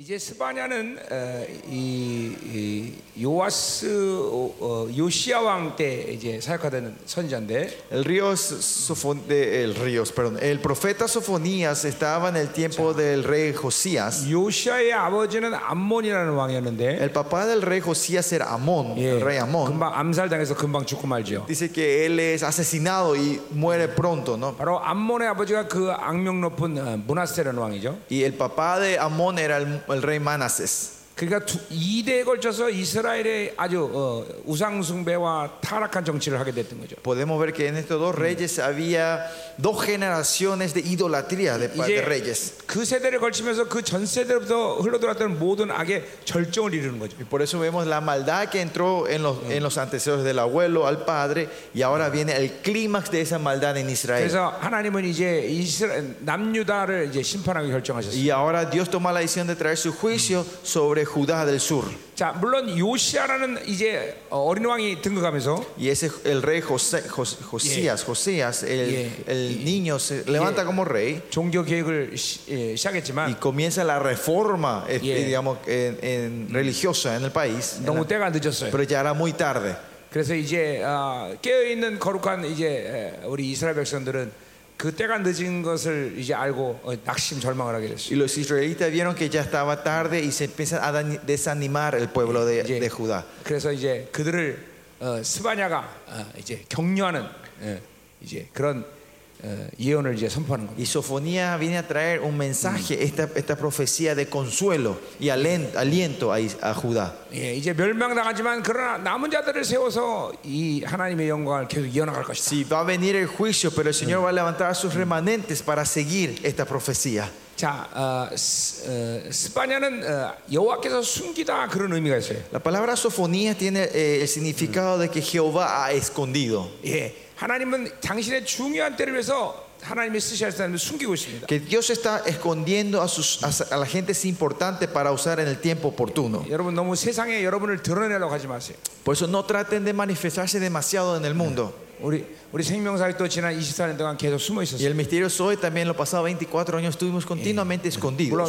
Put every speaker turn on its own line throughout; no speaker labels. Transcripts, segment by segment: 이제 스바냐는 어, 이, 이 요아스 어, 어, 요시아 왕 때 이제 사역하던 선지자인데
El río S- Sofon- de- el ríos, perdón, el profeta Sofonías estaba en el tiempo del rey Josías.
요시아의 아버지는 암몬이라는 왕이었는데
El papá del rey Josías era Amón,
예,
el rey Amón.
금방 암살당해서 금방 죽고 말지요.
Dice que él es asesinado y muere pronto, ¿no?
바로 암몬의 아버지가 그 악명 높은 어, 문하세라는 왕이죠.
Y el papá de Amón era el, el rey Manases.
그러니까 두, 2대에 걸쳐서 이스라엘의 아주 어, 우상숭배와 타락한 정치를 하게 됐던 거죠.
Podemos ver que en estos dos reyes había dos generaciones de idolatría de, pa- de reyes.
이제 그 세대를 걸치면서 그 전 세대로부터 흘러들어왔던 모든 악의 절정을 이루는 거죠.
Y por eso vemos la maldad que entró en los, en los antecedentes del abuelo al padre y ahora viene el clímax de esa maldad en Israel.
그래서 하나님은 이제 이스라엘 남유다를 이제 심판하기 결정하셨어요.
Y ahora Dios toma la decisión de traer su juicio sobre Judá del sur.
자, 물론 요시아라는 이제 어린 왕이 등극하면서
Y ese el rey José- Jos- Josías, Josías, el,
Yeah.
el niño se levanta como rey
종교 개혁을 시, 예,
y
시작했지만
comienza la reforma, eh,
Yeah.
digamos, en- en- religiosa en el país. En
너무
la-
때가 늦었어요.
pero ya era muy tarde.
그래서 이제 아, 깨어 있는 거룩한 이제 에, 우리 이스라엘 백성들은 그 때가 늦은 것을 이제 알고 어, 낙심 절망을 하게
Y
됐어요.
los israelitas vieron que ya estaba tarde y se empieza a dan- desanimar el pueblo de,
Yeah.
de Judá.
그래서 이제 그들을 어, 스바냐가 어, 이제 격려하는 예, 이제 그런 어, 예언을 이제 선포하는 겁니다.
Y Sofonía viene a traer un
Mm.
mensaje, esta, esta profecía de consuelo y alen- aliento a, Is- a Judá.
예, 이제 멸망당하지만 그러나 남은 자들을 세워서 이 하나님의 영광을 계속 이어나갈 것이다.
Si va a venir el juicio, pero el Señor va a levantar a sus remanentes para seguir esta profecía.
자, 어, 스, 어, 스바냐는 어, 여호와께서 숨기다 그런 의미가 있어요.
La palabra sofonía tiene eh, el significado de que Jehová ha escondido.
예, 하나님은 당신의 중요한 때를 위해서 하나님이 쓰셔야 할 사람을 숨기고 있습니다.
Que Dios está escondiendo a, sus, a, sa- a la gente es importante para usar en el tiempo oportuno.
여러분 너무 세상에 여러분을 드러내려고 하지 마세요.
Por eso no traten de manifestarse demasiado en el mundo.
우리 우리 생명사역 또 지난 24년 동안 계속 숨어
Y
있었어요.
el misterio Zoe también los pasados 24 años estuvimos continuamente
물론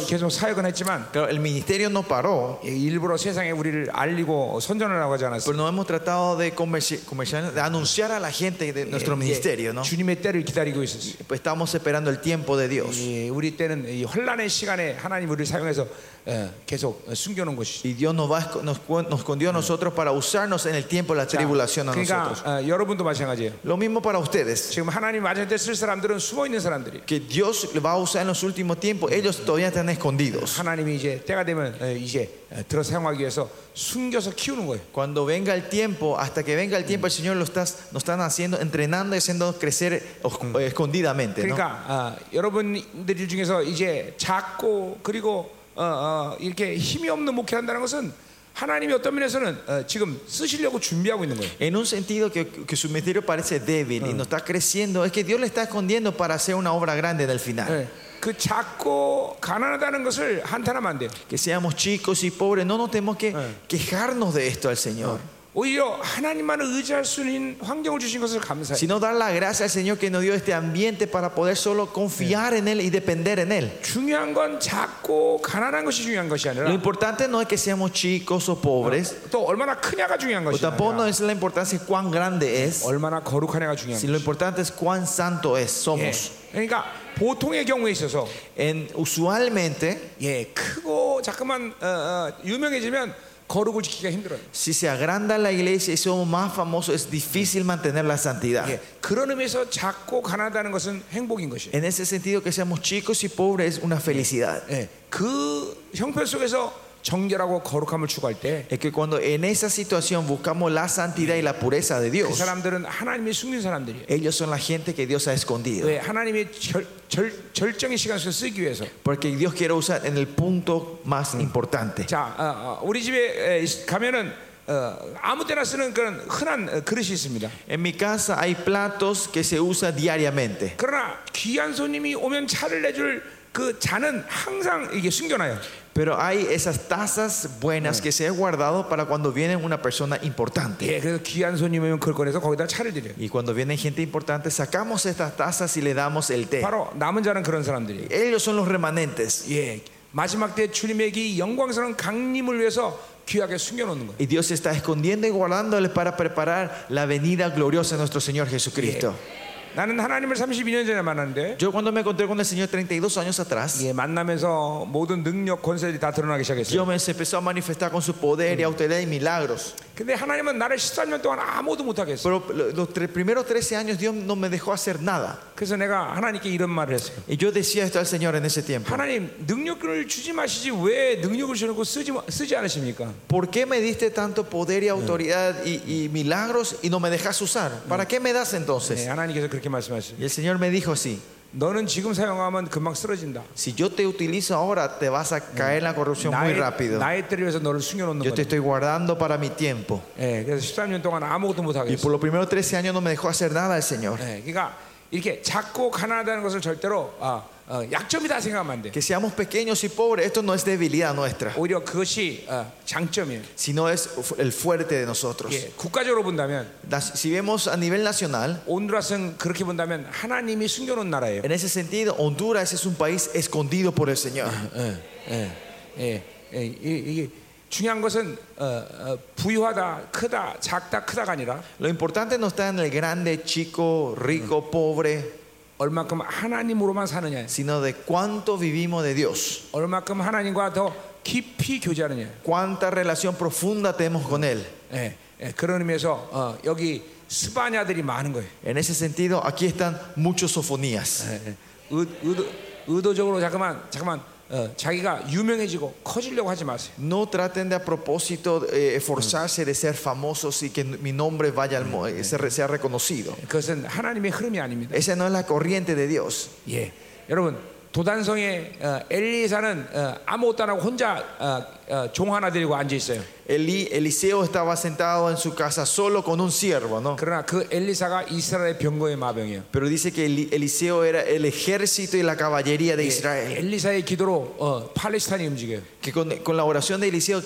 escondidos.
계속 사역은 했지만
Claro, el ministerio no paró,
예, 일부러 세상에 우리를 알리고 선전하려고 하지 않았어요.
pero no hemos tratado de, comerci- comercial, de anunciar a la gente de
eh,
nuestro ministerio, ¿no?
예, 주님의 때를 기다리고 있었어요.
Pues Estamos esperando el tiempo de Dios.
예, 우리 때는 이 혼란의 시간에 하나님 우리를 사용해서 어, 계속 어, 숨겨놓은 것이죠.
Y Dios nos, va, a esco- nos, cu- nos escondió a nosotros para usarnos en el tiempo de la tribulación a
그러니까
nosotros.
어, 여러분도 마찬가지예요.
Lo mismo para ustedes.
지금 하나님 맞은데 쓸 사람들은 숨어 있는 사람들이.
Que Dios le va a usar en los últimos tiempos. Ellos todavía están escondidos.
하나님이 이제 때가 되면 어, 이제 어, 들어 사용하기 위해서 숨겨서 키우는 거예요.
Cuando venga el tiempo, hasta que venga el tiempo, el Señor lo estás, nos están haciendo, entrenando y haciendo crecer os- eh, escondidamente. ¿no?
그러니까 어, 여러분들 중에서 이제 작고 그리고 어, 어, 이렇게 힘이 없는 목회한다는 것은 하나님이 어떤 면에서는 어, 지금 쓰시려고 준비하고 있는 거예요.
En un sentido que, que su ministerio parece débil y no está creciendo, es que Dios le está escondiendo para hacer una obra grande en el final.
예. 그 작고 가난하다는 것을 한탄하면 안 돼요.
Que seamos chicos y pobres, no nos tenemos que quejarnos de esto al Señor.
오히려 하나님만을 의지할 수 있는 환경을 주신 것을 감사해요.
sino dar la gracia al Señor que nos dio este ambiente para poder solo confiar en Él y depender en Él.
중요한 건 작고 가난한 것이 중요한 것이
Lo
아니라
importante no es que seamos chicos o pobres,
또 얼마나 크냐가 중요한
o
것이
tampoco no
아니라
es la importancia cuán grande es,
얼마나 거룩하냐가 중요한
sino lo importante es cuán santo es,
예.
somos.
그러니까 보통의 경우에 있어서
En, usualmente,
예 크고 자꾸만 어, 어, 유명해지면 거룩을 지키기가 힘들어요.
si se agranda la iglesia y somos más famosos, es difícil mantener la santidad.
예, 그런 의미에서 작고 가난하다는 것은 행복인 것이에요.
En ese sentido, que seamos chicos y pobres es una felicidad.
예, 그 형편 속에서 정결하고 거룩함을 추구할 때 그
Es que cuando en esa situación buscamos la santidad y la pureza de Dios,
그 사람들은 하나님이 숨긴 사람들이에요.
ellos son la gente que Dios ha escondido.
왜 예, 하나님의 절, 절, 절정의 시간 속에 쓰기 위해서
Porque Dios quiere usar en el punto más importante.
자 어, 어, 우리 집에 에, 있- 가면은 어, 아무 때나 쓰는 그런 흔한 어, 그릇이 있습니다
En mi casa hay platos que se usan diariamente.
그러나 귀한 손님이 오면 차를 내줄 그 잔은 항상 이게 숨겨놔요
Pero hay esas tazas buenas que se han guardado para cuando viene una persona importante.
예, 그래서 귀한 손님 오면 그걸 꺼내서 거기다 차를 드려요
Y cuando viene gente importante, sacamos estas tazas y le damos el té.
바로 남은 자는 그런 사람들이에요
Ellos son los remanentes.
예, 마지막 때 주님의 이 영광스러운 강림을 위해서 귀하게 숨겨놓는 거예요.
Y Dios se está escondiendo y guardándoles para preparar la venida gloriosa de nuestro Señor Jesucristo.
나는 하나님을 32년 전에 만났는데
Yo cuando me encontré con el Señor 32 años atrás,
예, 만나면서 모든 능력 권세들이 다 드러나기 시작했어요.
Dios me se empezó a manifestar con su poder y autoridad y milagros.
근데 하나님은 나를 13년 동안 아무도 못하겠어.
Pero lo- los tre- primeros 13 años Dios no me dejó hacer nada.
그래서 내가 하나님께 이런 말을 했어요.
Y yo decía esto al Señor en ese tiempo.
하나님 능력을 주지 마시지 왜 능력을 주놓고 쓰지 쓰지 않으십니까? 네,
¿Por qué me diste tanto poder y autoridad y, y milagros y no me dejas usar? ¿Para qué me das
네,
entonces?
하나님께서 그렇게 말씀하셨어요.
Y el Señor me dijo así,
너는 지금 사용하면 금방 쓰러진다.
si yo te utilizo ahora te vas a caer en la corrupción muy
나의
rápido.
나의 때를 위해서 너를 숨겨놓는
Yo te
거예요.
estoy guardando para mi tiempo.
예, 그래서 13년 동안 아무것도 못
Y
하겠어.
por los primeros 13 años no me dejó hacer nada el Señor.
예, 그러니까 이렇게 작고 가난하다는 것을 절대로 아, 어, 약점이다 생각하면 안 돼.
Que seamos pequeños y pobres, esto no es debilidad nuestra,
오히려 그것이 어, 장점이에요.
sino es el fuerte de nosotros.
예, 국가적으로 본다면
Nas- Si vemos a nivel nacional,
온두라스는 그렇게 본다면 하나님이 숨겨놓은 나라예요.
en ese sentido, Honduras es un país escondido por el Señor.
예, 예, 예, 예, 이- 이게 중요한 것은 어, 어, 부유하다, 크다, 작다, 크다가 아니라
Lo importante no está en el grande, chico, rico, pobre,
얼마큼 하나님으로만 사느냐,
sino de cuánto vivimos de Dios,
얼마큼 하나님과 더 깊이 교제하느냐.
cuánta relación profunda tenemos con Él.
예, 예, 그런 의미에서 어, 여기 스바냐들이 많은 거예요.
En ese sentido, aquí están muchos sofonías.
예, 예. 의- 의도, 의도적으로 잠깐만, 잠깐만 어, 자기가 유명해지고 커지려고 하지 마세요.
No traten de a propósito eh, esforzarse de ser famosos y que mi nombre vaya al mo- eh, ser- sea reconocido.
그것은 하나님의 흐름이 아닙니다.
Esa no es la corriente de Dios.
예, 여러분 도단성의 어, 엘리사는 어, 아무것도 안 하고 혼자 어, 어, 종 하나 데리고 앉아 있어요.
Eli- Eliseo estaba sentado en su casa solo con un siervo, ¿no?
그러나 그 엘리사가 이스라엘의 병거의 마병이에요.
Pero dice que Eli- Eliseo era el ejército y la caballería de Israel.
엘리사의 기도로 어, 팔레스타인이 움직여요.
que con, con la oración de Eliseo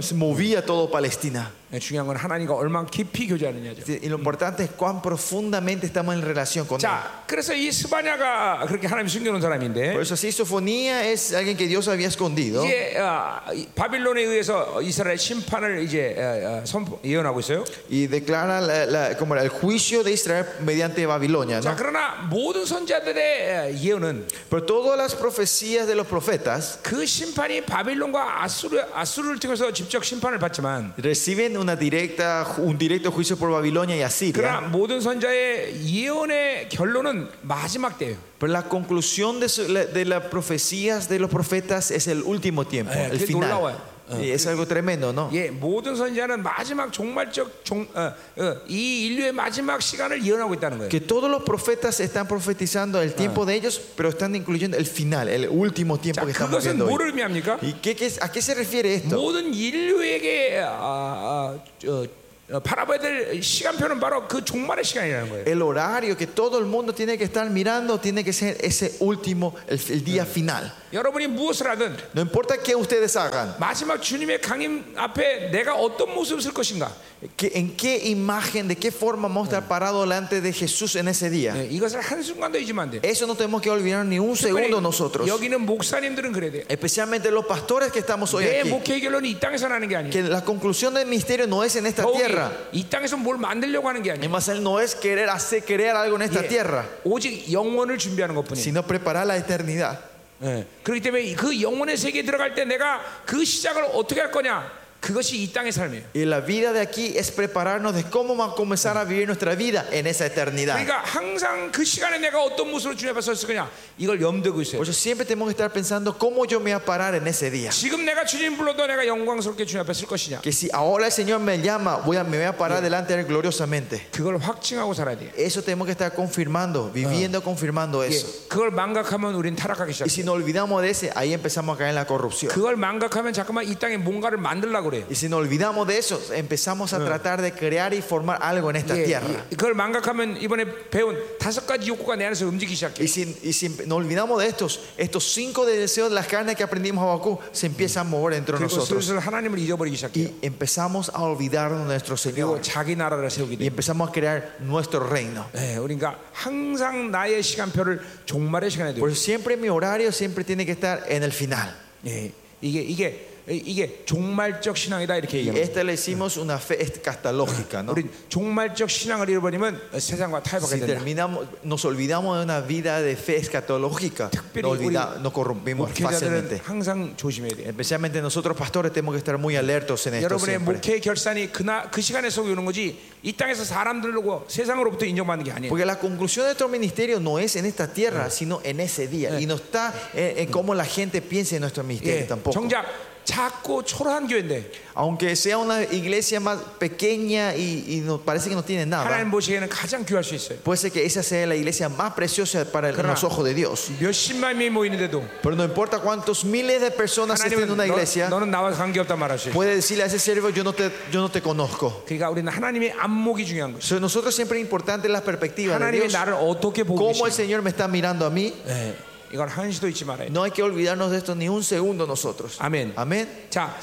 se movía todo Palestina.
예, 중요한 건 하나님과 얼마나 깊이 교제하느냐죠.
Y lo importante es cuán profundamente estamos en relación con Él.
자, 그래서 이 스바냐가 그렇게 하나님 숨겨놓은
Por
사람인데
eso, si Sofonía es alguien que Dios había escondido,
이제 어, 이 바빌론에 의해서 이스라엘 심판을 이제 어, 어, 선포, 예언하고 있어요.
y declara la- la- como era, el juicio de Israel mediante Babilonia.
자,
¿no?
그러나 모든 선자들의 어, 예언은
Pero todas las profecías de los profetas
그 심판이 바빌론과 아수르, 아수르를 통해서 직접 심판을 받지만
reciben una directa, un directo juicio por Babilonia y
그러나
Asiria.
모든 선자의 예언의 결론은 마지막 때예요.
Pero la conclusión de, su- la- de las profecías de los profetas es el último tiempo,
Eh,
el
qué
final.
dolor,
Y es algo tremendo, ¿no?
예, 모든 선지자는 마지막 종말적 종, 어, 어, 이 인류의 마지막 시간을 예언하고 있다는 거예요.
que todos los profetas están profetizando el tiempo de ellos, pero están incluyendo el final, el último
자,
tiempo que estamos
그것은
viendo
뭐를
hoy.
의미합니까?
¿Y qué, qué es- a qué se refiere esto?
모든 인류에게 아, 아, 어, 어, 바라봐야 될 시간표는 바로 그 종말의 시간이라는 거예요.
El horario que todo el mundo tiene que estar mirando tiene que ser ese último, el, el día final.
여러분이 무엇을 하든
No importa qué ustedes hagan,
마지막 주님의 강림 앞에 내가 어떤 모습을 쓸 것인가
que, en qué imagen, de qué forma vamos a estar parados delante de Jesús en ese día.
예, 이것을 한 순간도 잊으면 안 돼.
Eso no tenemos que olvidar ni un segundo nosotros.
여기는 목사님들은 그래야 돼.
Especialmente los pastores que estamos hoy
내
aquí.
목회 결론이 이 땅에서 나는 게 아니야.
Que la conclusión del misterio no es en esta
더욱이
tierra.
이 땅에서 뭘 만들려고 하는 게
Es
아니야.
más, él no es querer hacer crear algo en esta
예,
tierra,
오직 영혼을 준비하는 것뿐이야.
sino preparar la eternidad.
예. 그렇기 때문에 그 영혼의 세계에 들어갈 때 내가 그 시작을 어떻게 할 거냐? 그것이 이 땅의 삶이에요.
Y la vida de aquí es prepararnos de cómo vamos a comenzar a vivir nuestra vida en esa eternidad.
그러니까 항상 그 시간에 내가 어떤 모습으로 주님 앞에 섰을 거냐? 이걸 염두고 있어요.
Por eso siempre tenemos que estar pensando cómo yo me voy a parar en ese día.
지금 내가 주님 불러도 내가 영광스럽게 주님 앞에 설 것이냐?
Que si ahora el Señor me llama, voy a, me voy a parar delante de él gloriosamente.
그걸 확증하고 살아야 돼.
Eso tenemos que estar confirmando, viviendo, confirmando
예.
eso.
그걸 망각하면 우린 타락하기
Y
시작해.
si nos olvidamos de ese, ahí empezamos a caer en la corrupción.
그걸 망각하면 잠깐만 이 땅에 뭔가를 만들려고 그래요.
Y si nos olvidamos de eso, empezamos a tratar de crear y formar algo en esta
예,
tierra.
이- 그걸 망각하면 이번에 배운 다섯 가지 욕구가 내 안에서 움직이기 시작해.
Y si, y si nos olvidamos de estos, estos cinco deseos de las carnes que aprendimos a Bakú se empiezan a mover dentro de
그리고
nosotros.
슬슬 하나님을 잊어버리기 시작해.
Y empezamos a olvidarnos de nuestro
그리고
Señor.
자기 나라를 세우게
Y
돼.
empezamos a crear nuestro reino.
예, 그러니까 항상 나의 시간표를 종말의 시간에 두고
Por eso siempre mi horario siempre tiene que estar en el final.
예, 이게 이게 이게 종말적 신앙이다 이렇게
Y
얘기합니다.
esta le hicimos una fe escatológica, ¿no?
우리 종말적 신앙을 잃어버리면 세상과 타협하게
Si
된다.
terminamos, nos olvidamos de una vida de fe escatológica,
특별히
nos, olvida-
우리
nos corrompimos
목회자들은
fácilmente.
항상 조심해야 돼요.
Especialmente nosotros pastores tenemos que estar muy alertos
네,
en esto
여러분의
siempre.
목회 결산이 그나 그 시간에서 오는 거지 이 땅에서 사람들로 세상으로부터 인정받는 게 아니에요.
Porque la conclusión de nuestro ministerio no es en esta tierra, sino en ese día. Y no está en, en cómo la gente piensa en nuestro ministerio
예,
tampoco.
정작 작고 초라한 교회인데
Aunque sea una iglesia más pequeña y, y nos parece que no tiene nada,
하나님 보시기에는 가장 귀할 수 있어요.
puede ser que esa sea la iglesia más preciosa para el-
Claro.
los ojos de Dios.
몇십만 명이 모이는데도
Pero no importa cuántos miles de personas estén en
하나님은
una
너,
iglesia,
너는 나와 관계없다 말하시.
puede decirle a ese siervo, yo no te, yo no te conozco.
그러니까 우리는 하나님의 안목이 중요한 것이.
So, nosotros siempre es importante la perspectiva de
하나님이
Dios.
나를 어떻게 보고
¿Cómo el
계시는지.
Señor me está mirando a mí?
예, 이건 한시도 잊지 말아요.
No hay que olvidarnos de esto ni un segundo nosotros.
Amén.
Amén.
자,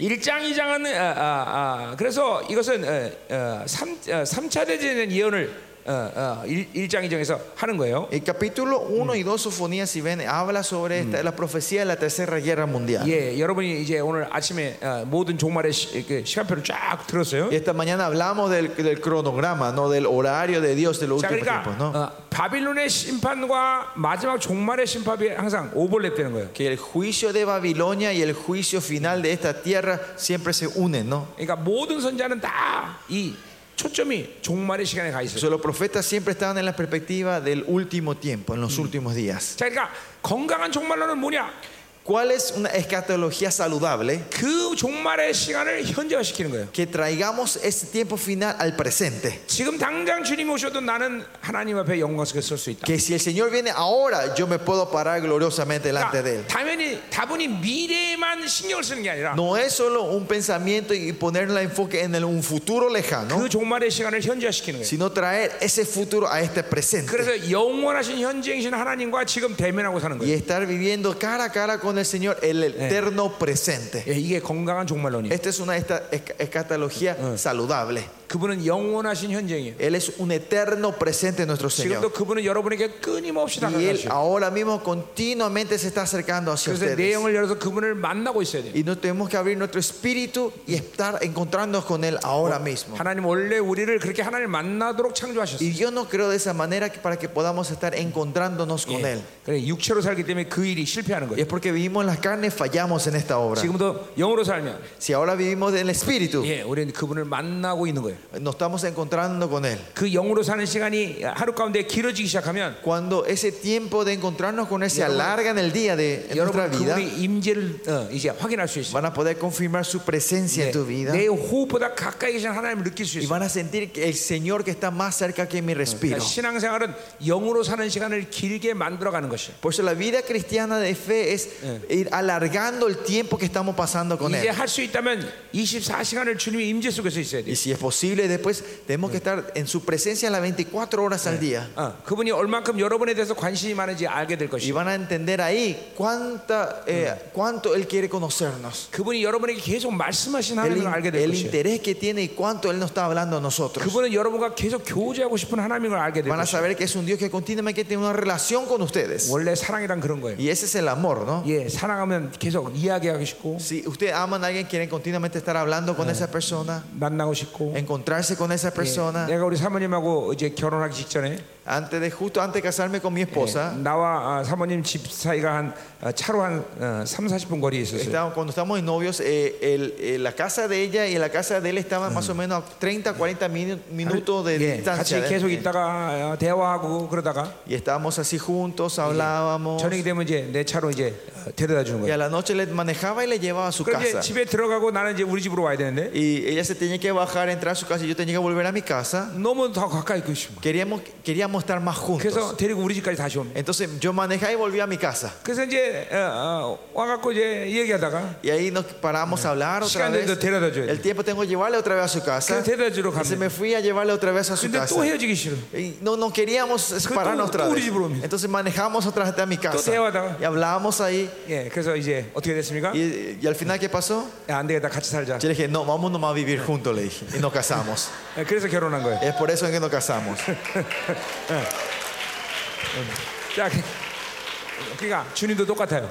1장 2장은 아, 아, 아, 그래서 이것은 어, 어, 3, 어, 3차 대전의 예언을 어, 어, 1, 장 2장에서 하는 거예요.
El capítulo 1 y 2 Sofonías, si ven, habla sobre esta- la profecía de la tercera guerra mundial.
예, 여러분이 이제 오늘 아침에 어, 모든 종말의 시, 그 시간표를 쫙 들었어요.
Y esta mañana hablamos del, del cronograma, ¿no? del horario de Dios de los
자,
últimos
그러니까
tiempos. ¿no?
어, 바빌론의 심판과 마지막 종말의 심판이 항상 오버랩되는 거예요.
Que el juicio de Babilonia y el juicio final de esta tierra siempre se unen. ¿no?
그러니까 모든 선자는 다 이 초점이 종말의 시간에 가 있어요.
So, los profetas siempre estaban en la perspectiva del último tiempo, en los últimos días.
자, 그러니까 건강한 종말론은 뭐냐?
¿Cuál es una escatología saludable?
그 종말의 시간을 현재화시키는 거예요.
Que traigamos ese tiempo final al presente.
지금 당장 주님 오셔도 나는 하나님 앞에 영광스럽게 설 수 있다.
Que si el Señor viene ahora, yo me puedo parar gloriosamente delante de Él.
그러니까 당연히 다분히 미래에만 신경을 쓰는 게 아니라
No es solo un pensamiento y poner el enfoque en el- un futuro lejano,
그 종말의 시간을 현재화시키는 거예요.
sino traer ese futuro a este presente
그래서 영원하신 현재이신 하나님과 지금 대면하고 사는
y
거예요.
estar viviendo cara a cara con el Señor el eterno presente.
예, 이게 건강한 종말론이에요.
Esta es una esta- esca- escatología saludable.
그분은 영원하신 현재이에요.
Él es un eterno presente nuestro
지금도
Señor.
그분은 여러분에게 끊임없이
Y Él
다가가시고
ahora mismo continuamente se está acercando hacia
그래서
ustedes.
내용을 열어서 그분을 만나고 있어야 돼요.
Y no tenemos que abrir nuestro espíritu y estar encontrándonos con Él ahora mismo.
하나님 원래 우리를 그렇게 하나님을 만나도록 창조하셨어요.
Y yo no creo de esa manera que- para que podamos estar encontrándonos con Él.
예. 그래 육체로 살기 때문에 그 일이 실패하는
Y
거예요.
es porque vivimos en la carne, fallamos en esta obra.
지금도 영으로 살면
Si ahora vivimos en el espíritu,
예, 우리는 그분을 만나고 있는 거예요.
nos estamos encontrando con Él.
그 영으로 사는 시간이 하루 가운데 길어지기 시작하면
Cuando ese tiempo de encontrarnos con Él se alarga en el día de en nuestra
여러분
vida,
그분의 임재를 어, 이제 확인할 수 있어요. 예,
van a poder confirmar su presencia en tu vida
내 호흡보다 가까이 계신 하나님을 느낄 수
y
있어요.
van a sentir que el Señor que está más cerca que mi respiro.
그러니까 신앙생활은 영으로 사는 시간을 길게 만들어가는 것이에요.
Por eso la vida cristiana de fe es ir alargando el tiempo que estamos pasando con
이제
Él.
할 수 있다면 24시간을 주님의 임재 속에서 있어야 돼요.
Y si es posible, después tenemos que estar en su presencia las 24 horas al día.
어, 그분이 얼만큼 여러분에 대해서 관심이 많은지 알게 될
Y
것이에요.
van a entender ahí cuánta, eh, cuánto Él quiere conocernos.
그분이 여러분에게 계속 말씀하신
El, in-
하나님을 알게 될
el
것이에요.
interés que tiene y cuánto Él nos está hablando a nosotros.
그분은 여러분과 계속 교제하고 싶은 하나님을 알게 될
Van a
것이에요.
saber que es un Dios que continuamente tiene una relación con ustedes.
원래 사랑이란 그런 거예요.
Y ese es el amor, ¿no?
예, 사랑하면 계속 이야기하고 싶고
Si ustedes aman a alguien, quieren continuamente estar hablando con esa persona,
만나고 싶고
encontrarse con esa persona.
내가 우리 사모님하고 이제 결혼하기 직전에
Antes de, justo antes de casarme con mi esposa,
나와 아, 사모님 집 사이가 한 아, 차로 한 어, 3, 40분 거리에 있었어요.
estábamos- cuando estábamos novios, eh, el- eh, la casa de ella y la casa de él estaban más o menos a 30, 40 minu- minutos de
예, 같이
distancia.
계속
de-
있다가 어, 대화하고 그러다가
Y estábamos así juntos, hablábamos.
저녁이 되면 이제 내 차로 이제 어, 데려다 주는
Y
거예요.
a la noche le manejaba y le llevaba a su
그럼 그러니까 이제
casa.
집에 들어가고 나는 이제 우리 집으로 와야 되는데
Y ella se tenía que bajar, entrar a su casa y yo tenía que volver a mi casa.
너무 더 가까이 있고 싶어.
Queríamos, queríamos estar más
그래서
juntos.
데리고 우리 집까지 다시 옵니다.
Entonces yo manejaba y volví a mi casa.
그래서 이제 어, 어, 와갖고 이제 얘기하다가
Y ahí nos paramos a hablar otra
시간
vez.
되도 데려다 줘야
El
돼.
tiempo tengo que llevarle otra vez a su casa.
그래서 데려다 주러
Y se
갑니다.
me fui a llevarle otra vez a su
근데
casa.
또 헤어지기 싫어.
Y no, no queríamos
또-
pararnos otra
또
vez.
우리 집으로 옵니다.
Entonces manejamos otra vez hasta mi casa.
대화하다가.
Y hablábamos ahí.
예, 그래서 이제 어떻게 됐습니까?
Y, y al final, ¿qué pasó?
야, 안 되겠다 같이 살자.
Yo le dije, no, vamos nomás a vivir juntos, le dije. Y nos casamos.
예, 그래서 결혼한 거예요.
Es por eso que nos casamos.
자, 그- 그러니까 주님도 똑같아요.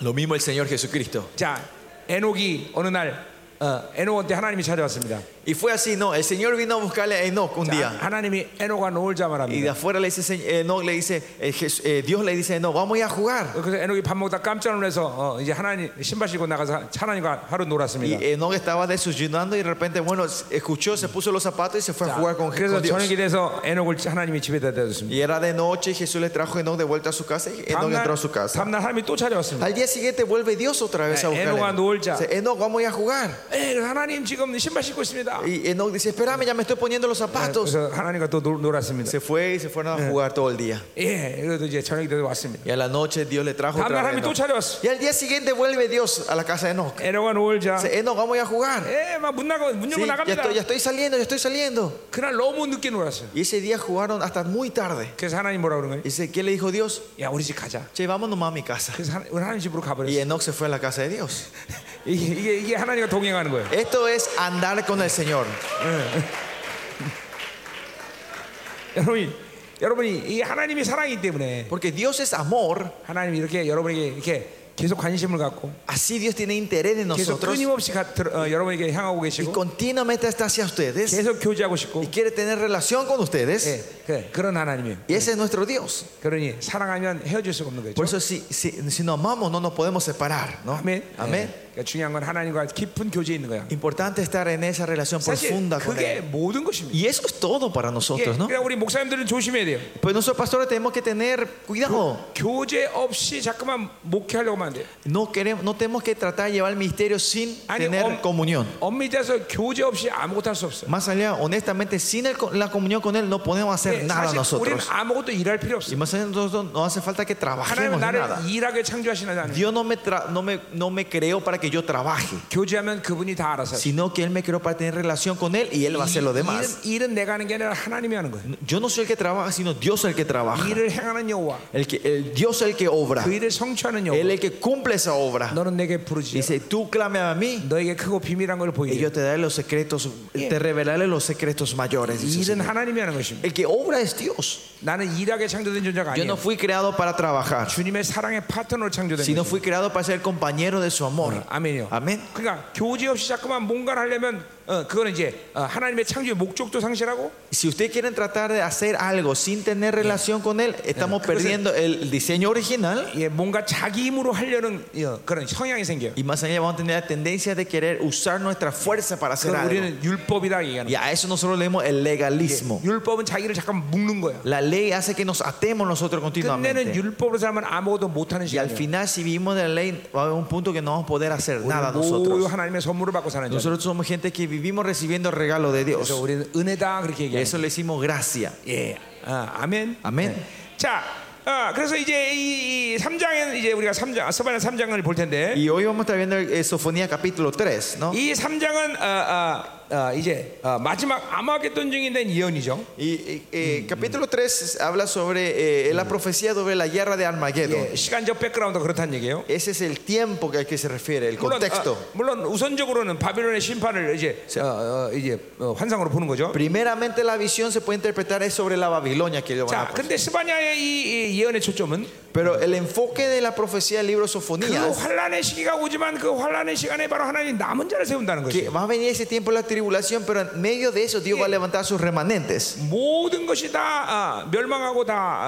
Lo mismo el Señor Jesucristo.
자, 에녹이 어느 날 어, 에녹한테 하나님이 찾아왔습니다. 자,
Y fue así, no, el Señor vino a buscarle a Enoch un día.
하나님이 에녹아 놀자
Y de
말합니다.
afuera le dice, "Se- Enoch le dice, eh, Jes- eh, Dios le dice, no, vamos a ir a jugar.
그래서 에녹이 밥 먹다 깜짝 놀라서 어, 이제 하나님 신발 신고 나가서 하- 하나님과 하루
Y
놀았습니다.
Enoch estaba desayunando y de repente, bueno, escuchó, se puso los zapatos y se fue a
자,
jugar con,
그래서
con Dios.
저녁이 돼서 에녹을 하나님이 집에 데려다 줬습니다.
Y era de noche y Jesús le trajo a Enoch de vuelta a su casa y Enoch
다음날
entró a su casa.
다음날 하나님이 또 찾아왔습니다.
Al día siguiente vuelve Dios otra vez a
Eh, Enoch
buscarle.
andó bolsa.
Dice, Enoch, vamos a ir a jugar.
예, 그래서 하나님 지금 신발 신고 있습니다.
Y Enoch dice, espérame, ya me estoy poniendo los zapatos.
그래서 하나님과 또 놀- 놀았습니다.
Se fue y se fueron
eh.
a jugar todo el día.
예, 그래도 이제 저녁이 돼서 왔습니다.
Y a la noche Dios le trajo
다음날
otra vez.
하나님이 또
Enoch.
찾아왔어.
Y al día siguiente vuelve Dios a la casa de Enoch.
에녹아 놀자.
Dice, Enoch, vamos a ir a jugar.
예, 막 문 나가 문
Sí,
열고
ya,
나갑니다.
estoy, ya estoy saliendo, ya estoy saliendo.
그날 너무 늦게 놀았어요.
Y ese día jugaron hasta muy tarde.
그래서 하나님 뭐라 그런 거예요?
Dice, ¿qué le dijo Dios?
야, 우리 집 가자.
Che, vámonos más a mi casa.
그래서 하나- 우리 하나님 집으로
Y
가버렸어요.
Enoch se fue a la casa de Dios.
예. 이게, 이게 이게 하나님과 동행하는 거예요.
Esto es andar con el Señor.
여러분이 여러분이 이 하나님이 사랑이기 때문에
Porque Dios es amor.
하나님이 이렇게 여러분에게 이렇게 계속 관심을 갖고
Así Dios tiene interés en
계속
nosotros.
끊임없이 가, 들, 어, 여러분에게 향하고
Y
계시고
continuamente está hacia ustedes.
계속 교제하고 싶고
Y quiere tener relación con ustedes.
예, 그, 그런 하나님이에요.
Y ese es nuestro Dios.
그러니 사랑하면 헤어질 수가 없는 거죠.
Por eso si, si, si nos amamos no nos podemos separar. ¿no?
아멘.
Amén.
예, 그러니까 중요한 건 하나님과 깊은 교제에 있는 거야.
Importante estar en esa relación
사실
profunda con
그게
Él.
모든 것입니다.
Y eso es todo para
예,
nosotros, ¿no?
그러니까 우리 목사님들은 조심해야 돼요.
Pues nosotros pastores tenemos que tener cuidado.
교제 없이 자꾸만 목회하려고만 안 돼요.
No, queremos, no tenemos que tratar de llevar el misterio sin
Ani, om-
tener comunión.
엄밀히 따서 교제 없이 아무것도 할 수 없어요.
Más allá, honestamente, sin el co- la comunión con Él no podemos hacer
예,
nada
사실 우리는
nosotros.
아무것도 일할 필요
Y
없어요.
más allá, nosotros no hace falta que trabajemos
하나님은 네.
ni nada.
나를 일하게 창조하시는 하나님.
Dios no me, tra- no, me, no me creó para que yo trabaje,
교제하면 그분이 다 알아서. 하세요.
sino que Él me creó para tener relación con Él y Él va a hacer lo demás.
일은, 일은 내가 하는 게 아니라 하나님이 하는 거예요.
Yo no soy el que trabaja, sino Dios el que trabaja.
일을 행하는 여호와,
El que, el Dios el que obra.
그 일을 성취하는
Él
여호와.
el que cumple esa obra.
너는 내게 부르지.
Dice, tú clame a mí
너에게 크고 비밀한 걸
y
보이리.
yo te daré los secretos, te revelaré los secretos mayores. dice el
일은
Señor.
하나님이 하는 것입니다.
el que obra es Dios.
나는 일하게 창조된 존재가
Yo no
아니에요.
fui creado para trabajar,
주님의 사랑의 파트너로 창조된
sino
거예요.
fui creado para ser compañero de su amor.
아멘이요.
Amén.
그러니까 교제 없이 자꾸만 뭔가를 하려면 어, 그거는 이제 어, 하나님의 창조의 목적도 상실하고
Si ustedes quieren tratar de hacer algo sin tener relación con él, estamos
Entonces-
perdiendo el diseño original
예, 뭔가 자기 힘으로 하려는 어, 그런 성향이 생겨요.
y más allá vamos a tener la tendencia de querer usar nuestra fuerza para hacer
그럼
algo.
우리는 율법이라 얘기하는
Y a eso nosotros leemos el legalismo.
거예요. 율법은 자기를 잠깐 묶는 거야.
La ley hace que nos atemos nosotros
끝내는
continuamente.
율법으로 살면 아무것도 못하는
Y al
시간이에요.
final, si vivimos de la ley, va a haber un punto que no vamos a poder hacer nada
모두
nosotros.
하나님의 선물을 받고 사는 자.
Nosotros somos gente que vivimos recibiendo el regalo de
그래서
Dios.
우리는 은혜다 그렇게
Y a
얘기해요.
eso le decimos gracia.
예, 아, 아멘.
아멘.
자, 아, 그래서 이제 이, 이 3장에는 이제 우리가 3장, 아, 서반의 3장을 볼 텐데
Y hoy vamos a estar viendo eh, Sofonía capítulo 3, ¿no?
이 3장은 아, 아, 아, 이제 아, 마지막 아마겟돈 증인 된 예언이죠.
Y eh, eh, capítulo 3 habla sobre eh, la profecía sobre la guerra de Armagedón.
예, 시간적 백그라운드가 그렇다는 얘기예요.
Ese es el tiempo que al que se refiere, el
물론,
contexto.
아, 물론 우선적으로는 바빌론의 심판을 이제 어, 어, 이제 어, 환상으로 보는 거죠.
Primeramente la visión se puede interpretar es sobre la Babilonia que ellos van a
자, 근데 스바냐의 이, 이 예언의 초점은
Pero el enfoque de la profecía del libro
그
Sofonías
환란의 시기가 오지만 그 환란의 시간에 바로 하나님 남은 자를 세운다는
que
것이에요.
va a venir ese tiempo de la tribulación, pero en medio de eso Dios va a levantar sus remanentes.
모든 것이 다 아, 멸망하고 다 아,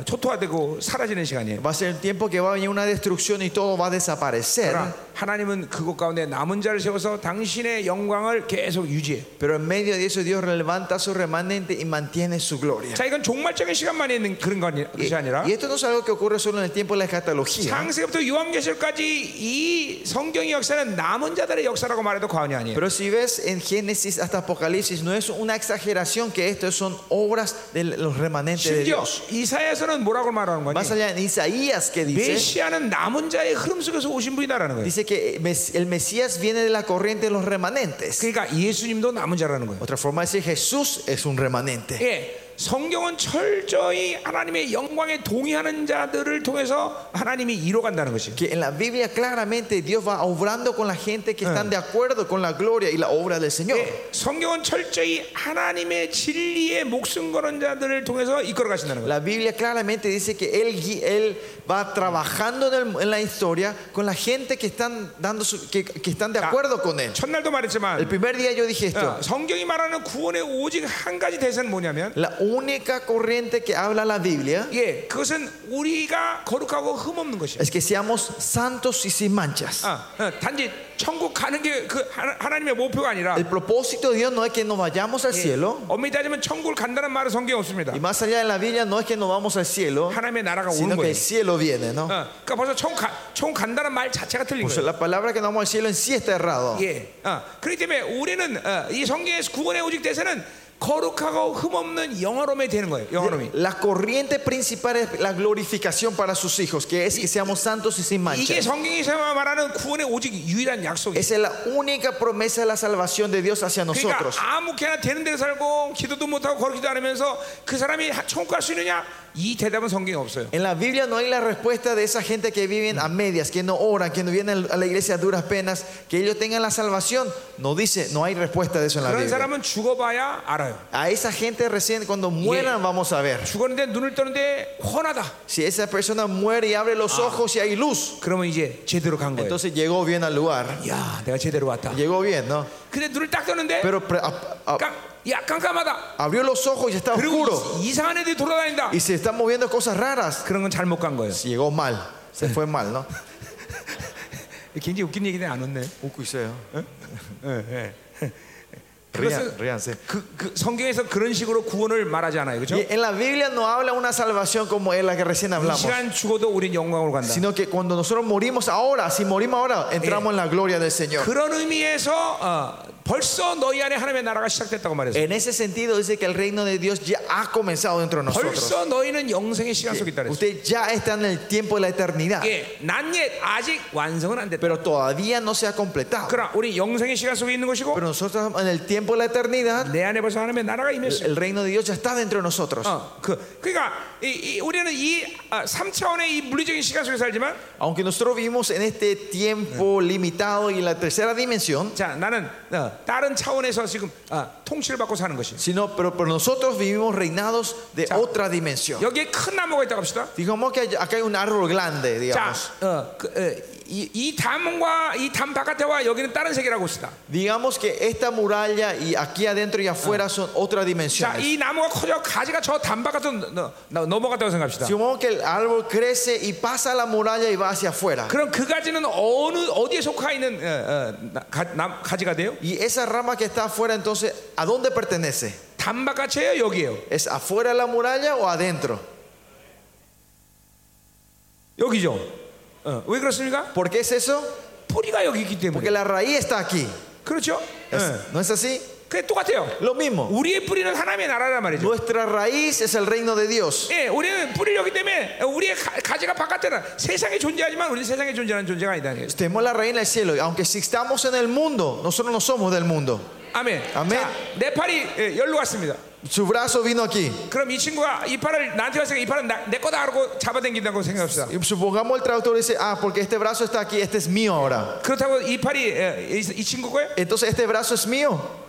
아, 초토화되고 사라지는 시간이에요.
Va a ser el tiempo que va a venir una destrucción y todo va a desaparecer.
그러나 하나님은 그곳 가운데 남은 자를 세워서 당신의 영광을 계속 유지해.
Pero en medio de eso Dios levanta su remanente y mantiene su gloria.
자, 이건 종말적인 시간만 있는 그런 건이-
Y,
것이 아니라
y esto no es algo que ocurre solo en el tiempo de la escatología.
창세부터 요한계시록까지 이 성경의 역사는 남은 자들의 역사라고 말해도 과언이 아니에요.
Pero si ves en Génesis hasta Apocalipsis, no es una exageración que esto son obras de los remanentes de
심지어
Dios.
이사야에서는 뭐라고 말하는 거니?
Más allá en Isaías que dice,
메시아는 남은 자의 흐름 속에서 오신 분이다라는 거예요.
dice que mes- el Mesías viene de la corriente de los remanentes.
그러니까 예수님도 남은 자라는 거예요.
Otra forma de decir Jesús es un remanente.
예, 성경은 철저히 하나님의 영광에 동의하는 자들을 통해서 하나님이 이뤄간다는 것이.
Que en la Biblia claramente Dios va obrando con la gente que están de acuerdo con la gloria y la obra del Señor.
예, 성경은 철저히 하나님의 진리에 목숨 거는 자들을 통해서 이끌어 가신다는 거예요.
La Biblia claramente dice que Él, gui- él va trabajando en, el- en la historia con la gente que están, dando su- que, que están de acuerdo con Él.
첫날도
El
말했지만
primer día yo dije esto.
어, 성경이 말하는 구원의 오직 한 가지 대세는 뭐냐면
La única corriente que habla la Biblia
예, 그것은 우리가 거룩하고 흠없는 것이야.
es que seamos santos y sin manchas.
아, 어, 단지 천국 가는 게 그 하나님의 목표가 아니라
El propósito de Dios no es que nos vayamos al cielo.
엄밀히 따지면 천국을 간다는 말은 성경에 없습니다.
Y más allá de la Biblia no es que nos vamos al cielo,
하나님의 나라가 오는
sino que
거예요.
el cielo viene, ¿no?
어, 그러니까 벌써 천국, 가, 천국 간다는 말 자체가 틀린
O sea,
거예요.
la palabra que nos vamos al cielo en sí está errado.
예, 어, 그렇기 때문에 우리는 어, 이 성경에서 구원의 오직 대세는 거룩하고 흠없는 영화로움이 되는 거예요. 영화로움이.
La corriente principal es la glorificación para sus hijos, que es que seamos santos y sin mancha.
이게 성경에서 말하는 구원의 오직 유일한 네, 약속이에요.
Esa es la única promesa de la salvación de Dios hacia
그러니까
nosotros.
아무렇게나 되는 대로 살고 기도도 못하고 거룩기도 안 하면서 그 사람이 하- 천국 갈 수 있느냐? 이 대답은 성경에 없어요.
En la Biblia no hay la respuesta de esa gente que viven a medias, que no oran, que no vienen a la iglesia a duras penas, que ellos tengan la salvación. No dice, no hay respuesta de eso en la
그런
Biblia.
사람은 죽어봐야 알아요.
A esa gente recién cuando mueran vamos a ver.
죽었는데 눈을 뜨는데 훤하다.
Si esa persona muere y abre los ojos y hay luz,
그러면 이제 제대로 간 거예요.
entonces llegó bien al lugar.
야, 내가 제대로 왔다.
Llegó bien, ¿no?
근데 눈을 딱 뜨는데
Pero pre- a- a-
깜, 야 깜깜하다.
abrió los ojos y está
그리고
oscuro.
이- 이상한 애들이 돌아다닌다.
y se están moviendo cosas raras.
그런 건 잘못 간 거예요.
Llegó mal, se fue mal, ¿no?
굉장히 웃긴 얘기인데 안 웃네.
Rían- ríanse.
그, 그 성경에서 그런 식으로 구원을 말하지 않아요, 그렇죠?
Y en la Biblia no habla una salvación como es la que recién
이
hablamos,
시간 죽어도 우린 영광으로 간다.
sino que cuando nosotros morimos ahora, si morimos ahora, entramos en la gloria del Señor.
그런 의미에서 어, 벌써 너희 안에 하나님의 나라가 시작됐다고 말했어요.
En ese sentido dice que el reino de Dios ya ha comenzado dentro de nosotros.
벌써 너희는 영생의 시간 속에 있다 그랬어요.
Usted ya está en el tiempo de la eternidad,
예, 난예 아직 완성은 안 됐다.
pero todavía no se ha completado.
그러나 우리 영생의 시간 속에 있는 것이고
Pero nosotros en el tiempo de la eternidad,
내 안에 벌써 하나님의 나라가 임했어요.
el reino de Dios ya Ah. está dentro de nosotros.
어, 그, 그러니까 이, 이, 우리는 이 아, 3차원의 이 물리적인 시간 속에 살지만
Aunque nosotros vivimos en este tiempo limitado y en la tercera dimensión,
자 나는 어, 다른 차원에서 지금 어, 통치를 받고 사는 것이
sino pero, pero nosotros vivimos reinados de
Ya.
otra dimensión.
여기에 큰 나무가 있다고 합시다
Digamos que hay- acá hay un árbol grande,
자,
digamos.
어, 그, 어, 이, 이 담과 이 담 바깥에와 여기는 다른 세계라고 합시다
Digamos que esta muralla y aquí adentro y afuera son otra
자,
dimensión.
이 나무가 커져 가지가 저 담 바깥으로 너- 너- 넘어갔다고 생각합시다
Digamos que el árbol crece y pasa la muralla y va hacia afuera.
그럼 그 가지는 어느 어디에 속하 있는 어, 어, 나- 가, 나- 가지가 돼요?
Y esa rama que está afuera, entonces, ¿a dónde pertenece?
담 바깥이에요, 여기에요.
¿Es afuera de la muralla o adentro?
여기죠. 어, 왜 그렇습니까?
¿Por qué es eso?
뿌리가 여기 있기
Porque
때문에.
la raíz está aquí.
그렇죠?
Es-
예.
¿No es así?
그게 똑같아요.
Lo mismo.
우리의 뿌리는 하나님의 나라란 말이죠.
Nuestra raíz es el reino de Dios.
예, 우리는 뿌리 여기 때문에 우리의 가- 가지가 바깥에는 세상에 존재하지만 우리는 세상에 존재하는 존재가 아니다.
Tenemos la raíz en el cielo. Y Aunque existamos en el mundo, nosotros no somos del mundo.
아멘.
아멘.
자, 내 팔이 예, 열로 갔습니다.
Su brazo vino aquí.
그럼 이 친구가 이 팔을 나한테 왔으니까 이 팔은 나- 내 거다 하고 잡아당긴다고 생각합시다.
Y Supongamos el traductor dice, ah, porque este brazo está aquí, este es mío ahora.
그렇다고 이 팔이 예, 이, 이 친구 거예요?
Entonces este brazo es mío.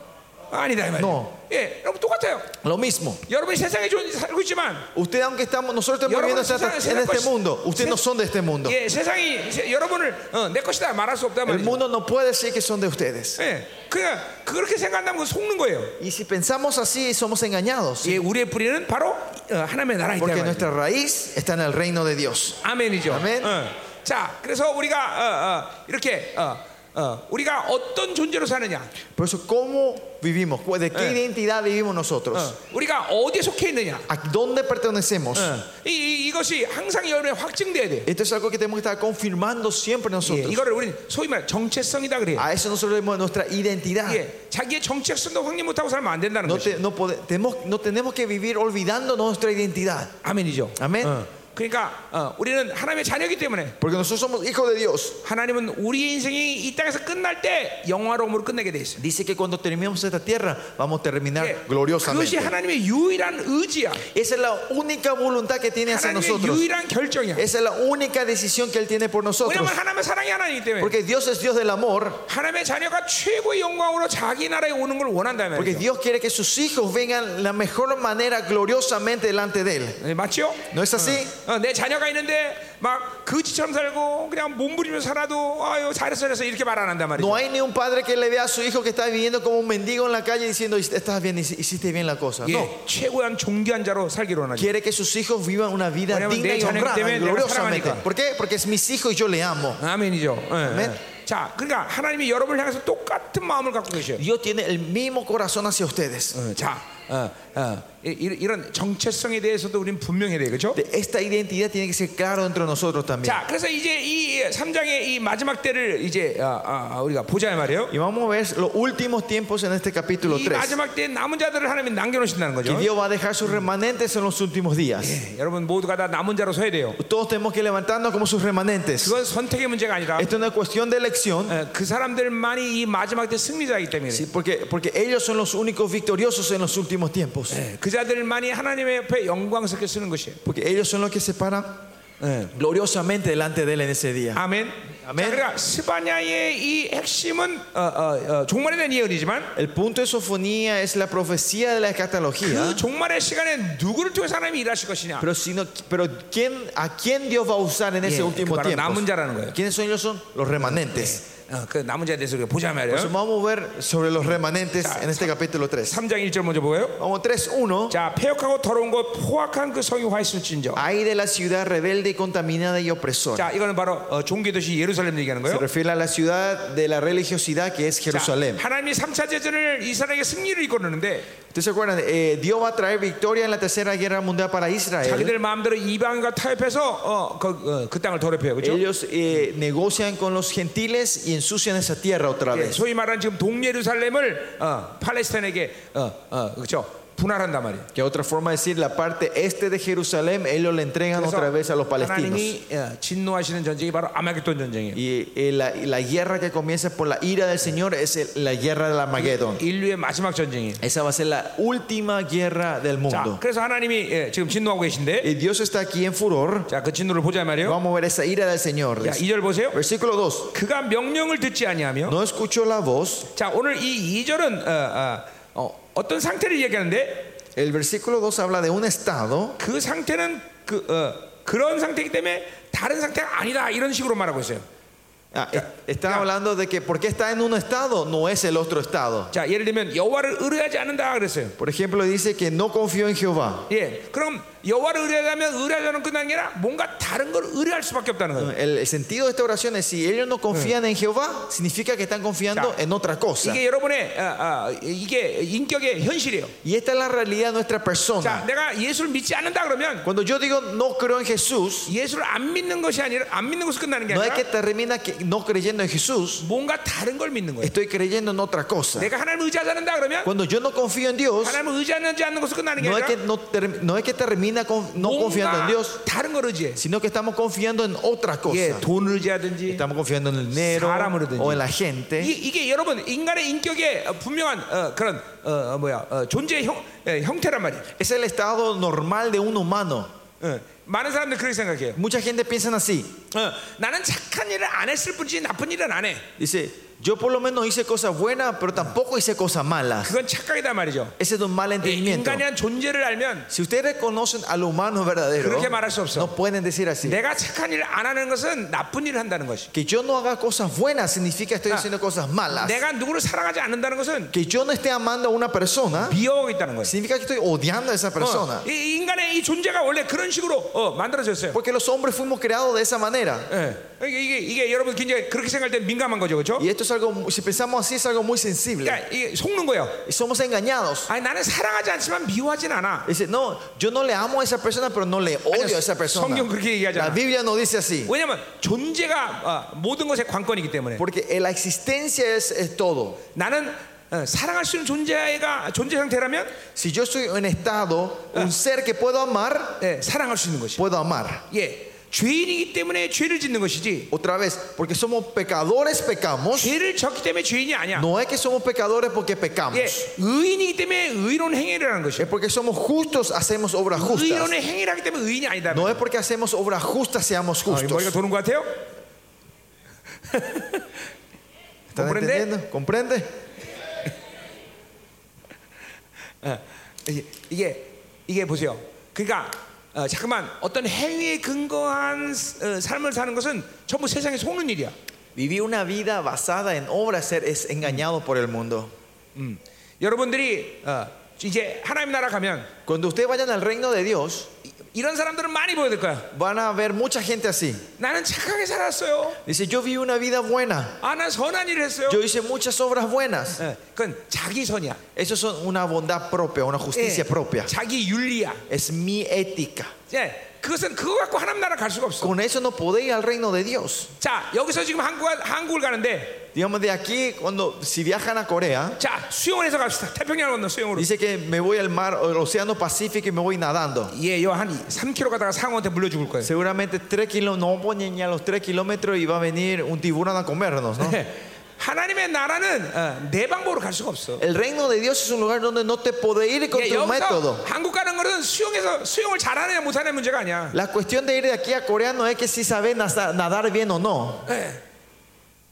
아니다 이 말이에요.
No.
예, 여러분 똑같아요.
Lo mismo.
여러분이 세상에 존- 살고 있지만
Usted aunque estamos, nosotros estamos viviendo en esta- en este mundo, ustedes no son de este mundo.
예, 세상이 세- 여러분을 어, 내 것이다 말할 수 없다
El
말이죠.
mundo no puede decir que son de ustedes.
예, 그냥 그렇게 생각한다면 그건 속는 거예요.
Y si pensamos así, somos engañados.
예, 우리의 뿌리는 바로 어, 하나님의 나라에 있다
Porque
말이죠.
nuestra raíz está en el reino de Dios.
아멘이죠.
아멘.
어. 자, 그래서 우리가 어, 어, 이렇게 어, 어, 우리가 어떤 존재로 사느냐,
Por eso, ¿cómo vivimos? ¿De qué identidad vivimos
어,
nosotros?
우리가 어디에 속해 있느냐,
¿A dónde pertenecemos?
어, 이, 것이 항상 여러분의 확증돼야 돼.
Esto es algo que tenemos que estar confirmando siempre
예,
nosotros.
이거를 우리는 소위 말 정체성이다 그래요.
A eso nosotros vemos nuestra identidad.
예, 자기의 정체성도 확립 못하고 살면 안 된다는
No,
거죠.
te- no pode- tenemos, no tenemos que vivir olvidando nuestra identidad.
아멘이죠.
Amén.
어. 그러니까 어, 우리는 하나님의 자녀이기 때문에
Porque nosotros somos hijos de Dios.
하나님은 우리의 인생이 이 땅에서 끝날 때 영화로움으로 끝내게 돼 있어요.
Dice que cuando terminemos esta tierra, vamos a terminar
예, 그것이
gloriosamente.
하나님의 유일한 의지야.
Esa es la única voluntad que tiene hacia
하나님의
nosotros.
유일한 결정이야.
Esa es la única decisión que Él tiene por nosotros.
왜냐하면 하나님의 사랑이 하나님이기 때문에
Porque Dios es Dios del amor.
하나님의 자녀가 최고의 영광으로 자기 나라에 오는 걸 원한다면
Porque
이
Dios quiere que sus hijos vengan la mejor manera gloriosamente delante de Él.
네, 맞죠?
¿No es así?
어, 내 자녀가 있는데 막그 거지처럼 살고 그냥 몸부림을 살아도 아유 잘했어 잘했어 이렇게 말 안 한단 말이죠.
No hay ni un padre que le vea a su hijo que está viviendo como un mendigo en la calle diciendo, estás bien, hiciste bien la cosa. No. 예.
예, 최고한 존귀한 자로 살기로 원하죠.
Quiere que sus hijos vivan una vida
Bueno,
digna
de
y
hecho, en el
honrada,
tema de la
gloriosamente.
saránica.
¿Por qué? Porque es mis hijos y yo le amo.
아멘이죠. 예,
아멘.
예. 자, 그러니까 하나님이 여러분을 향해서 똑같은 마음을 갖고 계셔요.
Dios tiene el mismo corazón hacia ustedes.
어, 자, 어, 어, 이- 이- 이런 정체성에 대해서도 우리는 분명해야 돼요, 그렇죠?
De- Esta identidad tiene que ser claro entre nosotros también.
자, 그래서 이제 이 3장의 이 마지막 때를 이제 아, 아, 아, 우리가 보자 말이에요.
Y vamos a ver los últimos tiempos en este capítulo
이
3.
마지막 때 남은 자들을 하나님이 남겨놓으신다는
Que
거죠.
Dios va a dejar sus remanentes en los últimos días.
예, 여러분 모두가 다 남은 자로 서야 돼요.
Todos tenemos que levantarnos como sus remanentes.
그건 선택의 문제가 아니라
Esto no es cuestión de elección,
어, 그 사람들만이 이 마지막 때 승리자이기 때문에
sí, porque, porque ellos son los únicos victoriosos en los últimos tiempos.
예, 그 자들만이 하나님의 옆에 영광스럽게 쓰는 것이에요.
Porque ellos son los que se paran
Eh.
gloriosamente delante de Él en ese día.
아멘.
아멘.
자, 그러니까 스바냐의 이 핵심은 어, 어, 어, 종말에 대한 예언이지만
El punto de sofonía es la profecía de la escatología.
그 종말의 시간에 누구를 통해서 하나님이 일하실 것이냐.
Pero, sino, pero ¿quién, ¿a quién Dios va a usar en ese
예,
último
그 바로
tiempo?
남은 자라는 거예요.
¿Quiénes son ellos? Son los remanentes.
어, 그 남은 자에 대해서 우리가 보자
Entonces
말이에요.
vamos a ver sobre los remanentes en este capítulo 3.
3장 1절 먼저 보고요.
Vamos 3.1.
자, 폐역하고 더러운 것 포악한 그 성이 화했을진저.
Hay de la ciudad rebelde y contaminada y opresora.
자, 이거는 바로 어, 종교 도시 예루살렘 얘기하는
Se
거예요.
refiere a la ciudad de la religiosidad que es
자,
Jerusalén.
하나님이 3차 제전을 이스라엘에게 승리를 이끌었는데
Ustedes se acuerdan, Eh, Dios va a traer victoria en la tercera guerra mundial para Israel.
자기들 마음대로 이방과 타협해서 어, 그, 어, 그 땅을 더럽혀요. 그렇죠?
Ellos eh, negocian con los gentiles y ensucian esa tierra otra
예,
vez.
소위 말하는 지금 동예루살렘을 어, 팔레스타인에게 어, 어, 그렇죠? 분할한단 말이에요.
Que otra forma de decir, la parte este de Jerusalén, ellos le entregan otra vez a los palestinos.
하나님이 어, 진노하시는 전쟁이 바로 아마겟돈 전쟁이에요.
Y eh, la, y la guerra que comienza por la ira del Señor es el- la guerra del Armagedón.
인류의 마지막 전쟁이에요.
Esa va a ser la última guerra del
자,
mundo.
그래서 하나님이 예, 지금 진노하고 계신데
Y Dios está aquí en furor.
자, 그 진노를 보자 말이에요.
Vamos a ver esa ira del Señor.
자, 2절 보세요.
Versículo 2.
그가 명령을 듣지 아니하며
No escuchó la voz.
자, 오늘 이 2절은 어, 어, 어, 어떤 상태를 얘기하는데
El versículo 2 habla de un estado.
그 상태는 그 어, 그런 상태이기 때문에 다른 상태가 아니다 이런 식으로 말하고 있어요.
Ah, eh, está hablando de que porque está en un estado, no es el otro estado.
자, 예를 들면 여호와를 의뢰하지 않는다 그랬어요.
Por ejemplo, dice que no confió en Jehová.
예, 그럼 여호와를 의뢰하면 의뢰하자는 끝나는 게 아니라 뭔가 다른 걸 의뢰할 수밖에 없다는 거예요.
El, el sentido de esta oración es si ellos no confían en Jehová, significa que están confiando
Ya.
en otra cosa.
이게 여러분의 아, 아, 이게 인격의 현실이에요.
Y esta es la realidad de nuestra persona.
자, 내가 예수를 믿지 않는다 그러면
Cuando yo digo no creo en Jesús,
예수를 안 믿는 것이 아니라 안 믿는 것으로 끝나는 게
no es que
아니라
termina que- no creyendo en Jesús,
뭔가 다른 걸 믿는 거예요.
estoy creyendo en otra cosa.
내가 하나님을 의지하지 않는다 그러면
Cuando yo no confío en Dios,
하나님을 의지하는지 않는 것으로 끝나는 게
no es que,
아니라
no, ter- no es que termina con- no confiando en
뭔가
Dios,
다른 네, 걸 의지해.
sino que estamos confiando en otra
예,
cosa.
돈을 의지하든지
Estamos confiando en el dinero
사람으로든지.
o en la gente.
이, 게 여러분 인간의 인격의 어, 분명한 어, 그런 어, 어, 뭐야 어, 존재 형 예, 형태란 말이에요.
Es el estado normal de un humano.
예, 많은 사람들이 그렇게 생각해요.
Mucha gente piensa así.
어, 나는 착한 일을 안 했을 뿐이지 나쁜 일은 안 해.
Dice, yo por lo menos hice cosas buenas, pero tampoco hice cosas malas.
그건 착각이다 말이죠.
Ese es un mal
예,
entendimiento.
인간이 한 존재를 알면
Si ustedes reconocen al humano verdadero,
그렇게 말할 수 없어.
no pueden decir así.
내가 착한 일을 안 하는 것은 나쁜 일을 한다는 것이.
Que yo no haga cosas buenas significa que estoy
Ah.
haciendo cosas malas.
내가 누구를 사랑하지 않는다는 것은
Que yo no esté amando a una persona
미워하고 있다는 거예요.
significa que estoy odiando a esa persona.
어, 이 인간의 이 존재가 원래 그런 식으로 어, 만들어졌어요.
Porque los hombres fuimos creados de esa manera.
예. 이게, 이게, 이게 여러분 굉장히 그렇게 생각할 때 민감한 거죠, 그렇죠?
Y esto es algo, mu- si pensamos así, es algo muy sensible.
그러니까 이게 속는 거예요.
Y somos engañados.
아니 나는 사랑하지 않지만 미워하진 않아.
Dice, no, yo no le amo a esa persona, pero no le odio a esa persona.
성경 그렇게 얘기하지
La
않아.
Biblia no dice así.
왜냐면 존재가 어, 모든 것의 관건이기 때문에
Porque eh, la existencia es, es todo.
나는 어, 사랑할 수 있는 존재가 존재 상태라면
Si yo soy un estado, un ser que puedo amar,
예, 사랑할 수 있는 것이.
puedo amar.
예, 죄인이기 때문에 죄를 짓는 것이지.
Otra vez, porque somos pecadores, pecamos.
죄를 졌기 때문에 죄인이 아니야.
No es que somos pecadores porque pecamos.
예, 의인이기 때문에 의로운 행위를 하는 것이야.
Es porque somos justos, hacemos obras justas.
의로운 행위를 하기 때문에 의인이 아니다.
No es porque hacemos obras justas, seamos
아, 이 머리가
justos.
도는 것 같아요?
¿Están
¿comprende?
entendiendo? ¿Comprende?
이- 이게 이게 보세요. 그러니까 어, 잠깐만 어떤 행위에 근거한 어, 삶을 사는 것은 전부 세상에 속는 일이야.
Vivir una vida basada en obras ser- es engañado por el mundo.
음. 여러분들이 어, 이제 하나님 나라 가면
Cuando ustedes vayan al reino de Dios,
이- 이런 사람들은 많이 보여야 될 거야.
van a ver mucha gente así.
나는 착하게 살았어요.
Dice, yo viví una vida buena.
아, 난 선한 일을 했어요.
Yo hice muchas obras buenas.
예, 그건 자기 선이야.
Eso son una bondad propia, una
예,
justicia propia.
자기 윤리야.
Es mi ética.
예, 그것은 그거 갖고 하나님 나라 갈 수가 없어.
Con eso no podéis ir al reino de Dios.
자, 여기서 지금 한국 한국을 가는데,
Digamos, de aquí, cuando, si viajan a Corea,
자 수영원에서 갑시다. 태평양 건너 수영으로.
dice que me voy al mar, al océano Pacífico y me voy nadando.
예, 요한 3km 가다가 상어한테 물려 죽을 거예요.
Seguramente 3 kilómetros, no voy ni a los 3 kilómetros y va a venir un tiburón a comernos, ¿no?
네. 하나님의 나라는 어, 내 방법으로 갈 수가 없어.
El reino de Dios es un lugar donde no te podés ir con
예,
tu
여기서
método.
한국 가는 거는 수영에서 수영을 잘하느냐 못하느냐 문제가 아니야.
La cuestión de ir de aquí a Corea no es que si sabes nasa- nadar bien o no.
예.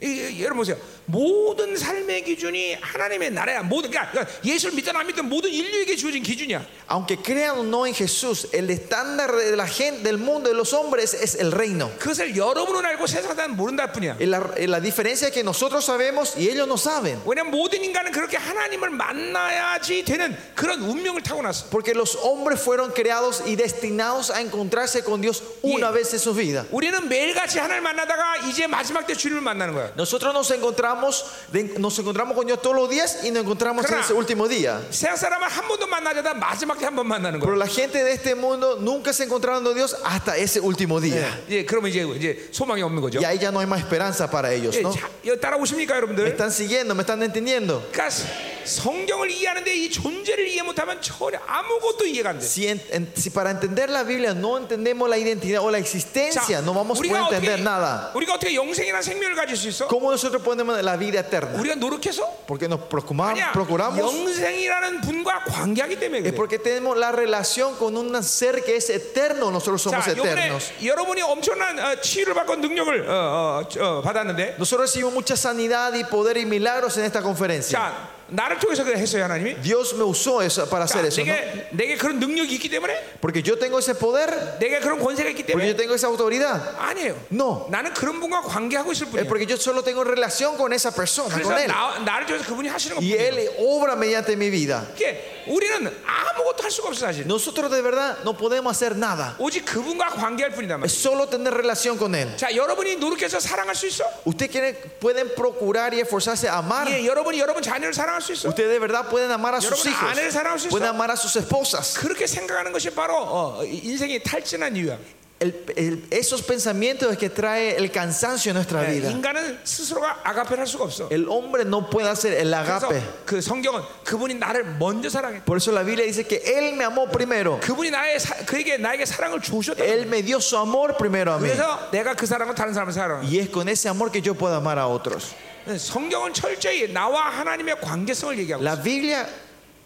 이- 이- 여러분 보세요. 모든 삶의 기준이 하나님의 나라야. 모든 그러니까, 그러니까 예수를 믿든 안 믿든 모든 인류에게 주어진 기준이야.
Aunque crean o no en Jesús, el estándar de la gente, del mundo, de los hombres es el reino.
그것을 여러분은 알고 세상은 사람은 모른다 뿐이야.
Y La, y la diferencia es que nosotros sabemos y ellos no saben.
왜냐면 모든 인간은 그렇게 하나님을 만나야지 되는 그런 운명을 타고났어.
Porque los hombres fueron creados y destinados a encontrarse con Dios una
Yeah.
vez en su vida.
우리는 매일같이 하나님을 만나다가 이제 마지막 때 주님을 만나는 거야.
Nosotros nos encontramos, de- nos encontramos con Dios todos los días y nos encontramos en
Claro.
ese último día.
세상 사람은 한 번도 만나자다 마지막 때 한 번 만나는
Pero
거야.
la gente de este mundo nunca se encontraron con Dios hasta ese último día.
예, 그러면 이제 이제 소망이 없는 거죠.
Y ahí ya no hay más esperanza para ellos,
예,
¿no?
자, 여 네, 따라오십니까,
¿Me
여러분들?
están siguiendo? ¿Me están entendiendo?
그러니까 스- 성경을 이해하는데 이 존재를 이해 못하면 전혀 아무것도 이해가 안 돼.
Si, en- en- si para entender la Biblia no entendemos la identidad o la existencia, no vamos a poder
우리가 어떻게
entender nada.
우리가 어떻게 영생이나 생명을 가질 수 있어?
¿Cómo nosotros ponemos la vida eterna?
우리가 노력해서?
Porque nos procuramos,
아니야.
procuramos
영생이라는 분과 관계하기 때문에 예,
es
그래.
porque tenemos la relación con un ser que es eterno. Nosotros somos
자, 이번에
eternos.
여러분이 엄청난 어, 치유를 받고 능력을 어, 어, 어, 받았는데,
Nosotros recibimos mucha sanidad y poder y milagros en esta conferencia.
자 나를 통해서 그래 했어요 하나님이.
Dios me usó eso para
자,
hacer eso, ¿no?
내게 내게 그런 능력이 있기 때문에,
Porque yo tengo ese poder,
내가 그런 권세가 있기
porque
때문에
yo tengo esa autoridad.
아니에요.
No,
나는 그런 분과 관계하고 있을
es
뿐이야.
porque yo solo tengo relación con esa persona,
그래서
con él.
나, 나를 통해서 그분이 하시는
Y
것뿐이에요.
él obra mediante mi vida.
이게 우리는 아무것도 할 수가 없어 사실.
Nosotros de verdad no podemos hacer nada.
오직 그분과 관계할 뿐이다
Es
말이야.
solo tener relación con él.
자, 여러분이 노력해서 사랑할 수 있어?
Ustedes quieren- pueden procurar y esforzarse a amar.
예, 여러분이 여러분 자녀를 사랑할 수 있어?
Ustedes de verdad pueden amar a sus
여러분,
hijos.
아내를 사랑할 수 있어?
Pueden amar a sus esposas.
그렇게 생각하는 것이 바로 어, 이- 인생이 탈진한 이유야.
El- el- esos pensamientos es que trae el cansancio en nuestra
예,
vida.
인간은 스스로가 아가페를 할 수가 없어.
El hombre no puede hacer el
그래서
agape.
그 성경은 그분이 나를 먼저 사랑했다.
Por eso la Biblia dice que él me amó primero.
그분이 나의 사- 그에게 나에게 사랑을 주셨다.
Él me dio su amor primero a mí.
그래서 내가 그 사랑을 다른 사람을 사랑해.
Y es con ese amor que yo puedo amar a otros.
네, 성경은 철저히 나와 하나님의 관계성을 얘기하고
La
있어.
Biblia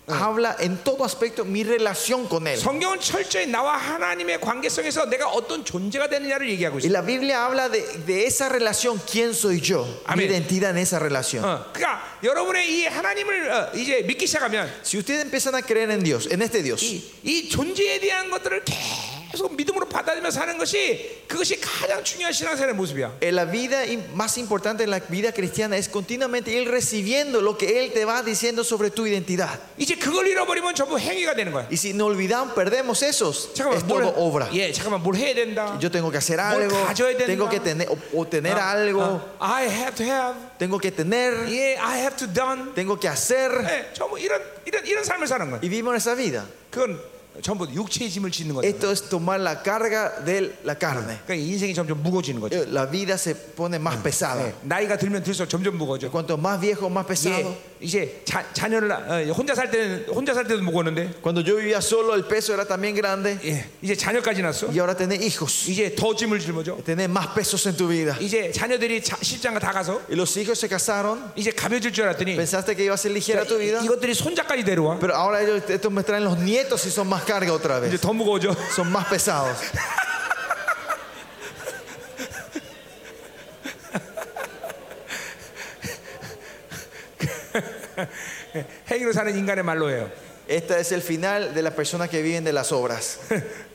habla en todo aspecto mi relación con él.
성경은 철저히 나와 하나님의 관계성에서 내가 어떤 존재가 되느냐를 얘기하고
Y
있어.
la Biblia habla de, de esa relación, quién soy yo, mi
Amén. Ah.
identidad en esa relación.
어, 그러니까 여러분의 이 하나님을 어, 이제 믿기 시작하면
Si ustedes empiezan a creer en Dios, en este Dios,
이, 이 존재에 대한 것들을 계속 믿음으로 받아들며 사는 것이 그것이 가장 중요한 신앙생활의 모습이야.
eh, la vida im- más importante en la vida cristiana es continuamente ir recibiendo lo que Él te va diciendo sobre tu identidad.
이제 그걸 잃어버리면 전부 행위가 되는 거야.
Y si nos olvidamos, perdemos esos,
잠깐만
es todo obra.
예, 잠깐만 뭘 해야 된다.
Yo tengo que hacer
Mol-
algo,
가져야 된다.
tengo que tener, o- obtener
Ah,
algo,
어, I have to have.
tengo que tener,
예, I have to done.
tengo que hacer.
예, 전부 이런 이런 이런 삶을 사는 거야.
Y vivimos esa vida.
그건 전부 육체의 짐을 짓는 거죠.
Esto es tomar la carga de la carne.
그러니까 인생이 점점 무거워지는 거죠.
Eh, La vida se pone más pesada.
나이가 들면 들수록 점점 무거워져.
Cuanto más viejo, más pesado.
예, 이제 자, 자녀를 낳- 어, 혼자 살 때는 혼자 살 때도 무거웠는데
Cuando yo vivía solo, el peso era también grande.
예, 이제 자녀까지 낳았어.
Y ahora tenés hijos.
이제 더 짐을 짊어져.
Tenés más pesos en tu vida.
이제 자녀들이 자, 실장가 다 가서
Y los hijos se casaron.
이제 가벼질 줄 알았더니 그러니까
Pensaste que iba a ser ligera tu vida.
이, 이것들이 손자까지 데려와.
Pero ahora ellos, estos me traen los nietos y son más carga otra
이제
vez.
더 무거워져.
Son más pesados.
행위로 사는 인간의 말로예요.
Este es el final de las personas que viven de las obras.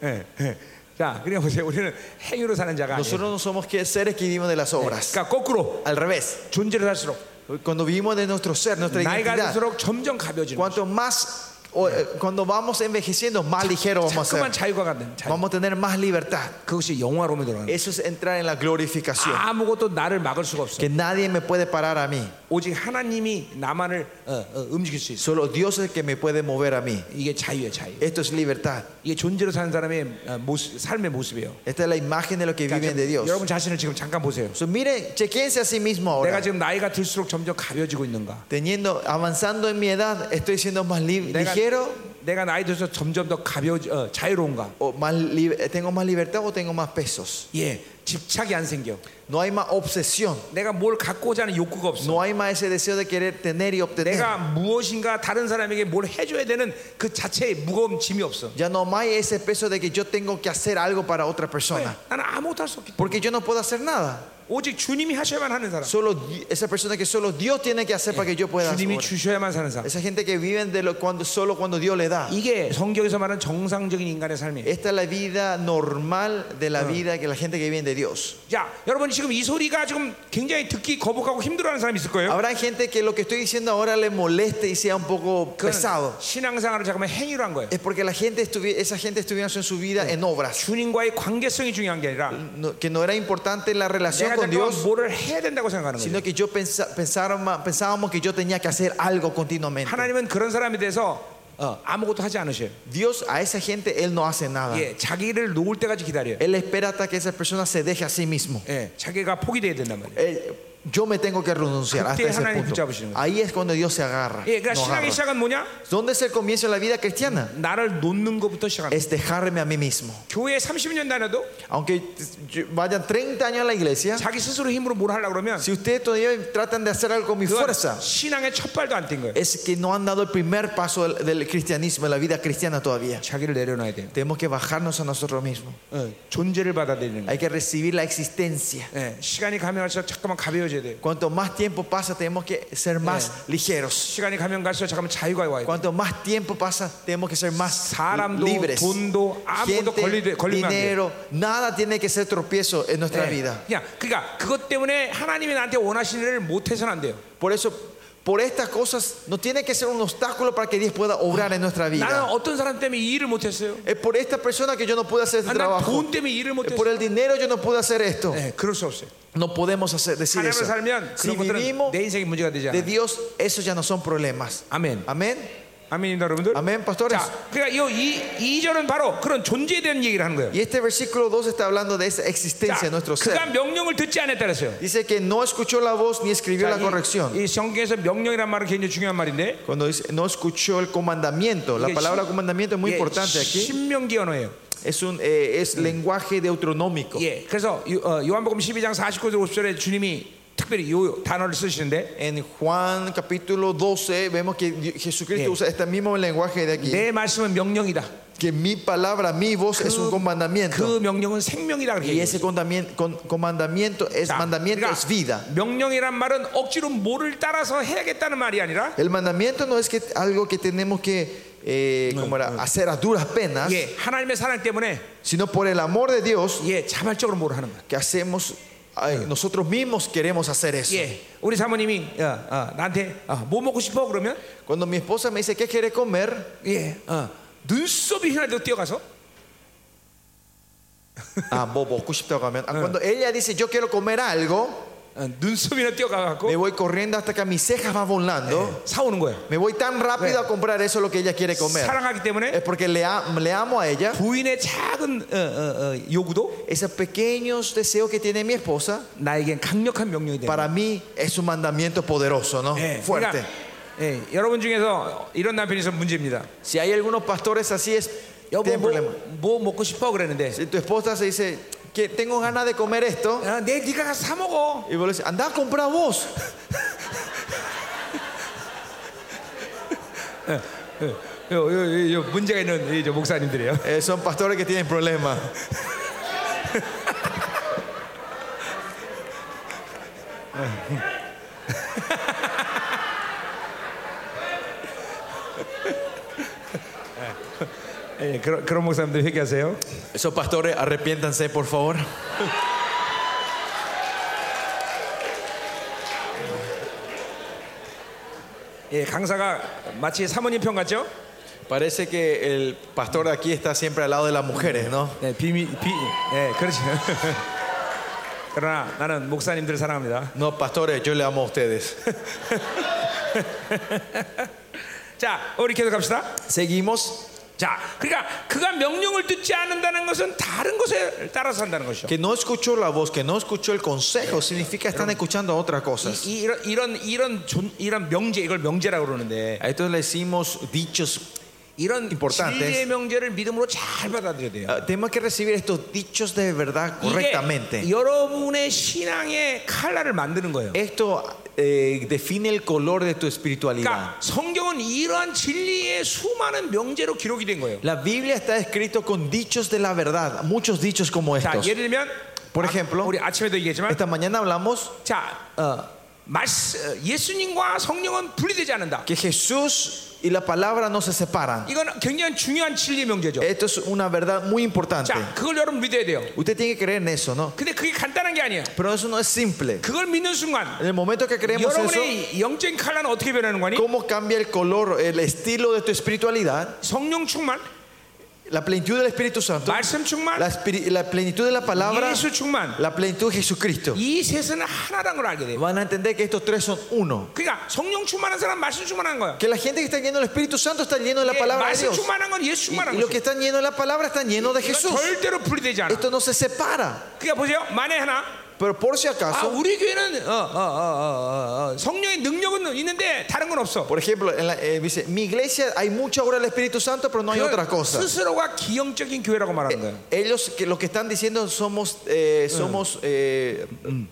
예, 예. 자, 그래 보세요. 우리는 행위로 사는 자가 아니에요.
Nosotros no somos que seres que vivimos de las obras.
그러니까 거꾸로
Al revés.
존재를 할수록
Cuando vivimos de nuestro ser, nuestra
나이가
identidad.
들수록 점점 가벼지는. 거예요.
Cuanto más, o, eh, cuando vamos envejeciendo, más ligero vamos a
자꾸만
ser.
자유가 간다. 자유.
Vamos a tener más libertad.
어, 뭐, 그것이 영화로움에 들어가는. 거예요.
Eso es entrar en la glorificación.
예, 아무것도 나를 막을 수가 없어.
Que nadie me puede parar a mí.
오직 하나님이 나만을 어, 어, 움직일 수 있어.
Solo Dios es el que me puede mover a mí.
이게 자유예요, 자유.
Esto es libertad.
이게 존재로 사는 사람의 어, 모습, 삶의 모습이에요.
Esta es la imagen de lo que
그러니까
viven de Dios.
여러분 자신을 지금 잠깐 보세요.
So, miren, chequense a sí mismo
내가
ahora.
지금 나이가 들수록 점점 가벼지고 있는가?
Teniendo, avanzando en mi edad, estoy siendo más li-
내가
ligero.
내가 나이 들수록 점점 더 가벼 어, 자유로운가?
O más li- ¿Tengo más libertad o tengo más pesos?
예, 집착이 안 생겨.
No hay más obsesión.
내가 뭘 갖고자 하는 욕구가 없어.
No hay más ese deseo de querer tener y obtener.
내가 무엇인가 다른 사람에게 뭘 해줘야 되는 그 자체의 무거운 짐이 없어.
Ya no más hay ese peso de que yo tengo que hacer algo para otra
왜?
persona.
나는 아무것도 할 수 없기 때문에
Porque yo no puedo hacer nada.
오직 주님이 하셔야만 하는 사람.
Solo Di- esa persona que solo Dios tiene que hacer para que yo pueda hacer.
주님이 주셔야만 사는 사람.
Esa gente que viven de lo cuando solo cuando Dios le da.
이게 예. 성경에서 말하는 정상적인 인간의 삶이에요.
Esta es la vida normal de la vida que la gente que vive de Dios.
자, 여러분 지금 이 소리가 지금 굉장히 듣기 거북하고 힘들어하는 사람이 있을 거예요.
Habrá gente que lo que estoy diciendo ahora le moleste y sea un poco
그건
pesado.
신앙생활을 잠깐만 행위로 한 거예요.
Es porque la gente estuvi- esa gente estuviera en su vida en obras.
주님과의 관계성이 중요한 게 아니라
No- que no era importante la relación
내가
con Dios,
잠깐 뭐를 해야 된다고 생각하는 거예요.
sino que yo pensa- pensaron- pensábamos que yo tenía que hacer algo continuamente.
하나님은 그런 사람에 대해서 어, 아무것도 하지 않으셔요.
Dios a esa gente él no hace nada.
예, 자기를 놓을 때까지 기다려요.
Él espera hasta que esa persona se deje a sí mismo.
예, 자기가 포기돼야 된단 말이에요.
Él- Eh, yo me tengo que renunciar hasta
그때
ese
하나님
punto.
붙잡으시는 거예요.
Ahí es cuando Dios se agarra.
예, 그러니까
nos
신앙의
agarra.
시작은 뭐냐?
¿Dónde es el comienzo de la vida cristiana?
나를 놓는 것부터 시작합니다.
Es dejarme a mí mismo.
교회 30년 다녀도
Aunque yo- vayan 30 años a la iglesia,
자기 스스로 힘으로 뭘 하려고 그러면
si ustedes todavía tratan de hacer algo con mi
그건
fuerza,
신앙의 첫 발도 안 뗀 거예요.
es que no han dado el primer paso del, del cristianismo, de la vida cristiana todavía.
자기를 내려놔야 돼요.
Tenemos que bajarnos a nosotros mismos.
어, 존재를 받아들이는 거예요.
Hay que recibir la existencia.
예, 시간이 가면 갈수록 잠깐만 가벼워져야 돼요.
Cuanto más tiempo pasa, tenemos que ser más ligeros.
시간이 가면 갈수록 잠깐만 자유가 와야 돼요.
Cuanto más tiempo pasa, tenemos que ser más
사람도,
libres.
돈도,
Ah,
아무것도 걸리-
Gente,
걸리면 안 돼요.
dinero, nada tiene que ser tropiezo en nuestra
예,
vida.
그냥 그러니까 그것 때문에 하나님이 나한테 원하시는 일을 못 해서는 안 돼요.
Por eso, por estas cosas, no tiene que ser un obstáculo para que Dios pueda obrar en nuestra
나는
vida.
어떤 사람 때문에 이 일을 못 했어요.
Es por esta persona que yo no pude hacer este trabajo.
난돈 때문에 일을 못
Es por
했어요.
el dinero yo no pude hacer esto.
예, 그럴 수 없어요.
No podemos hacer, decir
하나님을
eso.
살면
Si
그런 것들은
vivimos
내 인생의 문제가 되지
de
않아요.
Dios, esos ya no son problemas.
아멘.
Amén.
아멘입니다, 여러분들.
Amén, pastores.
자, 그러니까 이, 이 2절은 바로 그런 존재에 대한 얘기를 하는 거예요.
Y este versículo 2 está hablando de esa
자,
existencia de nuestro ser.
그가 명령을 듣지 않았다 그랬어요.
Dice que no escuchó la voz ni escribió
자,
la corrección.
이, 이 성경에서 명령이란 말은 굉장히 중요한 말인데
Cuando dice no escuchó el comandamiento, la
이게
palabra
신-
comandamiento es muy
예,
importante aquí.
신명기 언어예요.
Es un eh, es lenguaje deuteronómico.
예, 그래서 요- 어, 요한복음 12장 49절 50절에 주님이 특별히 요 단어를 쓰시는데
En Juan capítulo 12 vemos que Di- Jesucristo
Yeah.
usa este mismo lenguaje de aquí.
내 말씀은 명령이다.
Que mi palabra, mi voz es un
그
comandamiento.
명령은 생명이다 그렇게
Y ese
얘기해요.
condamien- con- comandamiento es
자,
mandamiento
그러니까
es vida.
명령이란 말은 억지로 뭐를 따라서 해야겠다는 말이 아니라
El mandamiento no es que algo que tenemos que eh, como era, hacer a duras penas,
예, 하나님의 사랑 때문에
sino por el amor de Dios
예, 자발적으로 뭐를 하는 거야.
que hacemos ay, nosotros mismos queremos hacer eso.
예, 우리 사모님이 어, 어, 나한테 어, 뭐 먹고 싶어 그러면
Cuando mi esposa me dice qué quiere comer,
예, 어, 눈썹이 휘날려 뛰어가서
ah, bobo, kushipta ramen. Ah, cuando ella dice yo quiero comer algo,
어, 눈썹이나 뛰어가갖고 네.
Me voy corriendo hasta que mis cejas van volando.
사오는 거야.
Me voy tan rápido a comprar eso lo que ella quiere comer.
사랑하기 때문에
Es porque le, a- le amo a ella.
예, 부인의 작은 어, 어, 어, 요구도
Esos pequeños deseos que tiene mi esposa,
나에겐 강력한 명령이 돼.
para mí es un mandamiento poderoso, ¿no?
예,
Fuerte.
예, 여러분 중에서 이런 남편이 있으면 문제입니다.
Si hay algunos pastores así, es
여보
tienen
뭐,
problema.
뭐 먹고 싶어 그랬는데
Si tu esposa se dice, que tengo ganas de comer esto,
야, 내 네가 가서 사 먹어.
y vos le decís, anda a comprar vos.
요, 요, 요, 요 문제가 있는 이저 목사님들이에요.
Eh, son pastores que tienen problemas.
예, 그런 그런 목사님들 회개하세요.
Esos pastores, arrepiéntanse, por favor.
예, 강사가 마치 사모님 편 같죠?
Parece que el pastor de aquí está siempre al lado de las mujeres, ¿no?
네, 비밀 비 예, 그렇죠. 그러나 나는 목사님들을 사랑합니다.
No, pastores, yo le amo a ustedes.
자, 우리 계속 갑시다.
Seguimos.
자, 그러니까 그가 명령을 듣지 않는다는 것은 다른 것에 따라 산다는 것이죠.
Que no escuchó la voz, que no escuchó el consejo, significa están escuchando otras cosas.
이, 이런 이런 이런 존, 이런 명제 이걸 명제라고 그러는데
A esto le decimos dichos.
이런 어,
Importante.
진리의 명제를 믿음으로 잘 받아들여야 돼요.
Ah, tenemos que recibir estos dichos de verdad
이게
correctamente.
여러분의 신앙의 칼날을 만드는 거예요.
Esto eh, define el color de tu espiritualidad.
그러니까 성경은 이러한 진리의 수많은 명제로 기록이 된 거예요.
La Biblia está escrito con dichos de la verdad, muchos dichos como
자,
estos.
예를 들면
Por
아,
ejemplo,
우리 아침에도 얘기했지만
Esta mañana hablamos
자, 어, 말씀, 어, 예수님과 성령은 분리되지 않는다.
que Jesús y la palabra no se separan.
이건 굉장히 중요한 진리의 명제죠.
Esto es una verdad muy importante.
자, 그걸 여러분 믿어야 돼요.
Usted tiene que creer en eso, ¿no?
근데 그게 간단한 게 아니에요.
Pero eso no es simple.
그걸 믿는 순간
En el momento que creemos eso,
여러분의 영적인 칼날은 어떻게 변하는 거니?
¿cómo cambia el color, el estilo de tu espiritualidad?
성령 충만,
La plenitud del Espíritu Santo,
말씀 충만,
la, espiri- la plenitud de la palabra,
예수 충만.
la plenitud de Jesucristo.
이 셋은 하나라는 걸 알게 돼요.
Van a entender que estos tres son uno.
그러니까 성령 충만한 사람 말씀 충만한 거야.
Que la gente que está lleno del Espíritu Santo está lleno de la
예,
palabra de
말씀
Dios.
충만한 건 예수
Y,
충만한
y los que
거죠.
están llenos de la palabra están llenos de
이건
Jesús.
절대로 분리되지 않아.
Esto no se separa.
그러니까 보세요. 만에 하나.
Pero por si acaso,
아, 우리 교회는 어, 어, 어, 어, 어, 어, 성령의 능력은 있는데 다른 건 없어.
Por ejemplo, en la- eh, dice, mi iglesia hay mucha obra del Espíritu Santo, pero no hay
그건
otra cosa.
스스로가 기형적인 교회라고 말하는 거야.
Ellos que lo que están diciendo somos, eh, somos eh,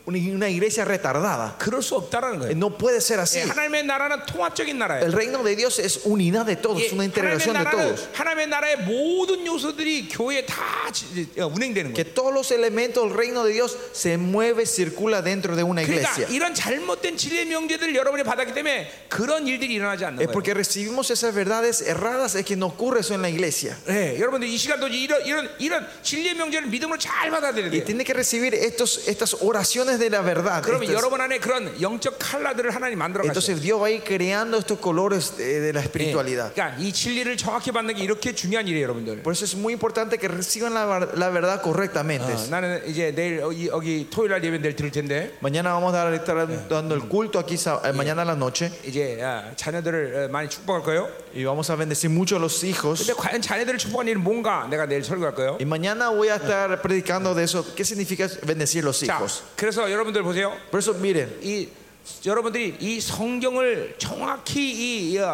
una una iglesia retardada.
그럴 수 없다라는
Eh,
거예요.
No puede ser así.
예, 하나님의 나라는 통합적인 나라예요.
El reino de Dios es unidad de todos,
예,
una
하나님의
integración de
나라는
todos.
하나님의 나라의 모든 요소들이 교회에 다 지- 어, 운행되는
Que
거예요.
todos los elementos del reino de Dios se mueve, circula dentro de una
그러니까
iglesia.
이런 잘못된 진리의 명제들 여러분이 받았기 때문에 그런 일들이 일어나지 않는
Es
거예요.
porque recibimos esas verdades erradas, es que no ocurre eso en la iglesia.
예, 여러분들 이 시간도 이런 이런 이런 진리의 명제를 믿음으로 잘 받아들여야
Y
돼요.
tiene que recibir estos, estas oraciones de la verdad.
그러면
estas-
여러분 안에 그런 영적 칼라들을 하나님 만들어 가세요.
Entonces Dios va a ir creando estos colores eh, de, la
예,
espiritualidad.
그러니까 이 진리를 정확히 받는 게 이렇게 중요한 일이에요, 여러분들.
Por eso es muy importante que reciban la, ver- la verdad correctamente.
어, 나는 이제 내일 여기, 여기 토요일 날 예배 내일 드릴 텐데
Mañana vamos a dar- estar dando el culto aquí, sa- eh, mañana a la noche,
이제 아, 자녀들을 어, 많이 축복할 거예요.
y vamos a bendecir mucho a los hijos.
근데 과연 자녀들을 축복한 일은 뭔가 내가 내일 설교할 거예요.
Y mañana voy a estar predicando de eso. ¿Qué significa bendecir los
자,
hijos?
그래서 여러분들 보세요.
Por eso, miren,
이 여러분들이 이 성경을 정확히 이 어,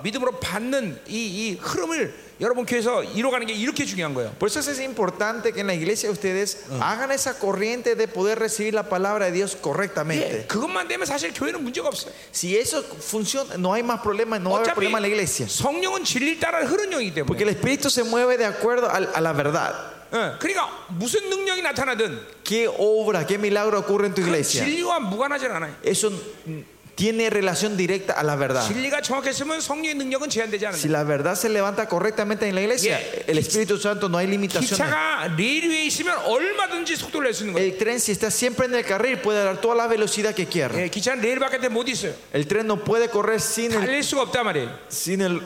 어, 믿음으로 받는 이, 이 흐름을 여러분 교회에서 이뤄가는 게 이렇게 중요한 거예요.
por eso es importante que en la iglesia ustedes hagan esa corriente de poder recibir la palabra de Dios
예,
correctamente.
그것만 되면 사실 교회는 문제가 없어요.
Si eso funciona, no hay más problema, no va a haber problema en la iglesia.
성령은 진리 따라 흐른 영이기
Porque
때문에.
el espíritu se mueve de acuerdo al- a la verdad.
예, 그러니까 무슨 능력이 나타나든
¿Qué obra, qué milagro ocurre en tu
그
iglesia?
진리와 무관하지 않아요.
Eso mm, tiene relación directa a la verdad.
진리가 정확했으면 성령의 능력은 제한되지 않는다.
Si la verdad se levanta correctamente en la iglesia,
Yeah.
el Espíritu Santo no hay limitaciones.
기차가 레일 위에 있으면 얼마든지 속도를 낼 수 있는 거예요.
El tren si está siempre en el carril puede dar toda la velocidad que quiera.
예, 기차는 레일 밖에 못 있어요.
El tren no puede correr sin el,
달릴 수가 없단 말이에요.
sin el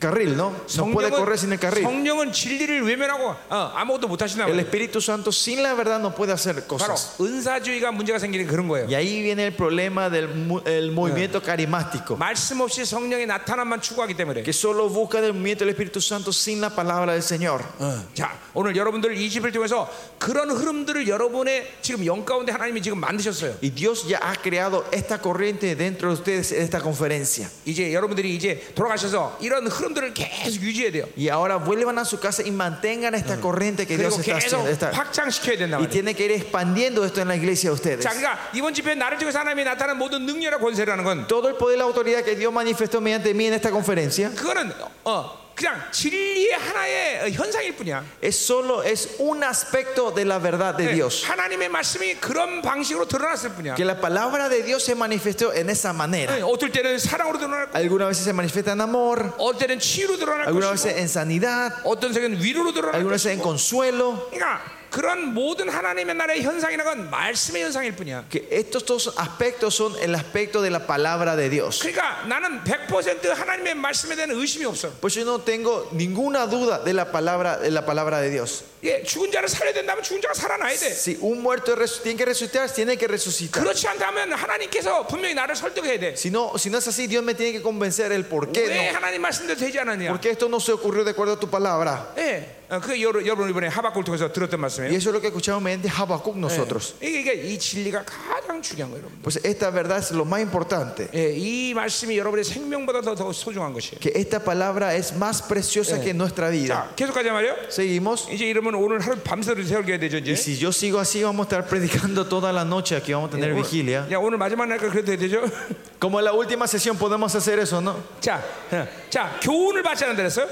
carril, ¿no? No puede correr sin el carril.
성령은 진리를 외면하고 어, 아무것도 못 하시나
El
봐요.
Espíritu Santo sin la verdad no puede hacer
바로
cosas.
은사주의가 문제가 생기는 그런 거예요.
Y ahí viene el problema del mu- el movimiento carismático,
말씀 없이 성령의 나타남만 추구하기 때문에.
que solo busca el movimiento del Espíritu Santo sin la palabra del Señor.
어. 자, 오늘 여러분들 이 집을 통해서 그런 흐름들을 여러분의 지금 영 가운데 하나님이 지금 만드셨어요.
Y Dios ya ha creado esta corriente dentro de ustedes en esta conferencia.
이제 여러분들이 이제 돌아가셔서 이런 흐름들을 계속 유지해야 돼요.
Y ahora vuelvan a su casa y mantengan esta corriente que Dios
그리고 계속
está haciendo. esta-
확장시켜야 된다
y
말이에요.
tiene que ir expandiendo esto en la iglesia de ustedes.
자, 그러니까 이번 집회 나를 통해서 하나님이 나타난 모든 능력이나 권세라는 건
Todo el poder y la autoridad que Dios manifestó mediante mí en esta conferencia
그거는 어 그냥 진리의 하나의 어, 현상일 뿐이야.
es solo es un aspecto de la verdad de
네,
Dios.
하나님의 말씀이 그런 방식으로 드러났을 뿐이야.
Que la palabra de Dios se manifestó en esa manera.
네, 어떨 때는 사랑으로 드러날 거,
Algunas veces se manifiesta en amor,
어떨 때는 치유로 드러날 것이고,
algunas veces en sanidad,
어떤 세계는 위로로 드러날
algunas veces en
것이고.
consuelo.
그러니까 그런 모든 하나님의 나라의 현상이라는 건 말씀의 현상일 뿐이야.
Que estos dos aspectos son el aspecto de la palabra de Dios.
그러니까 나는 100% 하나님의 말씀에 대한 의심이 없어.
Pues yo no tengo ninguna duda de la palabra de, la palabra de Dios.
예, 죽은 자를 살려야 된다면 죽은 자가 살아나야 돼.
Si un muerto resu- tiene que resucitar, tiene que resucitar.
그렇지 않다면 하나님께서 분명히 나를 설득해야 돼.
Si no, si no es así, Dios me tiene que convencer el por
왜
qué no.
하나님 말씀대로 되지 않았냐?
¿Por qué esto no se ocurrió de acuerdo a tu palabra?
예, 어, 그 여러- 여러분 이번에 하박국을 통해서 들었던
Y
말씀이에요.
eso es lo que escuchamos mediante Habacuc nosotros.
이게, 이게 이 진리가 가장 중요한 거예요, 여러분.
Pues esta verdad es lo más importante.
예, 이 말씀이 여러분의 생명보다 더, 더 소중한 것이에요.
Que esta palabra es más preciosa que nuestra vida.
자, 계속 가자 말이요.
Seguimos.
이제 이러면 오늘 하루 밤새를 세울게 되죠, 이제.
Y si yo sigo así, vamos a estar predicando toda la noche. Aquí vamos a tener vigilia.
오늘, 야, 오늘 마지막 날까 그래도 되죠?
Como en la última sesión podemos hacer eso, ¿no?
자, 어, 자, 교훈을 받지 않는다 그랬어요?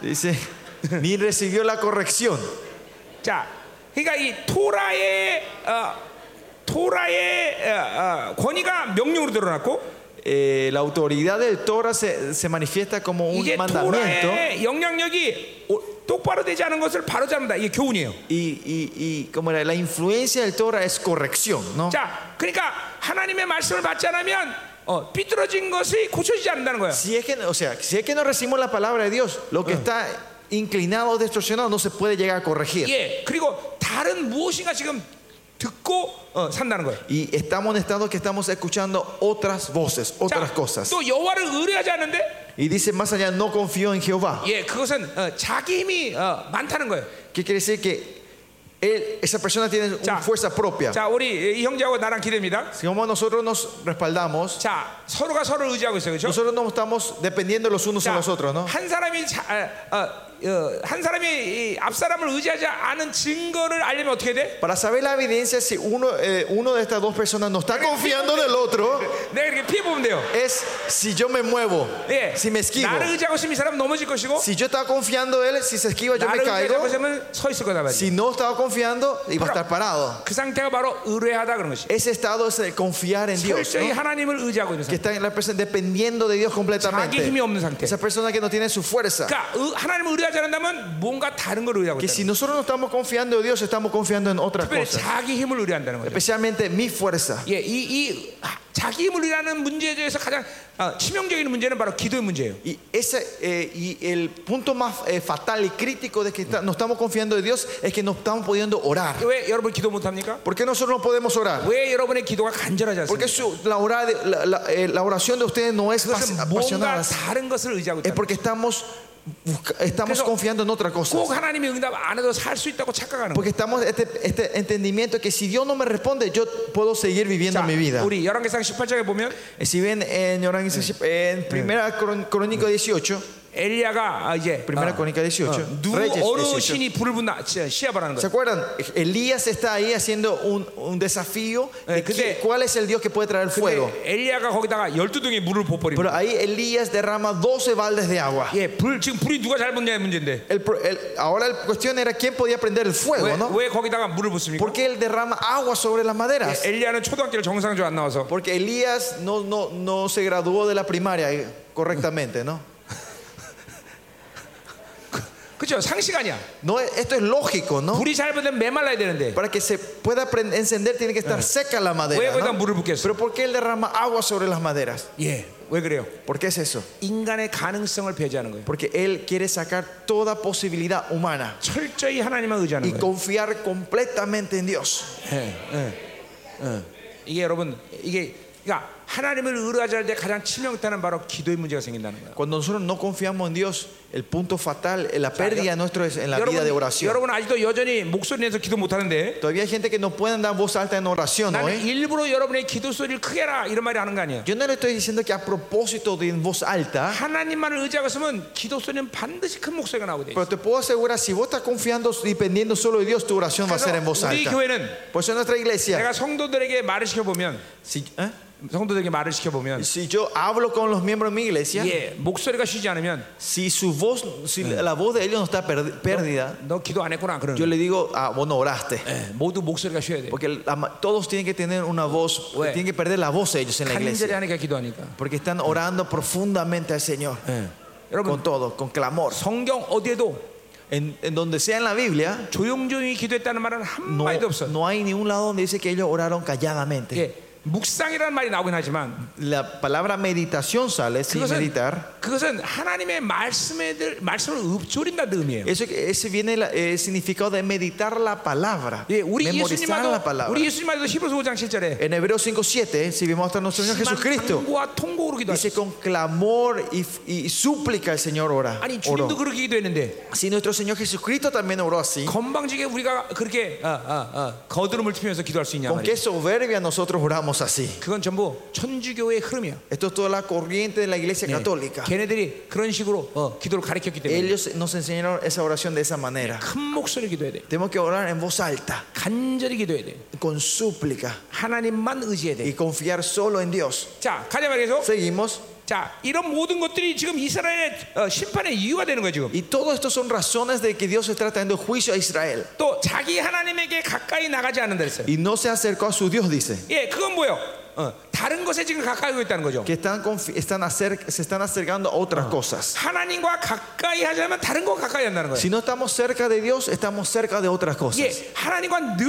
Dice, ni recibió la corrección.
자, 그러니까 이 토라의 어, 토라의 어, 어, 권위가 명령으로 드러났고
Eh, la autoridad del Torah se, se manifiesta como un
이제
mandamiento.
토라의 영향력이 오- 똑바로 되지 않은 것을 바로 잡는다. 이게 교훈이에요.
Y, y, y como era, la influencia del Torah es corrección, ¿no?
자, 그러니까 하나님의 말씀을 받지 않으면 어, 삐뚤어진 것이 고쳐지지 않는다는 거예요.
Si es que, o sea, si es que no recibimos la palabra de Dios, lo
Ah.
que está inclinado o distorsionado no se puede llegar a corregir.
예, 그리고 다른 무엇인가 지금 듣고 어, san다는 거예요.
Y estamos en estado que estamos escuchando otras voces, otras
자,
cosas.
또 여호와를 의뢰하지 않는데,
Y dice más allá, no confío en Jehová.
예, 그것은 어, 자기 힘이 어, 많다는 거예요.
¿Qué quiere decir que él, esa persona tiene
Ya.
una fuerza propia?
자, 우리 이 형제하고 나랑 기대입니다.
Si como nosotros nos respaldamos,
자, 서로가 서로를 의지하고 있어요, 그렇죠?
nosotros no estamos dependiendo los unos a los otros, ¿no?
한 사람이 자, 어, 어, 한 사람이 이앞 사람을 의지하지 않은 증거를 알려면 어떻게 돼?
Para saber la evidencia, si uno, eh, uno de estas dos personas no está confiando en el otro,
내가 이렇게 피해 보면 돼요.
es si yo me muevo,
예,
si me esquivo.
나를 의지하고 있으면 이 사람 넘어질 것이고,
Si yo estaba confiando en él, si se esquiva yo me
나를
caigo.
의지하고 있으면 서 있을 거다 말이야.
Si no estaba confiando, iba a estar parado.
그 상태가 바로 의뢰하다 그런 것이.
Ese estado es el confiar en Dios,
철저히
¿no?
하나님을 의지하고 있는 상태.
que está en la persona dependiendo de Dios
자기
completamente.
힘이 없는 상태.
Esa persona que no tiene su fuerza.
그러니까 의- 하나님을 의지하지 않는다면 뭔가 다른 걸 의지하고
Que
있다.
si nosotros no estamos confiando en Dios, estamos confiando en otras
특별히
cosas.
자기 힘을 의뢰한다는 거죠.
Especialmente mi fuerza.
예, 이, 이 아, 자기 힘을 의뢰하는 문제에 대해서 가장 아, 치명적인 문제는 바로 기도의 문제예요.
Y, ese, eh, y el punto más eh, fatal y crítico de que está- no estamos confiando en Dios es que no estamos pudiendo orar.
왜 여러분 기도 못 합니까?
¿Por qué nosotros no podemos orar?
왜 여러분의 기도가 간절하지
Porque
않습니까?
su- la, ora de- la- la- eh, la oración de ustedes no es pas-
그것은 뭔가
apasionada.
다른 것을 의지하고
Es
있다.
porque estamos, busca- estamos
Pero-
confiando en otra cosa.
꼭 하나님의 응답 안 해도 살 수 있다고 착각하는 거예요.
Porque estamos este, este entendimiento que si Dios no me responde, yo puedo seguir viviendo
자,
mi vida. Eh,
우리 열왕기상 18장에 보면
Si ven en, Yoranguis- en Primera Crón- Crónica 18,
엘리야가 아, 이제
Primera
어,
Crónica 18,
누구
Reyes
어느
18.
신이 불을 분다 시- 시합하라는 거예요.
¿Se acuerdan? Elías está ahí haciendo un, un desafío.
Eh,
de
근데-
qui- ¿Cuál es el Dios que puede traer fuego?
근데 예, 엘리야가 거기다가 열두 등의 물을 아- 부어버리고
Pero ahí Elías derrama 12 baldes de agua.
예, 불 지금 불이 누가 잘 붙냐의 문제인데
El pro- el- ahora la cuestión era quién podía prender el
왜,
fuego, ¿no?
왜 거기다가 물을 붓습니까?
¿Por qué él derrama agua sobre las maderas?
엘리야는 초등학교를 정상적으로 안 나와서
Porque Elías no, no, no se eh, graduó de la primaria correctamente, ¿no?
그렇죠? 상식 아니야.
No, es- esto es lógico, ¿no?
불이 잘못되면 메말라야 되는데
Para que se pueda prend- encender tiene que estar seca la
왜
madera.
거기다
¿no?
물을 붓겠어?
Pero ¿por qué él derrama agua sobre las maderas?
예, 왜 그래요?
¿Por qué es eso?
인간의 가능성을 배제하는 거예요.
Porque él quiere sacar toda posibilidad humana
철저히 하나님만 의지하는
y
거예요.
confiar completamente en Dios.
예, 예, 예. 이게 여러분 이게 그러니까 하나님을 의뢰하지 않을 때 가장 치명타는 바로 기도의 문제가 생긴다는 거예요.
Cuando nosotros no confiamos en Dios, el punto fatal, eh, la pérdida de nuestro es en la vida de
여러분,
oración.
여러분 아직도 여전히 목소리 내서 기도 못하는데
Todavía hay gente que no puede dar voz alta en oración, ¿no?
나는
eh?
일부러 여러분의 기도 소리를 크게 하라 이런 말이 하는 거 아니에요.
Yo no le estoy diciendo que a propósito de en voz alta,
하나님만을 의지하고 있으면 기도 소리는 반드시 큰 목소리가 나오게 돼 있어요.
pero te puedo asegurar, si vos estás confiando y dependiendo solo de Dios, tu oración va a ser en voz
그래서 우리
alta.
교회는
Por eso en nuestra iglesia,
내가 성도들에게 말을 시켜 보면
si, ¿eh?
성도들에게 말을 시켜 보면
Si yo hablo con los miembros de mi iglesia,
예, 목소리가 쉬지 않으면
si su voz, si la voz de ellos no está perdi- pérdida,
너 기도 안 했구나 그러는
yo le digo, ah, vos no oraste.
거예요. 모두 목소리가 쉬어야 돼.
Porque la ma- todos tienen que tener una voz,
Bueno.
tienen que perder la voz ellos en la
간절히
iglesia.
하니까 기도하니까.
Porque están orando profundamente al Señor.
여러분
Con todo, con clamor.
성경 어디에도
En, en donde sea en la Biblia,
조용조용히 기도했다는 말은 한
no, 네.
마디도 없어.
no hay ningún lado donde dice que ellos oraron calladamente.
예, 묵상이라는 말이 나오긴 하지만
La palabra meditación sale sin
그것은
meditar.
그것은 하나님의 말씀에 들 말씀을 읊조린다는 그 의미예요.
Eso, ese viene la- eh, el significado de meditar la palabra.
예, 우리
memorizar la
예수님만도
palabra.
우리 예수님만도 히브리서 5장 7절에
En Hebreos 5.7, si vemos hasta nuestro Señor Jesucristo,
과 통곡으로 기도하시.
dice con clamor y, y súplica el Señor ora,
아니 주님도
oró.
그렇게 기도했는데
Si nuestro Señor Jesucristo también oró así,
건방지게 우리가 그렇게 아, 아, 아, 거드름을 피면서 기도할 수 있냐
¿con
말이야.
qué soberbia nosotros oramos así?
그건 전부 천주교의 흐름이야. 예,
Esto es toda la corriente de la iglesia católica.
걔네들이 그런 식으로 어, 기도를 가르쳤기 때문에
Ellos nos enseñaron esa oración de esa manera.
큰 목소리로 기도해야 돼.
Tenemos que orar en voz alta,
간절히 기도해야 돼.
con súplica
하나님만 의지해야 돼.
y confiar solo en Dios.
자, 가자 말이죠.
Seguimos.
자, 이런 모든 것들이 지금 이스라엘의 어, 심판의 이유가 되는 거예요, 지금.
Y todo esto son razones de que Dios está trayendo juicio a Israel.
또 자기 하나님에게 가까이 나가지 않는다 그랬어요.
Y no se acercó a su Dios, dice.
예, 그건 뭐예요? 어, 다른 것에 지금 가까이 오고 있다는 거죠.
que están, confi- están acer- se están acercando a otras cosas.
하나님과 가까이 하자면 다른 거 가까이 한다는 거예요.
Si no estamos cerca de Dios, estamos cerca de otras cosas.
예, 하나님과 늘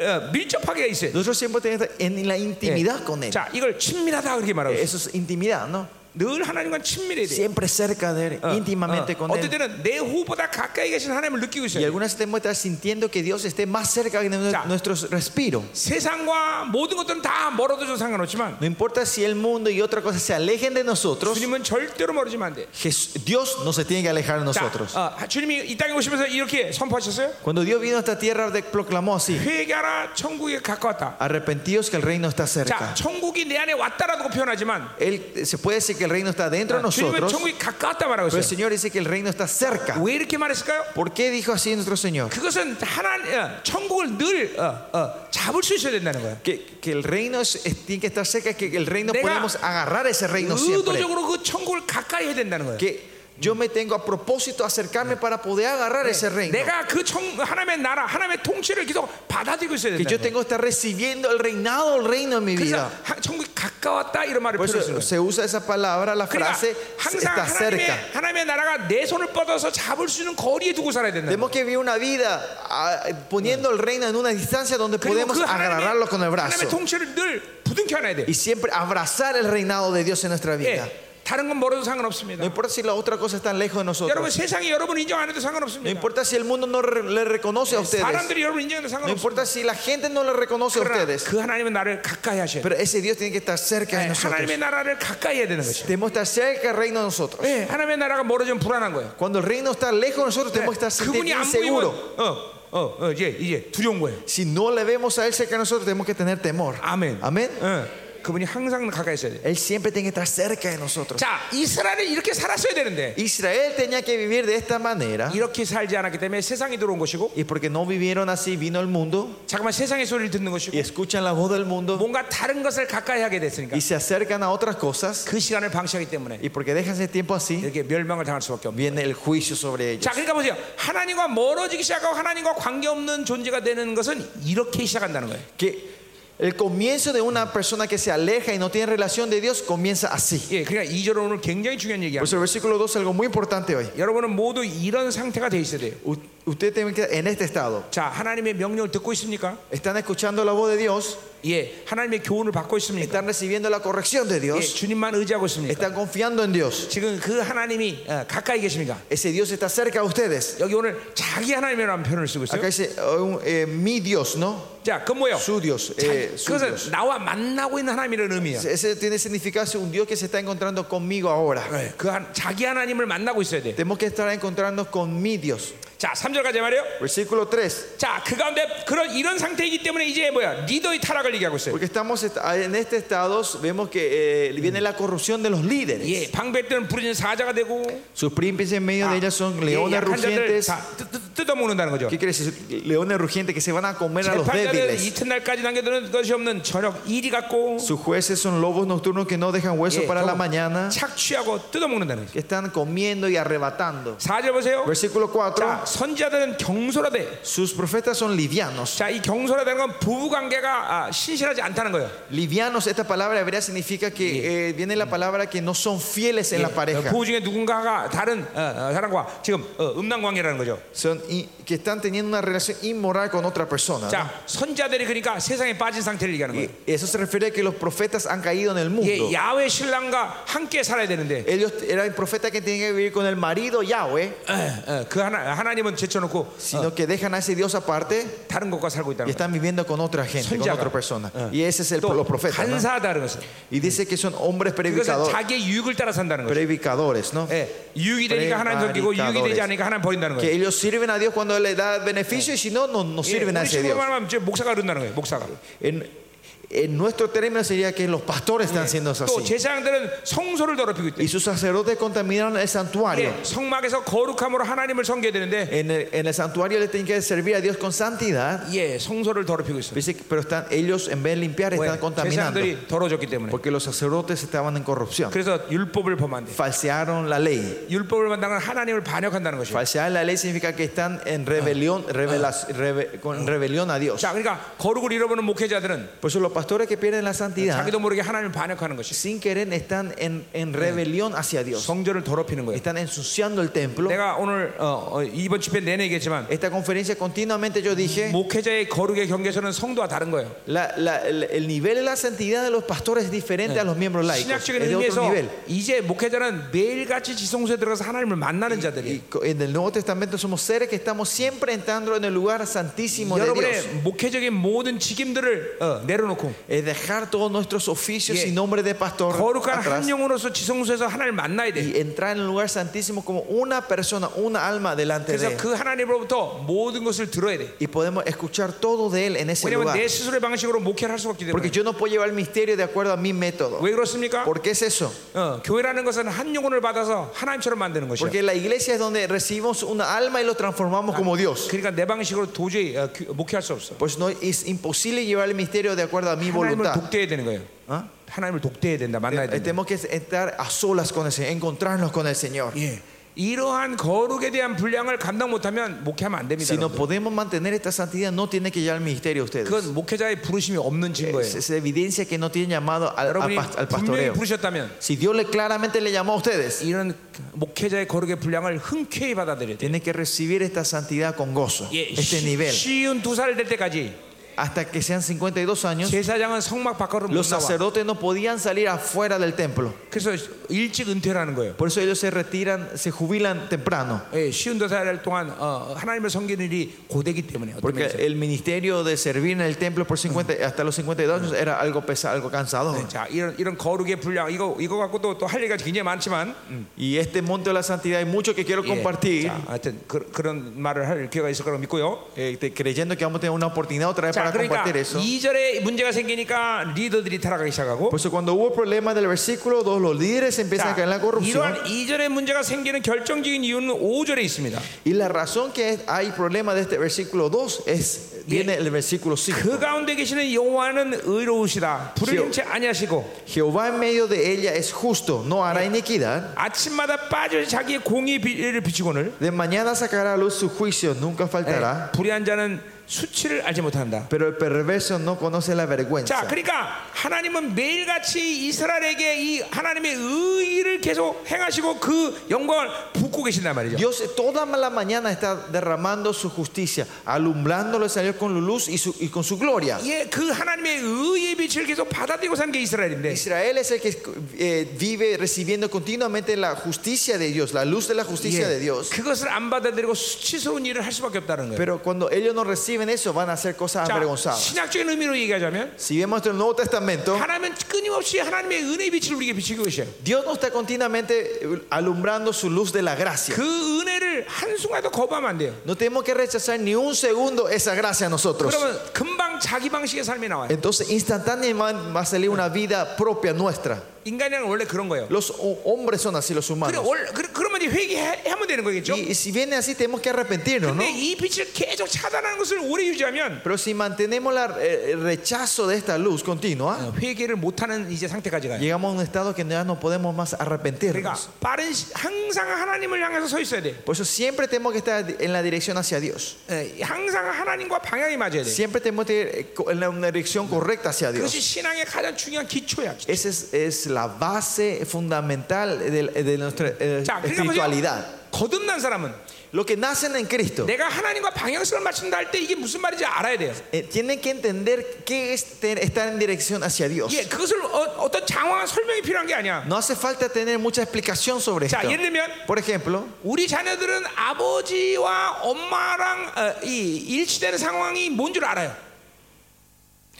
어, 밀접하게 있어요. 예.
Nosotros siempre tenemos que estar en la
Eh,
intimidad con Él.
자, 이걸 친밀하다 그렇게 말하고 있어요.
Eso es intimidad, ¿no?
늘 하나님과 친밀해야 돼요.
Siempre cerca de
Ah,
Él, íntimamente con
어떨
Él.
때는 내 후보다 가까이 계신 하나님을 느끼고
Y
있어요.
algunas tenemos que estar sintiendo que Dios esté más cerca de nue-
Ya.
nuestro respiro.
세상과 모든 것들은 다 멀어져도 상관없지만
No importa si el mundo y otra cosa se alejen de nosotros,
주님은 절대로 멀어지면 안 돼.
Jes- Dios no se tiene que alejar de
자,
nosotros.
어, 주님이 이 땅에 오시면서 이렇게 선포하셨어요.
Cuando Dios vino a esta tierra, de- proclamó así:
회개하라 천국에 가까웠다.
Arrepentidos que el reino está
자,
cerca.
천국이 내 안에 왔다라고 표현하지만 어,
Él, eh, se puede decir que el reino está dentro
주님은
de nosotros.
천국이 가까웠다 말하고
Pero el
있어요.
Señor dice que el reino está cerca.
왜 이렇게 말했을까요?
¿Por qué dijo así nuestro Señor?
그것은 하나 어, 천국을 늘 어, 어, 잡을 수 있어야 된다는 거예요.
Que, que el reino es- es- tiene que estar cerca, que el reino
Venga.
podemos agarrar ese reino siempre.
의도적으로 그 천국을 가까이 해야 된다는 거예요.
Que yo me tengo a propósito acercarme para poder agarrar ese reino.
내가 그 천, 하나님의 나라, 하나님의 통치를 계속 받아들이고 있어야
Que yo
된다.
tengo que estar recibiendo el reinado, el reino en mi
그래서
vida.
하- 천국이 가까웠다 이런 말을
Por
표현했어요.
eso se usa esa palabra, la
그러니까
frase
항상
está
하나님의,
cerca.
하나님의 나라가 내 손을 뻗어서 잡을 수 있는 거리에 두고 살아야 된다.
Tenemos que vivir una vida ah, poniendo el reino en una distancia donde
그리고
podemos
그
agarrarlo
하나님의,
con el
하나님의
brazo.
통치를 늘 부둥켜 안아야 돼.
Y siempre abrazar el reinado de Dios en nuestra vida.
예, 다른 건 멀어도 상관없습니다.
No importa si la otra cosa está
여러분
lejos de nosotros.
세상이 여러분 인정 안 해도
No
상관없습니다.
importa si el mundo no re- le reconoce a ustedes.
사람들이 여러분 인정해도
No
상관없습니다.
importa si la gente no le reconoce a
그러나
ustedes.
그 하나님의 나라를 가까이 하셔야 돼.
Pero ese Dios tiene que estar cerca de nosotros.
하나님의 나라를 가까이 해야 되는 것이죠.
Debemos estar cerca del reino de nosotros.
예, 하나님의 나라가 멀어지면 불안한 거예요.
Cuando el reino está lejos de nosotros, tenemos que estar sentir
네, 뭐 그분이 안 보이면
inseguros.
어, 어, 어, 이제 이제 두려운 거예요.
Si no le vemos a Él cerca de nosotros, tenemos que tener temor.
아멘.
Amén.
예, 그분이 항상 가까이 있어야 돼.
Él siempre tiene que estar cerca de nosotros.
자, 이스라엘이 이렇게 살았어야 되는데
Israel tenía que vivir de esta manera.
이렇게 살지 않았기 때문에 세상이 들어온 것이고
Y porque no vivieron así, vino el mundo
잠깐만 세상의 소리를 듣는
y
것이고
escuchan la voz del mundo
뭔가 다른 것을 가까이 하게 됐으니까
y se acercan a otras cosas.
그 시간을 방치하기 때문에
Y porque dejan ese tiempo así,
이렇게 멸망을 당할 수밖에 없네.
viene el juicio sobre ellos.
자, 그러니까 보세요. 하나님과 멀어지기 시작하고 하나님과 관계 없는 존재가 되는 것은 이렇게 시작한다는 거예요.
que El comienzo de una persona que se aleja y no tiene relación de Dios comienza así.
예, 그러니까 이절은 오늘 굉장히 중요한
Por
얘기야.
eso el versículo 2 es algo muy importante hoy.
여러분은 모두 이런 상태가 돼 있어야 돼요.
U- Usted tiene que en este estado.
자, 하나님의 명령을 듣고 있습니까?
Están escuchando la voz de Dios,
예, 하나님의 교훈을 받고 있습니까?
están recibiendo la corrección de
예,
Dios,
주님만 의지하고 있습니까?
están confiando en Dios.
지금 그 하나님이 어, 가까이 계십니까?
Ese Dios está cerca de ustedes.
여기 오늘 자기 하나님이라는 표현을 쓰고 있어요.
Acá dice oh, un, eh, mi Dios, ¿no?
자, 아, 그 뭐예요?
Su Dios. eh, su Dios.
그것은 나와 만나고 있는 하나님이라는 의미야.
Ese tiene significado es un Dios que se está encontrando conmigo ahora.
예, 그 한, 자기 하나님을 만나고 있어야 돼.
Tenemos que estar encontrándonos con mi Dios.
자, 3절까지 말이에요.
Versículo 3.
자, 그 가운데 그런 이런 상태이기 때문에 이제 뭐야? 리더의 타락을 얘기하고 있어요.
Porque estamos est- en este estado, vemos que eh, viene la corrupción de los líderes.
예, 방패 때는 부르짖는 사자가 되고 예,
Sus príncipes en
Ah.
medio de ellas son leones
약한 자들
rugientes.
다 뜯- 뜯- 뜯어먹는다는 거죠.
¿Qué quiere decir? Leones rugientes que se van a comer a los
재판자들은
débiles.
이튿날까지 남겨두는 것이 없는 저녁 일이 같고
Sus jueces son lobos nocturnos que no dejan hueso
예,
para la
결국
mañana,
착취하고 뜯어먹는다는 거죠.
que están comiendo y arrebatando.
4절 보세요.
Versículo 4.
자, 선지자들은 경솔하되
Sus profetas son livianos.
자, 이 경솔하다는 건 부부 관계가 아, 신실하지 않다는 거예요.
Livianos, esta palabra hebrea significa que eh, viene la palabra que no son fieles en la pareja,
부부 어, 중에 누군가가 다른 어, 어, 사람과 지금 어, 음란 관계라는 거죠.
son i- que están teniendo una relación inmoral con otra persona. ¿no?
자, 선자들이 그러니까 세상에 빠진 상태를 얘기하는 거예요.
Eh, Eso se refiere a que los profetas han caído en el mundo.
예, 야외 신랑과 함께 살아야 되는데
Ellos eran profetas que tenían que vivir con el marido Yahweh,
에, 에, 그 하나 하나님은 제쳐놓고
sino que dejan a ese Dios aparte
다른 것과 살고
y
있다는 거예요.
están viviendo con otra gente, con
Sonjaga.
otra persona. Y ese es el,
또
los profetas. ¿no?
간사하다는 것은
Y dice que son hombres
이것은
predicadores,
그 자기의 유익을 따라 산다는 거죠.
predicadores ¿no?
예, 유익이 되니까 하나님 섬기고 유익이 되지 않으니까 하나님 버린다는
Que
거예요.
ellos sirven a Dios cuando le da beneficio y si no, no, no
예,
sirven a
우리
ese
친구
Dios.
말하면 이제 목사가 그런다는 거예요. 목사가.
En, en nuestro término sería que los pastores están siendo
또
así.
제사장들은 성소를 더럽히고 있대.
Y sus sacerdotes contaminaron el santuario.
예, 성막에서 거룩함으로 하나님을 섬겨야 되는데
En el, en el santuario le tienen que servir a Dios con santidad.
예, 성소를 더럽히고 있어요.
Dice que- pero están, ellos en vez de limpiar
왜?
están contaminando.
제사장들이 더러졌기 때문에.
Porque los sacerdotes estaban en corrupción.
그래서 율법을 범한 대.
Falsearon la ley.
율법을 만다는 건 하나님을 반역한다는 것이에요.
Falsear la ley significa que están en rebelión, revela- rebe- con rebelión a Dios.
자, 그러니까 거룩을 잃어버리는 목회자들은
Por eso los pastores que pierden la santidad
자기도 모르게 하나님을 반역하는 것이
sin querer están en, en rebelión hacia Dios.
성전을 더럽히는 거예요.
Están ensuciando el templo.
내가 오늘 어, 어, 이번 집회 내내 얘기했지만
Esta conferencia continuamente yo dije,
목회자의 거룩의 경계선은 성도와 다른 거예요.
la- la- el, el nivel de la santidad de los pastores es diferente a los miembros laicos. Es
신약적인
de
의미에서
otro nivel.
이제 목회자는 매일같이 지성소에 들어가서 하나님을 만나는
Y
자들이
co- en el Nuevo Testamento somos seres que estamos siempre entrando en el lugar santísimo de Dios.
여러분의 목회적인 모든 직임들을 어, 내려놓고
Es dejar todos nuestros oficios
Yeah.
y nombres de
어,
pastor
거룩한
atrás
한 영으로서 지성소에서 하나님을 만나야 돼.
y entrar en el lugar santísimo como una persona, una alma delante de
그래서
él.
그 하나님으로부터 모든 것을 들어야 돼.
Y podemos escuchar todo de él en ese
왜냐면
lugar.
내 스스로의 방식으로 목회를 할 수가 없기 때문에.
Porque yo no puedo llevar el misterio de acuerdo a mi método.
왜 그렇습니까?
¿Por qué es eso?
어, 교회라는 것은 한 영혼을 받아서 하나님처럼 만드는 것이야.
Porque la iglesia es donde recibimos una alma y lo transformamos como Dios.
그러니까 내 방식으로 도저히 어, 교- 목회할 수 없어.
Pues no es imposible llevar el misterio de acuerdo a mi
하나님을 네,
voluntad.
독대해야 되는 거예요.
¿Ah?
하나님을 독대해야 된다. 만나야
Eh,
된다.
Tenemos que estar a solas con el Señor, encontrarnos con el Señor.
예. 이러한 거룩에 대한 분량을 감당 못하면 목회하면 안 됩니다.
Si no
여러분들.
podemos mantener esta santidad, no tiene que llevar el misterio a ustedes.
그건 목회자의 부르심이 없는
Es,
증거예요.
es evidencia que no tienen llamado al, al
여러분이
pas-
분명히
al pastoreo.
부르셨다면
Si Dios le claramente le llamó a ustedes,
이런 목회자의 거룩의 분량을 흔쾌히 받아들여야 돼.
tienen que recibir esta santidad con gozo,
예,
este nivel.
쉬운 두 살 될 때까지
Hasta que sean 52 años,
제사장은 성막 예? 밖으로 못
los
나와.
sacerdotes no podían salir afuera del templo.
그래서 일찍 은퇴를 하는 거예요.
Por eso ellos se retiran, se jubilan temprano.
예, 쉬운 두 살 동안 어, 하나님을 섬기는 일이 고되기 때문에 어떤
Porque
면에서.
el ministerio de servir en el templo por 50, hasta los 52 años era algo pesado, algo cansador.
자, 이런 이런 거룩의 분량 이거 이거 갖고 또또할 얘기가 굉장히 많지만 음,
Y este monte de la santidad hay mucho que quiero
예,
compartir,
자, 하여튼 그, 그런 말을 할 기회가 있을 거라고 믿고요.
eh, te- creyendo que vamos a tener una oportunidad otra vez
자,
para
그러니까
compartir eso.
2절에 문제가 생기니까 리더들이 타락하기 시작하고
Por eso cuando hubo problemas del versículo 2, los líderes empiezan a
자,
caer en la corrupción.
이러한 2절의 문제가 생기는 결정적인 이유는 5절에 있습니다.
Y la razón que es- hay problema de este versículo 2 es viene el versículo 5.
그 가운데 계시는 여호와는 의로우시다. 불의인
기억.
채 아니하시고
Jehová en medio de ella es justo, no hará iniquidad.
아침마다 빠져 자기의 공의 비를 비추고는
De mañana sacará a luz su juicio, nunca faltará.
불의한 자는 수치를 알지 못한다.
Pero el perverso no conoce la
자,
vergüenza.
그러니까 하나님은 매일같이 이스라엘에게 이 하나님의 의를 계속 행하시고 그 영광을 붓고 계신단 말이죠.
Dios toda la mañana está derramando su justicia, alumbrándolos a ellos con su luz y, su- y con su gloria.
예, 그 하나님의 의의 빛을 계속 받아들이고 산 게 이스라엘인데
Israel es el que eh, vive recibiendo continuamente la justicia de Dios, la luz de la justicia de
예,
Dios.
그것을 안 받아들이고 수치스러운 일을 할 수밖에 없다는 거예요.
Pero cuando ellos no reciben eso, van a hacer cosas
자,
avergonzadas.
신학적인 의미로 얘기하자면
Si vemos el Nuevo Testamento,
하나님은 끊임없이 하나님의 은혜의 빛을 우리에게 비치고 계셔요.
Dios nos está continuamente eh, alumbrando su luz de la gracia.
그 은혜를 한순간도 거부하면 안 돼요.
No tenemos que rechazar ni un segundo esa gracia a nosotros.
그러면 금방 자기 방식의 삶이 나와요.
Entonces instantáneamente va a salir una vida propia nuestra.
인간이란 원래 그런 거예요.
Los ho- hombres son así, los
그래,
humanos.
원래, 그, 그러면 이제 회개하면 되는 거겠죠?
Y, y si viene así, tenemos que arrepentirnos, ¿no?
근데 이 빛을 계속 차단하는 것을 오래 유지하면
Pero si mantenemos la- eh, el rechazo de esta luz continua,
어, 회개를 못하는 이제 상태까지 가요.
llegamos a un estado que ya no podemos más
예, 그러니까
arrepentirnos.
빠른 시, 항상 하나님을 향해서 서 있어야 돼.
Por eso siempre tenemos que estar en la dirección hacia Dios.
예, 항상 하나님과 방향이 맞아야 돼.
Siempre tenemos que ir eh, co- en la- una dirección correcta
그것이
hacia Dios.
신앙의 가장 중요한 기초야.
Esa es, es la base fundamental de, de nuestra eh,
자, 그러니까
espiritualidad.
보세요. 거듭난 사람은
Los que nacen en Cristo
내가 하나님과 방향성을 맞춘다 할 때 이게 무슨 말인지 알아야 돼요.
eh, tienen que entender qué es te- estar en dirección hacia Dios.
예, 그것을 어, 떤 장황한 설명이 필요한 게 아니야.
No hace falta tener mucha explicación sobre esto.
자, 예를 들면
Por ejemplo,
우리 자녀들은 아버지와 엄마랑 어, 이 일치되는 상황이 뭔 줄 알아요.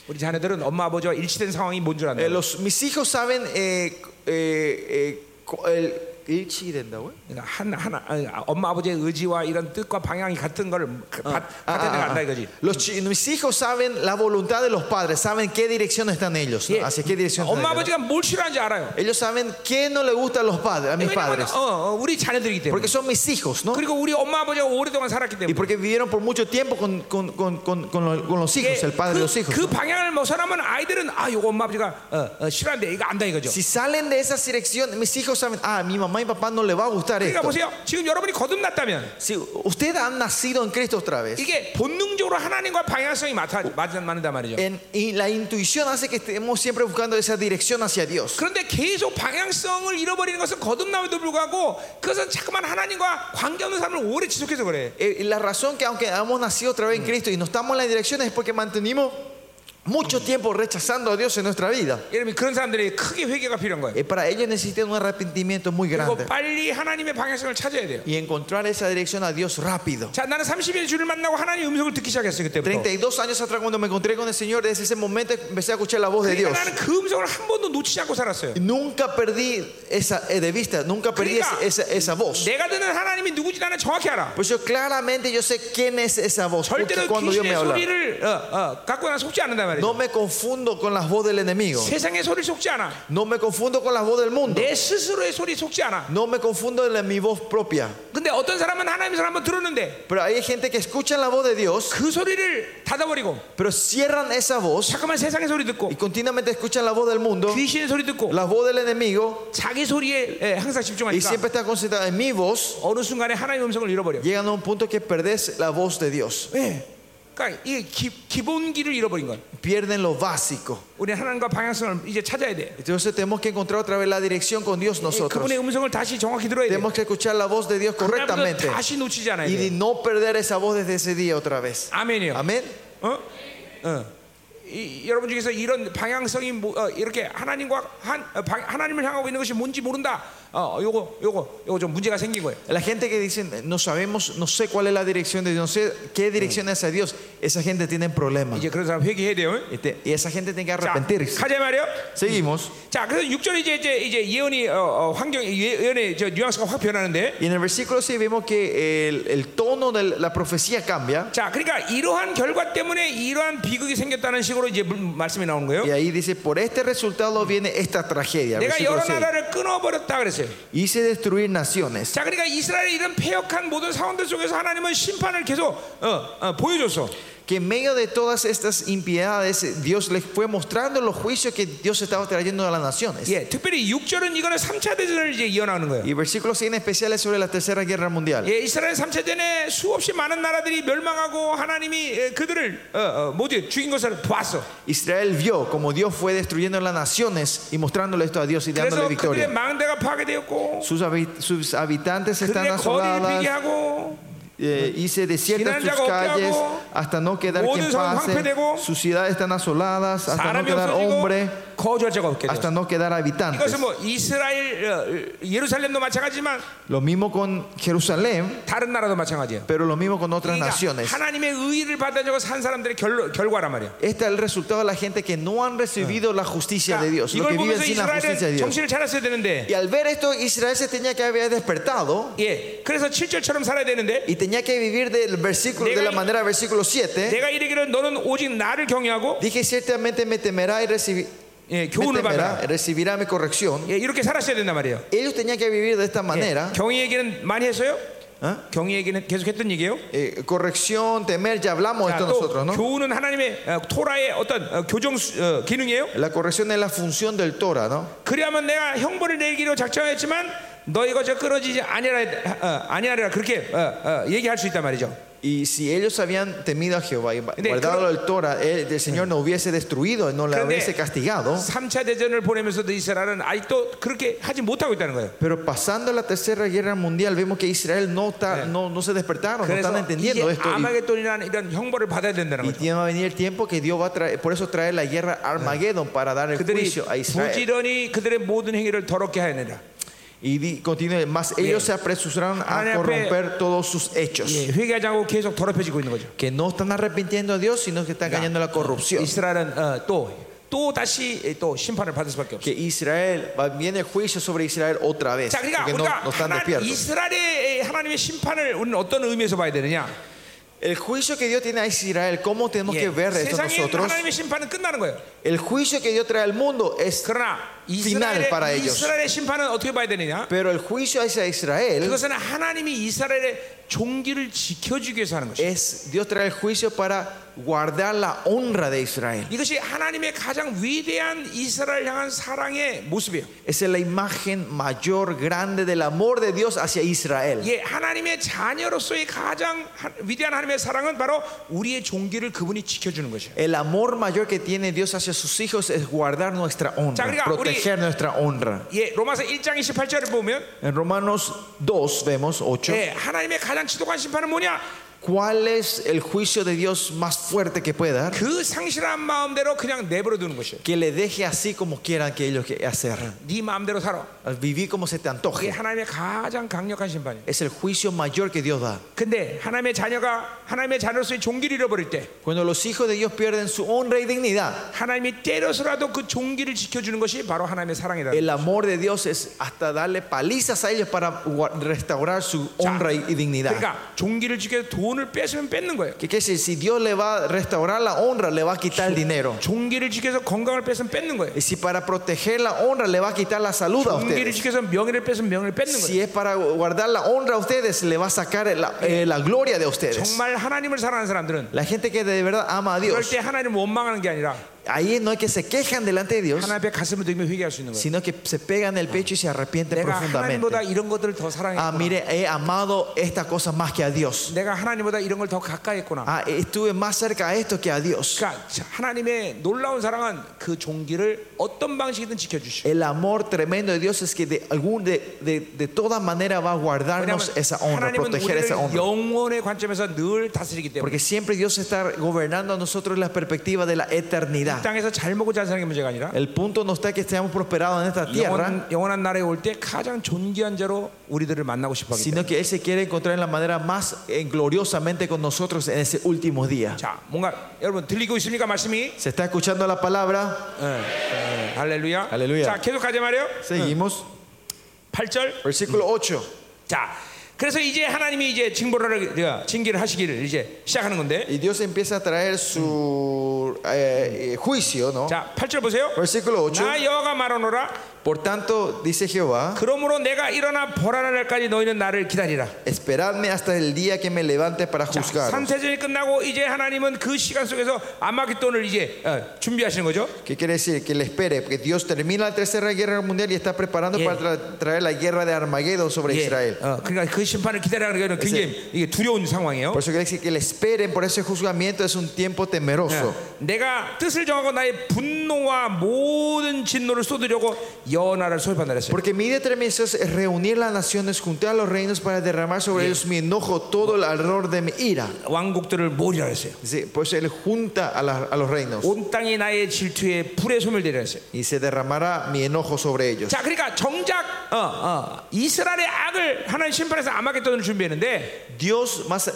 우리 자녀들은 엄마 아버지와 일치된 상황이 뭔 줄
eh,
안다고.
los, mis hijos saben eh, eh, eh, co- el, 일치 된다고요?
그러니까 한 하나 아니, 아, 엄마 아버지의 의지와 이런 뜻과 방향이 같은 걸 그, 받-
Ah,
받아들여
ah,
간다
ah.
이거지.
Los chi- mis hijos saben la voluntad de los padres, saben qué dirección están ellos, ¿no?
예.
hacia qué dirección están
엄마
ellos.
아버지가 뭘 싫어하는지 알아요.
Ellos saben qué no le gusta a los padres, a mis
왜냐면
padres,
어, 어, 우리 자녀들이기 때문에.
porque son mis hijos, ¿no?
그리고 우리 엄마 아버지가 오랫동안 살았기
Y
때문에.
porque vivieron por mucho tiempo con, con, con, con, con los, con los
예,
hijos, el padre de los
그,
hijos.
그 방향을 벗어나면 아이들은 아 이거 엄마 아버지가 어, 어, 싫어한데 이거 안다 이거죠.
Si salen de esa dirección, mis hijos saben, ah, mi mamá y papá no le va a gustar
그러니까
esto.
보세요. 지금 여러분이 거듭났다면
Si ustedes han nacido en Cristo otra vez,
이게 본능적으로 하나님과 방향성이 맞아 맞아- 맞는단 말이죠.
en- y la intuición hace que estemos siempre buscando esa dirección hacia Dios.
그런데 계속 방향성을 잃어버리는 것은 거듭남에도 불구하고 그것은 자꾸만 하나님과 관계없는 삶을 오래 지속해서 그래.
Eh, La razón que aunque hemos nacido otra vez en Cristo y no estamos en la dirección es porque mantenimos mucho tiempo rechazando a Dios en nuestra vida.
여러분 그런 사람들이 크게 회개가 필요한 거예요.
Eh, Para ellos necesitan un arrepentimiento muy
그리고
grande
빨리 하나님의 방향성을 찾아야 돼요.
y encontrar esa dirección a Dios rápido.
자, 나는 30일 주를 만나고 하나님의 음성을 듣기 시작했어요 그때부터.
32 años atrás cuando me encontré con el Señor, desde ese momento empecé a escuchar la voz de
그러니까
Dios.
나는 그 음성을 한 번도 놓치지 않고 살았어요.
Y Nunca perdí esa eh, de vista, nunca perdí
Clica.
esa, esa- esa voz.
내가 듣는 하나님이 누구지 나는 정확히 알아.
Pues yo claramente yo sé quién es esa voz. porque
절대로
cuando Dios me
귀신의
habla,
소리를 어, 어, 갖고 난 속지 않는단
no
말이에요.
me confundo con las voces del enemigo.
세상의 소리 속지 않아.
No me confundo con las voces del mundo.
내 스스로의 소리 속지 않아.
No me confundo en la- mi voz propia.
근데 어떤 사람은 하나님의 소리 한번 들었는데
Pero hay gente que escucha la voz de Dios,
그 소리를 닫아버리고
pero cierran esa voz
잠깐만 세상의 소리 듣고
y continuamente escuchan la voz del mundo,
귀신의 소리 듣고
la voz del enemigo
자기 소리에 예, 항상
y
집중하니까
siempre está concentrada en mi voz.
어느 순간에 하나님의 음성을 잃어버려.
Llegan a un punto que perdés la voz de Dios.
예. 그러니까 이게 기, 기본기를 잃어버린 거야.
Pierden lo básico.
우리 하나님과 방향성을 이제 찾아야 돼.
Entonces tenemos que encontrar otra vez la dirección con Dios nosotros.
그분의 음성을 다시 정확히 들어야 돼.
Tenemos que escuchar la voz de Dios
그날부터
correctamente
다시 놓치지 않아야
y de
돼.
no perder esa voz desde ese día otra vez.
아멘이요.
Amén.
어? 어. 이, 여러분 중에서 이런 방향성이 뭐, 어, 이렇게 하나님과 한, 어, 방, 하나님을 향하고 있는 것이 뭔지 모른다. 어, 요거 요거 요거 좀 문제가 생긴 거예요.
La gente que dicen no sabemos, no sé cuál es la dirección de Dios, no sé qué dirección es a Dios, esa gente tiene problemas.
어. 이제 그런 사람 회개해야 돼요. 응?
Este, y esa gente tiene que
자,
arrepentirse.
가자 말이요.
Seguimos.
자, 그래서 6절에 이제 이제, 이제 예언이 어, 어, 환경 예- 예언의 저 뉘앙스가 확 변하는데.
Y en el versículo 6 vemos que el, el tono de la profecía cambia.
자, 그러니까 이러한 결과 때문에 이러한 비극이 생겼다는 식으로 이제 물- 말씀이 나오는 거예요. 예,
Y ahí dice, por este resultado viene esta tragedia.
내가
Versículo
여러
seis.
나라를 끊어버렸다 그랬어요.
Hice destruir naciones.
자, 그러니까 이스라엘의 이런 폐역한 모든 상황들 속에서 하나님은 심판을 계속 어, 어, 보여줬어.
que en medio de todas estas impiedades Dios les fue mostrando los juicios que Dios estaba trayendo a las naciones.
예, 특별히 6절은 이거는 3차 대전을 이제 이어나가는 거예요.
Y versículos 100 especiales sobre la Tercera Guerra Mundial.
예, 이스라엘 3차 전에 수없이 많은 나라들이 멸망하고 하나님이 예, 그들을 어, 어, 모두 죽인 것을 보았어.
Israel vio como Dios fue destruyendo las naciones y mostrándole esto a Dios y dándole
그래서 그들의
victoria.
망대가 파괴되었고
Sus, habi- sus habitantes están
그들의 거리를
asoladas
비교하고
eh, y se desiertan sus
지난 자가 없게
calles
하고,
hasta no quedar
모든
quien
성은
pase.
황폐되고,
Sus ciudades están asoladas hasta no
사람이
quedar
없어지고
hombre,
거주할 자가 없게
hasta
되었어.
no quedar habitantes.
이것은 뭐 이스라엘 어, 예루살렘도 마찬가지지만
Lo mismo con Jerusalén,
다른 나라도 마찬가지예요.
pero lo mismo con otras
그러니까
naciones.
하나님의 의를 받아들여고 산 사람들의 결, 결과란 말이야.
Este es el resultado de la gente que no han recibido la justicia de Dios, Ah. lo
이걸
que viven
보면서
sin la justicia de
이스라엘은
Dios.
정신을 차렸어야 되는데,
Y al ver esto, Israel se tenía que haber despertado
예, 그래서 7절처럼 살아야 되는데,
y tenía que vivir del versículo, de la manera del versículo 7.
내가 이르기를 너는 오직 나를 경외하고
Dije, ciertamente me temerá y recibi-
예,
me
교훈을
temerá,
받아.
recibirá mi corrección.
예, 이렇게 살았어야 된단 말이에요.
Ellos tenían que vivir de esta manera.
경희 얘기는 많이 했어요.
¿Ah?
경희 얘기는 계속했던 얘기예요.
Eh, corrección, temer, ya hablamos de
자,
esto
또
nosotros, ¿no?
교훈은 하나님의 어, 토라의 어떤 어, 교정 수- 어, 기능이에요.
La corrección es la función del Torah, ¿no?
그래야만 내가 형벌을 내기로 작정했지만 너희가 저 끌어지지 아니라 어, 아니하리라 그렇게 어, 어, 얘기할 수 있단 말이죠.
Y si ellos habían temido a Jehová y
Pero-
guardado el Torah, eh, el, el Señor no hubiese destruido, no la
Pero-
hubiese castigado.
3차 대전을 보내면서도 이스라엘은 아직도 그렇게 하지 못하고 있다는 거예요.
Pero pasando la tercera guerra mundial, vemos que Israel no, está, no, no se despertaron, no
그래서
están
이제
entendiendo esto. Y,
아마겟돈이라는 이런 형벌을 받아야 된다는
y
거죠.
tiene- va a venir el tiempo que Dios va a traer, por eso trae la guerra Armageddon para dar el
그들이
juicio a Israel.
부지런히 그들의 moden 행위를 더럽게 하느라
Y di- continúe, más ellos se apresuraron a
Ahora,
corromper todos sus
예,
hechos.
회개하지 않고 계속 더럽혀지고 있는 거죠.
Que no están arrepintiendo a Dios, sino que están cayendo en la corrupción.
이스라엘은 어, 또또 다시 또 심판을 받을 수밖에 없어.
Que Israel, va- viene el juicio sobre Israel otra vez.
자, 그러니까
Porque no,
우리가
no están
하나,
despiertos.
이스라엘의 하나님의 심판을 우리는 어떤 의미에서 봐야 되느냐?
El juicio que Dios tiene a Israel, ¿cómo tenemos
예,
que ver esto
세상의
nosotros?
하나님의 심판은 끝나는 거예요.
El juicio que Dios trae al mundo es.
그러나
Final para
이스라엘의,
ellos.
이스라엘의 심판은 어떻게 봐야 되느냐?
Pero el juicio hacia Israel
그것은 하나님이 이스라엘의 종기를 지켜주기 위해서 하는 것이죠.
es. Dios trae el juicio para guardar la honra de Israel.
이것이 하나님의 가장 위대한 이스라엘 향한 사랑의 모습이에요.
Esa es la imagen mayor, grande del amor de Dios hacia Israel.
예, 하나님의 자녀로서의 가장 하- 위대한 하나님의 사랑은 바로 우리의 종기를 그분이 지켜주는 것이에요.
El amor mayor que tiene Dios hacia sus hijos es guardar nuestra honra,
그러니까
proteger nuestra honra.
예, 로마서 1장 28절을 보면
En Romanos 2 vemos 8.
예, 하나님의 가장 지독한 심판은 뭐냐?
¿Cuál es el juicio de Dios más fuerte que puede dar?
그 상실한 마음대로 그냥 내버려 두는 것이에요.
que le deje así como quieran que ellos que- hacer.
네 마음대로 살아.
Vivir como se te
그게
antoje.
하나님의 가장 강력한 심판이에요.
Es el juicio mayor que Dios da.
근데 하나님의 자녀가 하나님의 자녀로서의 종기를 잃어버릴 때
Cuando los hijos de Dios pierden su honra y dignidad,
하나님이 때려서라도 그 종기를 지켜주는 것이 바로 하나님의 사랑이다.
el amor de Dios es hasta darle palizas a ellos para gua- restaurar su
자,
honra y y dignidad.
그러니까 종기를 지켜 돈을 뺏으면 뺏는 거예요.
¿Qué quiere decir? Si Dios le va a restaurar la honra, le va a quitar el dinero.
종기를 지켜서 건강을 뺏으면 뺏는 거예요.
Y si para proteger la honra, le va a quitar la salud a
종기를
ustedes.
지켜서 명예를 뺏으면 명예를 뺏는 거예요.
Si es para guardar la honra a ustedes, le va a sacar la, eh, la gloria de ustedes.
정말 하나님을 사랑하는 사람들은
La gente que de verdad ama a
그럴
Dios,
때 하나님을 원망하는 게 아니라
ahí no es que se quejan delante de Dios.
하나님 앞에 가슴을 들며 회개할 수 있는 거예요.
sino que se pegan el pecho y se arrepienten
내가 하나님보다
profundamente.
이런 것들을 더
Ah,
사랑했구나.
mire, he amado esta cosa más que a Dios.
내가 하나님보다 이런 걸 더 가까이 했구나.
Ah, estuve más cerca a esto que a Dios.
그러니까 하나님의 놀라운 사랑은 그 종기를 어떤 방식이든 지켜주시고
El amor tremendo de Dios es que de, algún, de, de, de toda manera va a
왜냐하면
guardarnos esa honra,
하나님은
proteger
우리를
esa honra.
영혼의 관점에서 늘 다스리기 때문에
Porque siempre Dios está gobernando a nosotros la perspectiva de la
이
eternidad.
땅에서 잘 먹고 잘 사는 게 문제가 아니라
El punto no está que estemos prosperados en esta tierra,
영원, 영원한 나라에 올 때 가장 존귀한 자로 우리들을 manna고 싶어 하기 때문에
sino que Él se quiere encontrar en la manera más eh, gloriosamente con nosotros en ese último día.
자 뭔가 여러분 들리고 있습니까 말씀이?
¿Se está escuchando la palabra?
예, 예, 할렐루야
할렐루야.
자 계속 가자 말이에요
Seguimos.
8절
Versículo 8.
자 그래서 이제 하나님이 이제 징벌을 징계를 하시기를 이제 시작하는 건데
Y Dios empieza a traer su eh, eh, juicio, ¿no?
자 8절 보세요
Versículo 8.
나 여호와가 말하노라
Por tanto, dice Jehová,
그러므로 내가 일어나 벌하는 날까지 너희는 나를 기다리라.
esperadme hasta el día que me levante para
자,
juzgar.
산세전이 끝나고 이제 하나님은 그 시간 속에서 아마겟돈을 이제 어, 준비하시는 거죠.
¿Qué quiere decir? Que le espere, porque Dios termina la tercera guerra mundial y está preparando
Yeah.
para tra- traer la guerra de Armagedón sobre
예.
Israel.
어, 그러니까 그 심판을 기다리는 건 굉장히 이게 두려운 상황이에요.
Por eso quiere decir que le esperen por ese juzgamiento es un tiempo temeroso.
예. 내가 뜻을 정하고 나의 분노와 모든 진노를 쏟으려고 연하를 소집한다 그랬어요.
Porque mi determinación es reunir las naciones, juntar a los reinos para derramar sobre ellos mi enojo, todo el ardor de mi ira.
왕국들을 모으라 그랬어요.
Dice, Por eso él junta a, la- a los reinos
온 땅이 나의 질투에 불에 소멸되리라 했어요.
y se derramará mi enojo sobre ellos.
자, 그러니까 정작 어, 어, 이스라엘의 악을 하나님 심판해서 아마겟돈을 준비했는데
Dios más...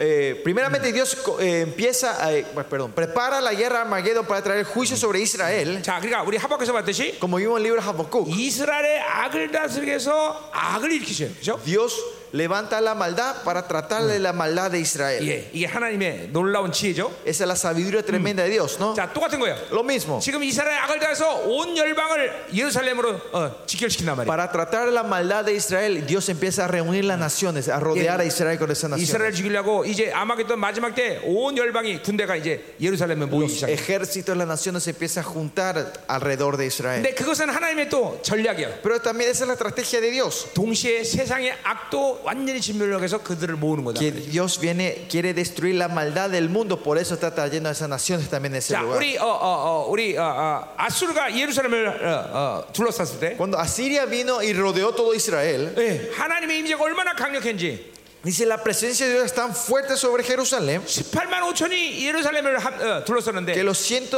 eh, primeramente Dios co- eh, empieza a, eh, perdón, prepara la guerra de Armagedón para traer juicio sobre Israel,
자, 그러니까 우리 하박에서 봤듯이
como vimos en el libro de Habacuc.
이스라엘의 악을 다스리기 위해서 악을 일으키셔요. 그렇죠?
Dios levanta la maldad para tratarle la maldad de Israel.
예, 이게 하나님의 놀라운 지혜죠.
Esa es la sabiduría tremenda de Dios, ¿no?
자, 똑같은 거예요.
Lo mismo.
지금 이스라엘의 악을 다해서 온 열방을 예루살렘으로 어, 직결시킨단 말이에요.
Para tratar la maldad de Israel, Dios empieza a reunir las naciones, a rodear a Israel con esas naciones.
이스라엘 죽이려고 이제 아마겟돈 마지막 때 온 열방이 군대가 이제 예루살렘에 모이기 시작해요.
Ejércitos de las naciones se empieza a juntar alrededor de Israel.
근데 그것은 하나님의 또 전략이에요.
Pero también esa es la estrategia de Dios.
동시에 세상의 악도 완전히 진멸하기 위해서 그들을 모으는 거다.
Que Dios viene, quiere destruir la maldad del mundo, por eso está trayendo a esas naciones también a ese
자,
lugar.
우리 어, 어, 어, 우리 어, 어, 아수르가 예루살렘을 어, 어, 둘러쌌을 때
Cuando Asiria vino y rodeó todo Israel,
예, 하나님의 임재가 얼마나 강력한지
dice la presencia de Dios es tan fuerte sobre Jerusalén
18만 5천이 예루살렘을 함- 어,
que
둘러쌌는데
los 100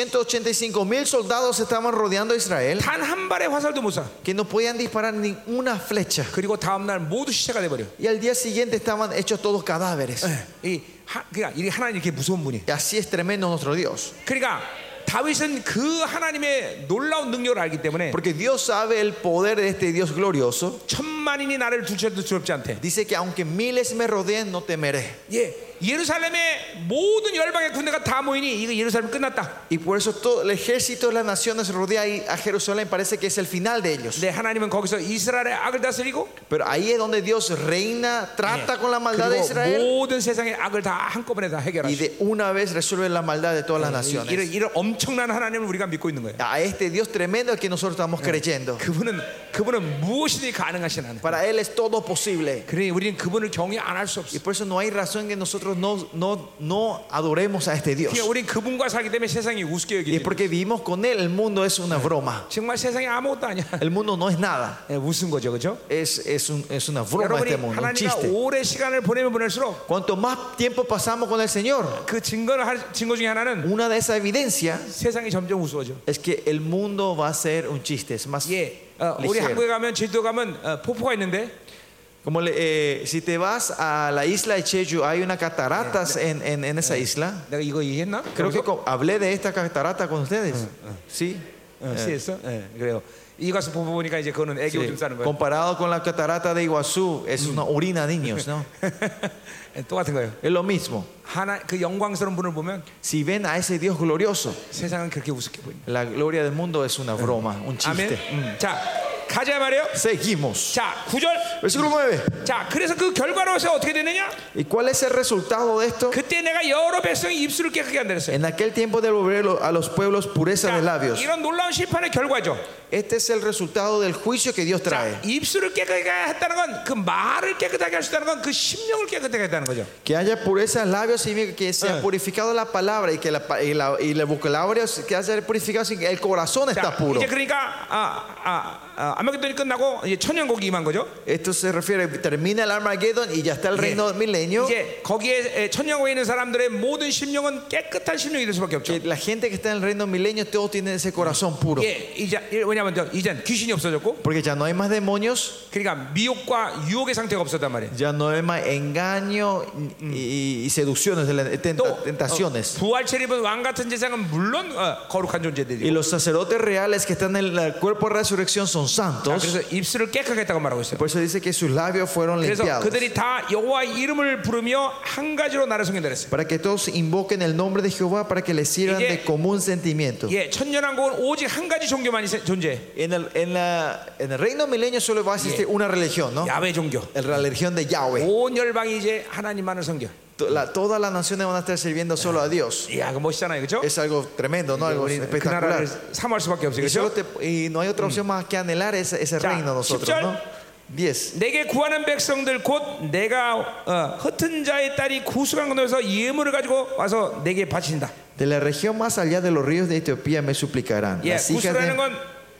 185 mil soldados estaban rodeando a Israel
단 한 발의 화살도 못 쏴.
que no podían disparar ninguna flecha.
그리고 다음 날 모두 시체가 돼 버려. 예,
Y al día siguiente estaban hechos todos cadáveres.
Eh. 이 하, 그러니까 이 하나님 이렇게 무서운 분이.
Y así es tremendo nuestro Dios.
그러니까 다윗은 그 하나님의 놀라운 능력을 알기 때문에
Porque Dios sabe el poder de este Dios glorioso.
천만인이 나를 두쳐도 두렵지 않대.
Dice que aunque miles me rodeen, no temeré.
예, 예루살렘의 모든 열방의 군대가 다 모이니 이거 예루살렘 끝났다.
Y por eso todo el ejército de las naciones rodea ahí a Jerusalén. Parece que es el final de ellos.
근데 하나님은 거기서 이스라엘의 악을 다스리고
Pero ahí es donde Dios reina,
Eh.
trata con la maldad de
그리고
Israel.
모든 세상의 악을 다 한꺼번에 다
Y
해결하시고
de una vez resuelve la maldad de todas las
이런,
naciones.
이런 엄청난 하나님을 우리가 믿고 있는 거예요.
A este Dios tremendo al que nosotros estamos creyendo.
그분은 그분은 무엇이든 가능하신 하나님.
Para Él es todo posible.
그러니 우리는 그분을 경외 안 할 수
Y
없어.
por eso no hay razón que nosotros no, no, no adoremos a este Dios.
그러니까 우리는 그분과 살기 때문에 세상이 우습게
Y es
여기는. 거예요.
porque vivimos con Él, el mundo es una broma.
정말 세상이 아무것도 아니야.
El mundo no es nada.
예, 웃은 거죠, 뭐 그죠?
Es, es, un- es una broma
여러분이
este mundo, un
하나님과
chiste.
오래 시간을 보내면 보낼수록
Cuanto más tiempo pasamos con el Señor,
그 증거를 할- 증거 중에 하나는
una de esas evidencias
세상이 점점 우스워져.
es que el mundo va a ser un chiste. Es más,
예, 어, 우리
ligero.
한국에 가면 제주도 가면 어, 폭포가 있는데
Como le- eh, si te vas a la isla de Jeju, hay unas cataratas en, en, en esa isla.
내가 이거 얘기했나?
Creo que
거기서?
co- hablé de esta catarata con ustedes. Sí.
어, 시했어? 예, 그래요. 이가서 보고 보니까 이제 그거는 애교
Sí.
좀 싸는 거예요.
Comparado con la catarata de Iguazú, es una orina, niños, ¿no?
예, 똑같은 거예요.
Es lo mismo.
하나 그 영광스러운 분을 보면
Si ven a ese Dios glorioso,
세상은 그렇게 우습게 보인다.
la gloria del mundo es una broma, un
아멘.
chiste.
음. 자, 가자 말이에요.
Seguimos.
자, 9절.
Versículo 9.
자, 그래서 그 결과로서 어떻게 되느냐?
¿Y cuál es el resultado de esto?
그때 내가 여러 백성의 입술을 깨끗게 한다랬어요.
En aquel tiempo devolveré lo- a los pueblos pureza de labios.
이런 놀라운 심판의 결과죠.
Este es el resultado del juicio que Dios trae.
자, 입술을 깨끗하게 했다는 건 그 말을 깨끗하게 할 수 있다는 건 그 심령을 깨끗하게 했다는 거죠.
Que haya pureza en labios significa que sea
Eh.
purificado la palabra y que la, pa- y la, y la vocabulario que haya purificado significa que el corazón
자,
está puro.
이제 그러니까 아아아마겟돈이 끝나고 이제 천년국이 임한 거죠.
Esto se refiere, termina el Armageddon y ya está el
예.
reino del milenio.
이제 거기에 에, 천년국에 있는 사람들의 모든 심령은 깨끗한 심령이 될 수밖에 없죠.
Que la gente que está en el reino del milenio, todos tienen ese corazón puro.
예, 이제 예, 왜냐하면 저- 이젠 귀신이 없어졌고,
Porque ya no hay más demonios,
그러니까 미혹과 유혹의 상태가 없었단 말이에요.
ya no hay más engaño y, y seducciones, de la-
또 어,
tenta- tentaciones.
부활체 입은 왕 같은 세상은 물론 어, 거룩한
Y
존재들이.
los sacerdotes reales que están en el cuerpo de resurrección son santos.
그래서 뭐, 입술을 깨끗하게 했다고 말하고 있어요.
Por eso dice que sus labios fueron
그래서
limpiados.
그들이 다 여호와 이름을 부르며 한 가지로 나를 섬긴다 그랬어요.
Para que todos invoquen el nombre de Jehová para que les sirvan
Iye.
de común sentimiento.
예, 천년왕국은 오직 한 가지 종교만이 세- 존재,
En el, en la- en el reino milenio solo va a existir una religión, ¿no?
야외 종교.
El- La religión de Yahweh.
온 열방이 이제 하나님만을 섬겨.
To- la- todas las naciones van a estar sirviendo solo a Dios.
이야, 그 멋있잖아요, 그렇죠?
Es algo tremendo, ¿no? Algo
우리 그
espectacular.
나라를 삼할 수밖에 없어요,
Y, solo
그렇죠?
te- y no hay otra opción más que anhelar ese, ese
Mm. Ya,
reino nosotros, ¿no? 10.
내게 구하는 백성들 곧 내가 어, 흩은 자의 딸이 구수강 건너에서 예물을 가지고 와서 내게 바친다.
De la región más allá de los ríos de Etiopía me suplicarán.
예,
Las hijas
구수라는
de-
건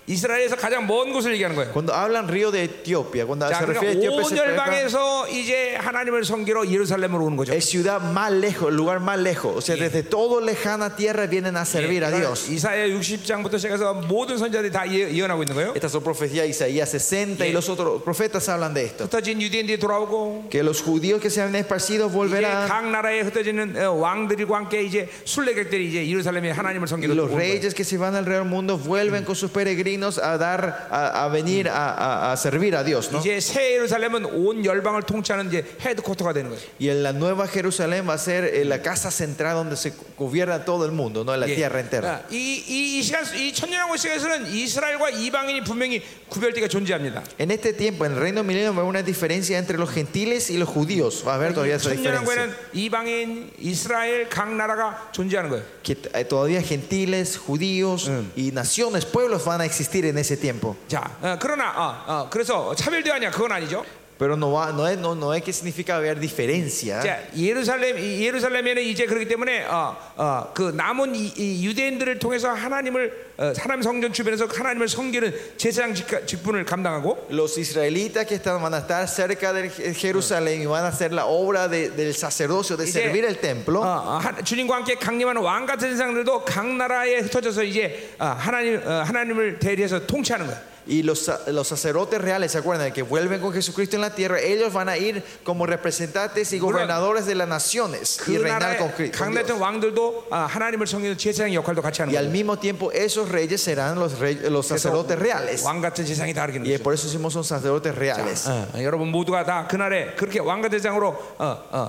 이스라엘에서 가장 먼 곳을 얘기하는 거예요.
Cuando hablan río de Etiopía, cuando
자,
se refiere a
그러니까
Etiopía,
온
se refiere
열방에서 이제 하나님을 섬기러 예루살렘으로 오는 거죠.
a- es ciudad más lejos, el lugar más lejos. O sea, desde todo lejana tierra vienen a servir a Dios.
예, 그러니까 이사야 60장부터 시작해서 모든 선자들이 다 예- 예언하고 있는 거예요.
Estas son profecías de Isaías 60 y
Yeah.
los otros profetas hablan de esto.
흩어진 유대인들이 돌아오고
Que los judíos que se han esparcido
이제
volverán.
각 나라에 흩어지는 어, 왕들과 함께 이제 순례객들이 이제 예루살렘에 하나님을
Y
섬기러
los
오는 거예요.
reyes que se van alrededor del mundo vuelven
Mm.
con sus peregrinos a dar, a, a venir a, a- a servir a Dios, ¿no?
이제 새 예루살렘은 온 열방을 통치하는 이제 헤드쿼터가 되는 거예요.
Y en la nueva Jerusalén va a ser eh, la casa central donde se gobierna todo el mundo, ¿no? La
예.
tierra entera.
아, 이, 이, 이 시간 이 천년왕국 시간에서는 이스라엘과 이방인이 분명히 구별되가 존재합니다.
En este tiempo, en el reino milenio, va a haber una diferencia entre los gentiles y los judíos. Va a haber todavía esa diferencia.
천년왕국에는 이방인, 이스라엘 각 나라가 존재하는 거예요.
Que t- eh, todavía gentiles, judíos y naciones, pueblos van a existir en ese tiempo.
자, 어, 그러나 어, 어, 그래서 차별대하냐 그건 아니죠.
Pero no, va, no, es, no, no es que significa haber diferencia. ¿eh?
자, 예루살렘 이- 예루살렘에는 이제 그렇기 때문에 어, 어, 그 남은 이, 이 유대인들을 통해서 하나님을 어, 하나님 성전 주변에서 하나님을 섬기는 제사장 직- 직분을 감당하고 어,
Los israelitas que están, van a estar cerca de Je- Jerusalén y van a hacer la obra de- del sacerdocio, de
Dice,
servir el templo.
어, 어, 하- 주님과 함께 강림하는 왕 같은 세상들도 각 나라에 흩어져서 이제 어, 하나님 어, 하나님을 대리해서 통치하는 거야.
Y los, sa- los sacerdotes reales, ¿se acuerdan? Que vuelven con Jesucristo en la tierra, ellos van a ir como representantes y gobernadores de las naciones
그
y reinar
나라의
con, Cri-
각
con
나라
Dios.
있던 왕들도 아, 하나님을 섬기는 제사장 역할도 같이 하는
Y al
거야.
mismo tiempo, esos reyes serán los, rey- los sacerdotes reales.
왕 같은 세상이다 그러는
Y
거죠.
por eso decimos son sacerdotes reales.
예. 어, 어, 여러분 모두가 다 그날에 그렇게 왕과 대장으로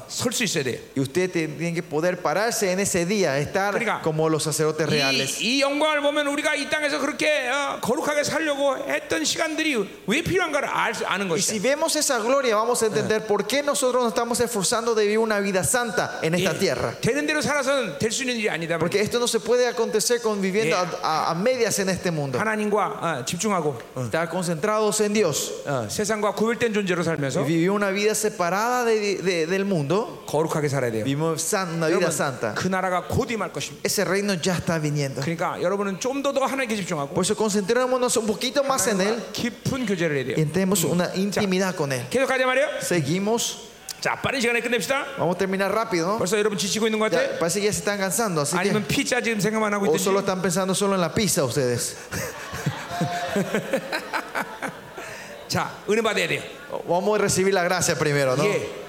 설 수 있어야 돼요.
Y ustedes tienen que poder pararse en ese día,
Mira.
estar como los sacerdotes reales.
이, 이 영광을 보면 우리가 이 땅에서 그렇게 어, 거룩하게 살려고 했던 시간들이 왜 필요한가를 알, 수- 아는
Y si
것이다.
vemos esa gloria, vamos a entender por qué nosotros nos estamos esforzando de vivir una vida santa en esta tierra.
되는 대로 살아서는 될 수 있는 일이 아니다.
Porque esto no se puede acontecer con viviendo a, a- a medias en este mundo.
하나님과 어, 집중하고
Estar Pues, concentrados en Dios.
어, 세상과 구별된 존재로 살면서
Vivió una vida separada de- de- del mundo.
거룩하게 살아야 돼요.
Vivimos san- una vida santa.
여러분, 그 나라가 곧 임할 것입니다.
Ese reino ya está viniendo.
그러니까 여러분은 좀 더 더 하나님께 집중하고
Por eso concentrémonos un poquito más en Él
깊은 교제를 해야
y
돼요.
entremos una intimidad con Él.
계속 가자 말이에요.
Seguimos.
자, 빠른 시간에 끝냅시다.
Vamos a terminar rápido. ¿no?
벌써 여러분 지치고 있는 것 같아?
Ya, parece que ya se están cansando. Así que,
아니면 피자 지금 어, 생각만 하고
o solo
있든지.
están pensando solo en la pizza ustedes.
자, 은혜 받아야 돼요.
Vamos a recibir la gracia primero. ¿no?
예.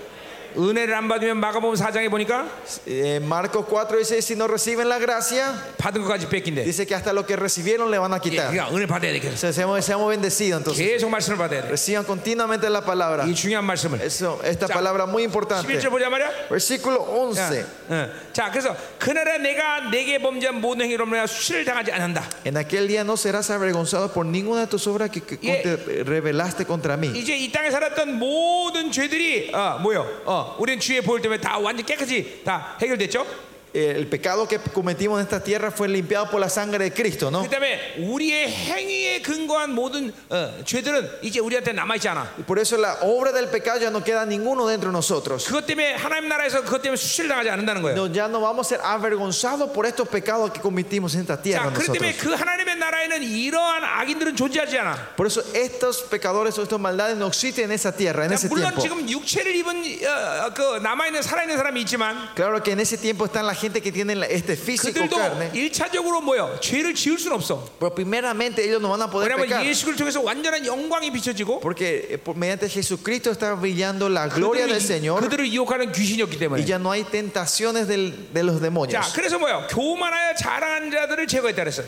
은혜를 안 받으면 마가복음 4장에 보니까
Eh, Marcos 4 dice, si no reciben la gracia,
받은 것까지 뺏긴대.
dice que hasta lo que recibieron le van a
예,
quitar.
그러니까 은혜 받아야 돼. 계속.
O sea, seamos, seamos bendecidos entonces.
계속 말씀을 받아야 돼.
Reciban continuamente la palabra.
이 중요한 말씀을.
Eso, esta
Ya.
palabra muy importante.
11절 보자 말이야.
Versículo
자,
11.
어. 자, 그래서 그날에 내가 내게 범죄한 모든 행위로 내가 수치를 당하지 않는다.
En aquel día no serás avergonzado por ninguna de tus obras que, que
Yeah.
te revelaste contra mí.
이제 이 땅에 살았던 모든 죄들이 어, 뭐요? 어, 우리는 주의 보혈 때문에 다 완전 깨끗이 다 해결됐죠.
Eh, El pecado que cometimos en esta tierra fue limpiado por la sangre de Cristo,
어.
¿no?
그다음에 우리의 행위에 근거한 모든 어, 죄들은 이제 우리한테 남아 있지 않아.
Y por eso la obra del pecado ya no queda ninguno dentro de nosotros.
그것 때문에 하나님 나라에서 그것 때문에 수치를 당하지 않는다는 거예요.
No, ya no vamos a ser avergonzados por estos pecados que cometimos en esta tierra
자, 그렇기 때문에
nosotros.
그 하나님의 나라에는 이러한 악인들은 존재하지 않아.
Por eso estos pecadores o estas maldades no existen en esa tierra, en ese
물론
tiempo.
지금 육체를 입은 어, 어, 그 남아 있는 살아 있는 사람이 있지만
Claro que en ese tiempo están la gente que tiene la- este físico
그들도
carne.
일차적으로 뭐요? 죄를 지을 수는 없어.
Pero primeramente ellos no van a poder pecar.
왜냐하면 예수를 통해서 완전한 영광이 비춰지고
Porque eh, por- mediante Jesucristo está brillando la gloria
그들을,
del
이-
Señor
그들을 유혹하는 귀신이었기
y
때문에.
ya no hay tentaciones del- de los
자,
demonios.
그래서 뭐요? 교만하여 자랑한 자들을 제거했다 그랬어요.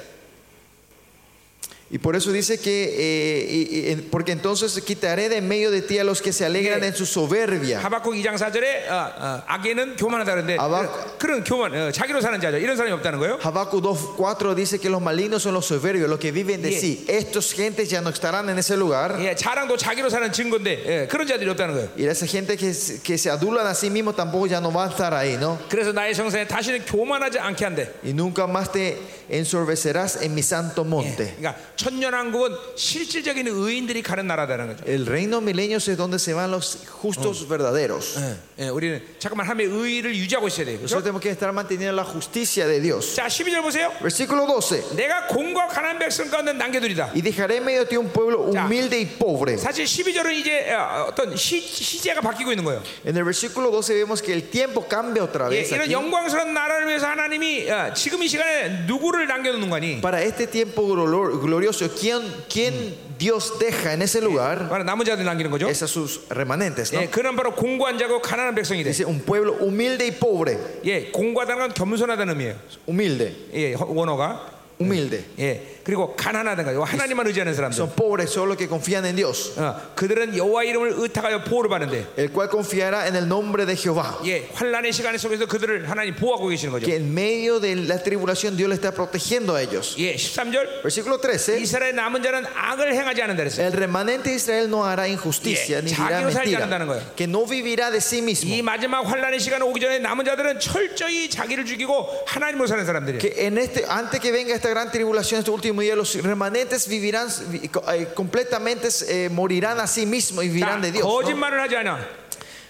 Y por eso dice que, eh, y- y- en- porque entonces quitaré de en medio de ti a los que se alegran
Yeah.
en su soberbia.
하박국 2장 4절에 어, 어, 악인은 교만하다 그러는데 어,
하박-
그런 교만 어, 자기로 사는 자죠. 이런 사람이 없다는 거예요.
Habacuc 2.4 dice que los malignos son los soberbios, los que viven de
Yeah.
sí. Estos gentes ya no estarán en ese lugar.
예, 자랑도 자기로 사는 증거인데 예, 그런 자들이 없다는 거예요.
Y esa gente que, se- que se adulan a sí mismo tampoco ya no va a estar ahí, ¿no?
그래서 나의 성산에 다시는 교만하지 않게 한대.
Y nunca más te ensorbecerás en mi santo monte.
그러니까 천년왕국은 실질적인 의인들이 가는 나라다는 거죠.
El reino milenio es donde se van los justos verdaderos.
예, 우리는 잠깐만 하면 의의를 유지하고 있어야 돼요. 그렇죠?
Nosotros tenemos que estar manteniendo la justicia de Dios.
자, 12절 보세요.
Versículo 12.
내가 공과 가난 백성 가운데 남겨두리다.
Y dejaré en medio de ti un pueblo
Ya.
humilde y pobre.
사실 12절은 이제 어, 어떤 시, 시제가 바뀌고 있는 거예요.
En el versículo 12 vemos que el tiempo cambia otra
예,
vez.
이런
aquí.
영광스러운 나라를 위해서 하나님이 어, 지금 이 시간에 누구를 남겨놓는 거니?
Para este tiempo glor- glorioso, ¿quién, quién Dios deja en ese lugar?
바로 남은 자들 남기는 거죠.
Es a sus remanentes, ¿no?
예, 그는 바로 공고한 자고 가난한 백성이 돼.
Dice un pueblo humilde y pobre.
예, 공고하다는 건 겸손하다는 의미예요.
Humilde,
예, 허- 원어가.
humilde.
Eh. 예, 그리고 가난하다는 거. 하나님만 의지하는 사람들.
Son pobres solo que confían en Dios,
어, 그들은 여호와 이름을 의탁하여 보호를 받는데.
el cual confiará en el nombre de Jehová.
예, 환란의 시간 속에서 그들을 하나님 보호하고 계시는 거죠.
que en medio de la tribulación Dios le está protegiendo a ellos.
예, 13절
Versículo 13.
이스라엘 남은 자는 악을 행하지 않는다 그랬어요.
El remanente de Israel no hará
Yeah,
injusticia ni dirá
자기로 살지 않는다는
mentira,
거예요.
que no vivirá de sí mismo.
이 마지막 환란의 시간 오기 전에 남은 자들은 철저히 자기를 죽이고 하나님으로 사는 사람들이에요.
Que en este, antes que venga esta gran tribulación, este último día, los remanentes vivirán vi- co- eh, completamente, eh, morirán a sí mismos y
자,
vivirán de Dios. ¿no?
거짓말을 하지 않아.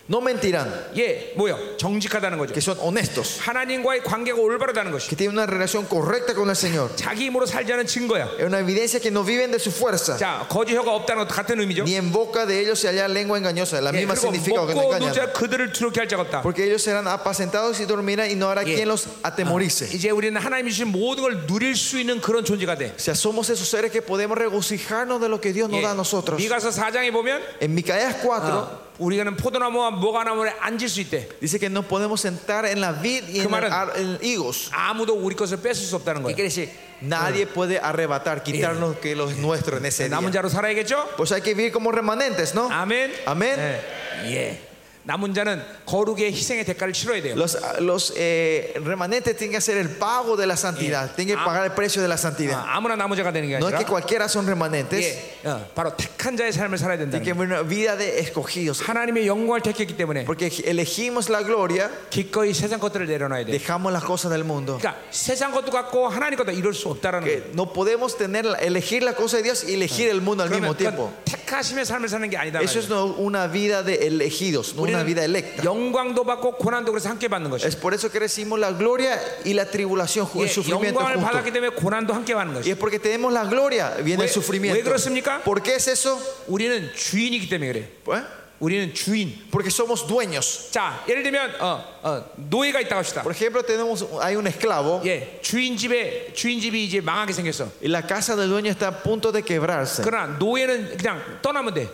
No mentirán,
예, 뭐요? 정직하다는 거죠.
que son honestos,
하나님과의 관계가 올바르다는 것이
que tienen una relación correcta con el Señor.
자기 힘으로 살지 않은 증거야.
Es una evidencia que no viven de su fuerza,
자, 거짓 혀가 없다는 것도 같은 의미죠.
ni en boca de ellos se halla lengua engañosa. La
예,
misma
그리고
significa que no
먹고
engañan.
누자 그들을 두렵게 할 자가 없다.
Porque ellos serán apacentados y dormirán y no habrá
Yeah.
quien los atemorice.
아, 이제 우리는 하나님이 주신 모든 걸 누릴 수 있는 그런 존재가 돼.
O sea, somos esos seres que podemos regocijarnos de lo que Dios nos
예,
da a nosotros.
미가서 4장에 보면
En Micaías 4
어, 우리가는 포도나무와 모가나무에 앉을 수 있대.
dice que nos podemos sentar en la vid y en,
말은-
el ar- en higos.
아무도 우리 것을 뺏을 수 없다는 거예요.
¿Qué quiere decir? Ah. Nadie puede arrebatar, quitarnos que lo es nuestro en ese
남은
día.
자로 살아야겠죠?
Pues hay que vivir como remanentes, ¿no?
아멘.
아멘.
예. 예. 남은 자는 거룩의 희생의 대가를 치러야 돼요.
Los, los eh, remanentes tienen que hacer el pago de la santidad, tienen que pagar el precio de la santidad.
아, 아무나 남은 자가 되는 게
No es
아니라
que cualquiera son remanentes,
예. 어, 바로 택한 자의 삶을 살아야 된다는
tiene que
거예요.
vivir una vida de escogidos.
하나님의 영광을 택했기 때문에
Porque elegimos la gloria.
기꺼이 세상 것들을 내려놔야 돼요.
dejamos las cosas del mundo.
그러니까 세상 것도 갖고 하나님 것도 이룰 수 없다라는 거예요.
Que no podemos tener, elegir la cosa de Dios y elegir el mundo al mismo
그러면
tiempo.
그건 택하심의 삶을 사는 게 아니다.
Eso es no- una vida de elegidos, no una vida electa.
영광도 받고 고난도 그래서 함께 받는 것이.
Es por eso que recibimos la gloria y la tribulación, ju-
예,
el sufrimiento
영광을
juntos.
받았기 때문에 고난도 함께 받는
Y
것이.
es porque tenemos la gloria, viene
왜-
el
왜
sufrimiento.
그렇습니까?
¿Por qué es eso?
예. 우리는 주인이기 때문에 그래.
¿Eh?
우리는 주인.
Porque somos dueños.
자, 예를 들면 어, 어, 노예가 있다고 합시다.
Por ejemplo, tenemos, hay un esclavo
예, 주인 집에 주인 집이 이제 망하게 생겼어.
y la casa del dueño está a punto de quebrarse.
그러나 노예는 그냥 떠나면 돼.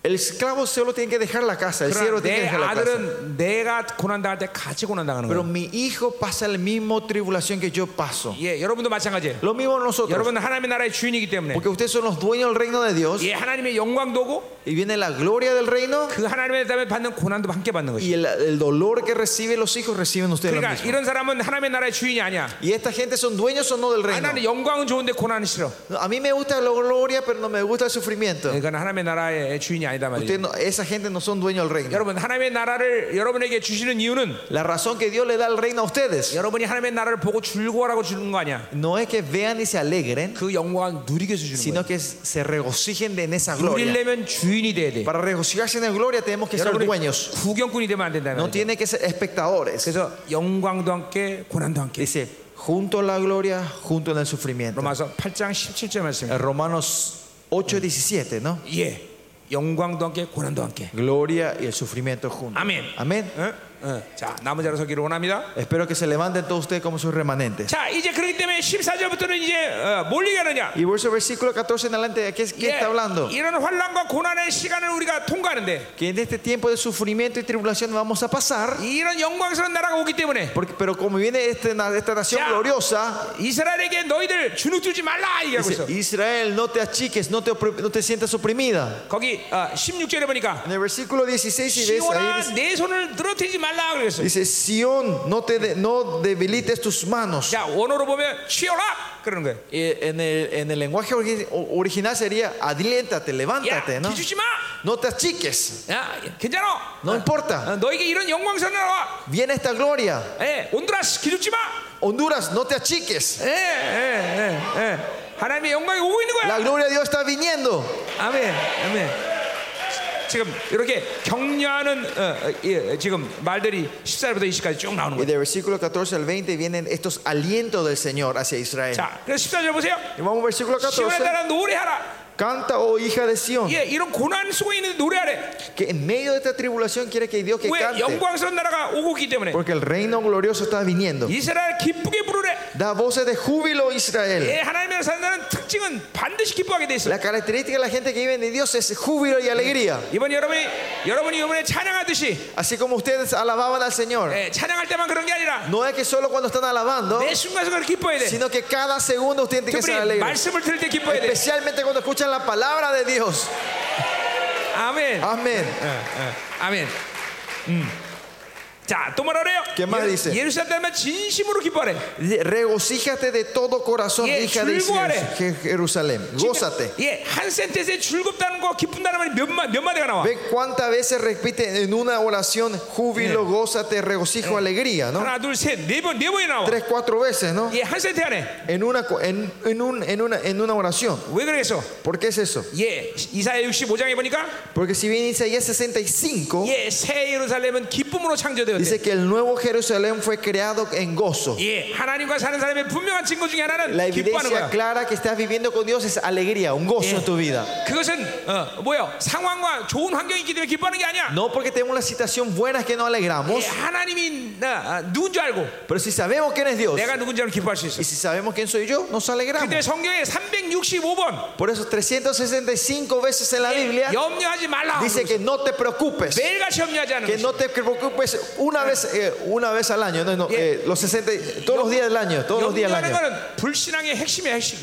El esclavo solo tiene que dejar la casa, el siervo
그러나
tiene que
내
dejar la casa.
아들은 내가 고난 당할 때 같이 고난 당하는
Pero
거예요.
mi hijo pasa la misma tribulación que yo paso.
예, 여러분도 마찬가지예요.
Lo mismo nosotros.
여러분 하나님의 나라의 주인이기 때문에
Porque ustedes son los dueños del reino de Dios.
예, 하나님의 영광도 오고
Y viene la gloria del reino.
그 하나님의 다음에 받는 고난도 함께 받는 것이.
Y el, el dolor que reciben los hijos reciben ustedes lo
그러니까
mismo.
이런 사람은 하나님의 나라의 주인이 아니야.
Y esta gente son dueños o no del
아,
reino.
나는 영광은 좋은데 고난은 싫어.
A mí me gusta la gloria, pero no me gusta el sufrimiento.
그러니까 하나님의 나라의 주인이 아니다 말이에요.
Usted no- esa gente no son dueños del reino.
여러분 하나님의 나라를 여러분에게 주시는 이유는
La razón que Dios le da al reino a ustedes
여러분이 하나님의 나라를 보고 즐거워라고 주는 거 아니야.
no es que vean y se alegren,
그 영광 누리게 해서 주는 거야.
sino que se regocijen de- en esa gloria.
누리려면 주인이 돼야 돼.
Para regocijarse en la gloria tenemos que ser
여러분이
dueños.
구경꾼이 되면 안 된다는
No
거야.
tiene que ser espectadores.
그래서 영광도 함께 고난도 함께.
Dice, junto a la gloria, junto en el sufrimiento.
로마서 8장 17절 말씀.
Eh, Romanos 8, 17, ¿no?
예. 영광도 함께 고난도 함께.
Gloria y el sufrimiento juntos.
Amén.
Amén.
어? 어, 자 남은 자로 서기를 원합니다.
Espero que se levanten todos ustedes como sus remanentes.
자 이제 그렇기 때문에 14절부터는 이제 어, 뭘 얘기하느냐?
Y por eso versículo 14 en adelante, ¿de ¿qué,
예,
qué está hablando?
이런 환란과 고난의 시간을 우리가 통과하는데
Que en este tiempo de sufrimiento y tribulación vamos a pasar,
이런 영광스러운 나라가 오기 때문에
porque, pero como viene este na- esta nación
Ya.
gloriosa,
이스라엘에게 너희들 주눅 들지 말라 얘기하고
dice,
있어.
Israel, no te achiques, no te, opri- no te sientas oprimida.
거기 어, 16절에 보니까
En el versículo 16 y ves ahí
시온아
dice,
내 손을 늘어뜨리지 말라 그랬어.
dice, Sión, no, te de- no debilites tus manos.
자 원어로 보면 쉬어라 그러는 거예요.
Eh, En el, en el lenguaje orgi- o- original sería, adriéntate,
야
levántate, ¿no?
기죽지 마.
No te achiques,
야 괜찮아.
no importa.
어, 너에게 이런 영광스러운 나라와
Viene esta gloria.
예, 온드라스 기죽지 마.
Honduras, no te achiques.
예, 예, 예, 예. 하나님의 영광이 오고 있는 거야.
La gloria de Dios está viniendo.
아멘, 아멘. 지금 이렇게 격려하는 어, 어, 예, 지금 말들이 14절부터 20까지 쭉 나오는
Y
거예요.
del versículo 14 al 20 vienen estos alientos del Señor hacia Israel.
자, 그래서 14절 보세요.
Y vamos al versículo
시온에
14.
따라 노래하라.
Canta, oh hija de Sión,
예, 이런 고난 속에 있는 노래하래.
que en medio de esta tribulación quiere que Dios que
왜
cante.
영광스러운 나라가 오고 있기 때문에
Porque el reino glorioso está viniendo.
이스라엘 기쁘게 부르래.
Da voces de júbilo Israel.
예, 하나님의 사는 특징은 반드시 기뻐하게 돼 있어. 요
La característica de la gente que vive en Dios es júbilo y alegría.
이번 여러분이 여러분이 이번에 찬양하듯이
Así como ustedes alababan al Señor.
예, 찬양할 때만 그런 게 아니라
No es que solo cuando están alabando,
내 순간순간 기뻐해야 돼.
sino que cada segundo ustedes tienen que
특별히
ser alegres.
말씀을 들을 때 기뻐해야 돼.
Especialmente cuando escuchan la palabra de Dios.
아멘. 예,
Amén.
아멘. 음. 자, 또 뭐라 그래요?
¿Qué más dice?
예루살렘은 진심으로 기뻐하래.
Regocíjate de todo corazón,
Yeah,
hija de Israel,
즐거워하래.
Je- Jerusalén. Gózate.
예, 한 센텐스에 즐겁다는 거, 기쁜다는 말이 몇, 마, 몇 마디가 나와.
Ve cuántas veces repite en una oración júbilo, gózate, regocijo, alegría, ¿no?
하나, 둘, 셋, 네 번, 네 번이 나와.
Tres, cuatro veces, ¿no?
예, 한 센트 안에.
En una, co- en, en un- en una, en una oración.
왜 그러겠어?
¿Por qué es eso?
예, 이사야 65장에 보니까
Porque si bien Isaías 65
예, 새 예루살렘은 기쁨으로 창조되었대.
dice que el nuevo Jerusalén fue creado en gozo.
예, 하나님과 사는 사람의 분명한 증거 중에
La
하나는 기뻐하는
evidencia
거야.
clara que estás viviendo con Dios es alegría, un gozo en tu vida.
그것은 어, 뭐야? 상황과 좋은 환경이 있기 때문에 기뻐하는 게 아니야.
No porque tenemos una situación buena que nos alegramos,
예, 하나님이 나, 아, 누군 줄 알고
pero si sabemos quién es Dios
내가 누군지 알고 기뻐할 수 있어.
y si sabemos quién soy yo, nos
근데
alegramos.
성경에 365번
Por eso 365 veces en la
Eh,
Biblia
염려하지 말라.
dice que no te preocupes,
매일같이 염려하지 않는
que
것이.
no te preocupes una vez, eh, una vez al año, no, no, eh, los 60, y- todos los días del año, todos los días del
염려하는
año.
거는 불신앙의 핵심이야 핵심.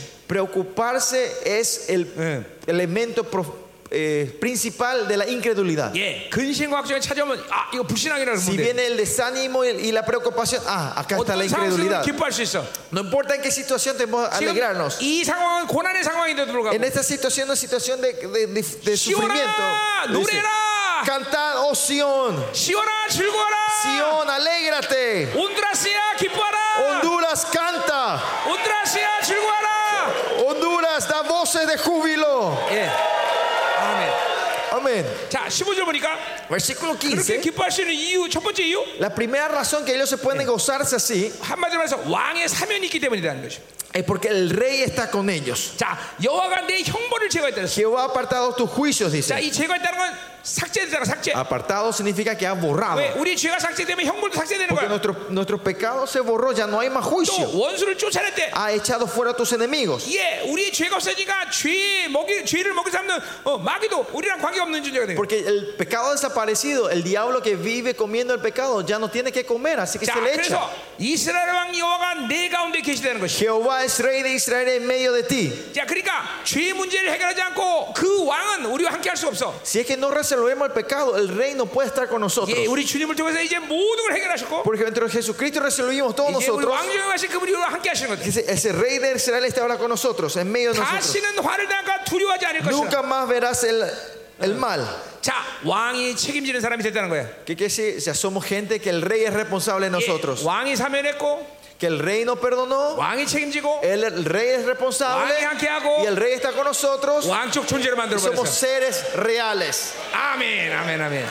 Preocuparse es el elemento pro- eh, principal de la incredulidad.
예, 근심과 걱정이 찾아오면 아 이거 불신앙이라고
Si
그러는데
viene el desánimo y y la preocupación, ah, acá está la
어떤 상황에서
incredulidad.
기뻐할 수 있어.
No importa en qué situación tenemos que
지금
alegrarnos.
이 상황은 고난의 상황인데도
En
불구하고
esta situación, una situación de, de- de- de sufrimiento,
시원아
dice,
노래라,
cantad, oh Sión,
시원아 즐거워라,
Sión, alégrate.
온드라스야 기뻐하라,
Honduras canta,
온드라스야 즐거워라.
Honduras da voces de júbilo.
예, 아멘.
Amén.
자, 15절 보니까
Versículo
그렇게
15.
기뻐할 수 있는 이유 첫 번째 이유
La primera razón que ellos se pueden gozarse así
한마디로 해서 왕의 사면이 있기 때문이라는 것이.
es porque el rey está con ellos.
자, 여호와가 내 형벌을 제거했다 그랬어.
Jehová ha apartado tus juicios,
자,
dice.
이 제거했다는 건 네. 삭제되잖아, 아. 삭제.
Apartado significa que ha borrado.
왜 우리 죄가 삭제되면 형벌도 삭제되는
Porque
거야.
nuestro, nuestro pecado se borró, ya no hay más juicio.
또 원수를 쫓아낼 때,
Ha echado fuera a tus enemigos.
예, 우리의 죄가 없어지니까 죄 먹이 죄를 먹이 삼는 어, 마귀도 우리랑 관계 없는 존재가 되는 거야.
Porque el pecado ha desaparecido, el diablo que vive comiendo el pecado ya no tiene que comer, así que
자,
se le echa.
그래서 이스라엘 왕 여호와가 내 가운데 계시다는 것이.
Jehová es rey de Israel en medio de ti.
자, 그러니까 죄 문제를 해결하지 않고 그 왕은 우리와 함께 할 수 없어.
Si es que no resolvemos el pecado, el rey no puede estar con nosotros.
예, u리 주님을 통해서 이제 모든 걸 해결하셨고,
Porque dentro de Jesucristo resolvimos todos
이제 우리
nosotros.
왕중에 하신 그분이 우리와 함께 하시는 거다.
Ese, ese rey de Israel está ahora con nosotros, en medio de
Ah,
nosotros.
다시는 화를 당할까 두려워하지 않을 것이다.
Nunca más verás el, el mal.
자, 왕이 책임지는 사람이 됐다는 거야.
Que, que si, ya somos gente que el rey es responsable
예,
de nosotros.
왕이 사면했고
Que el rey no perdonó.
왕이 책임지고
El, el rey es responsable
Wang es hackeado.
y el rey está con nosotros.
왕적 존재로 만들어
Somos
버렸어.
seres reales.
아멘, 아멘, 아멘.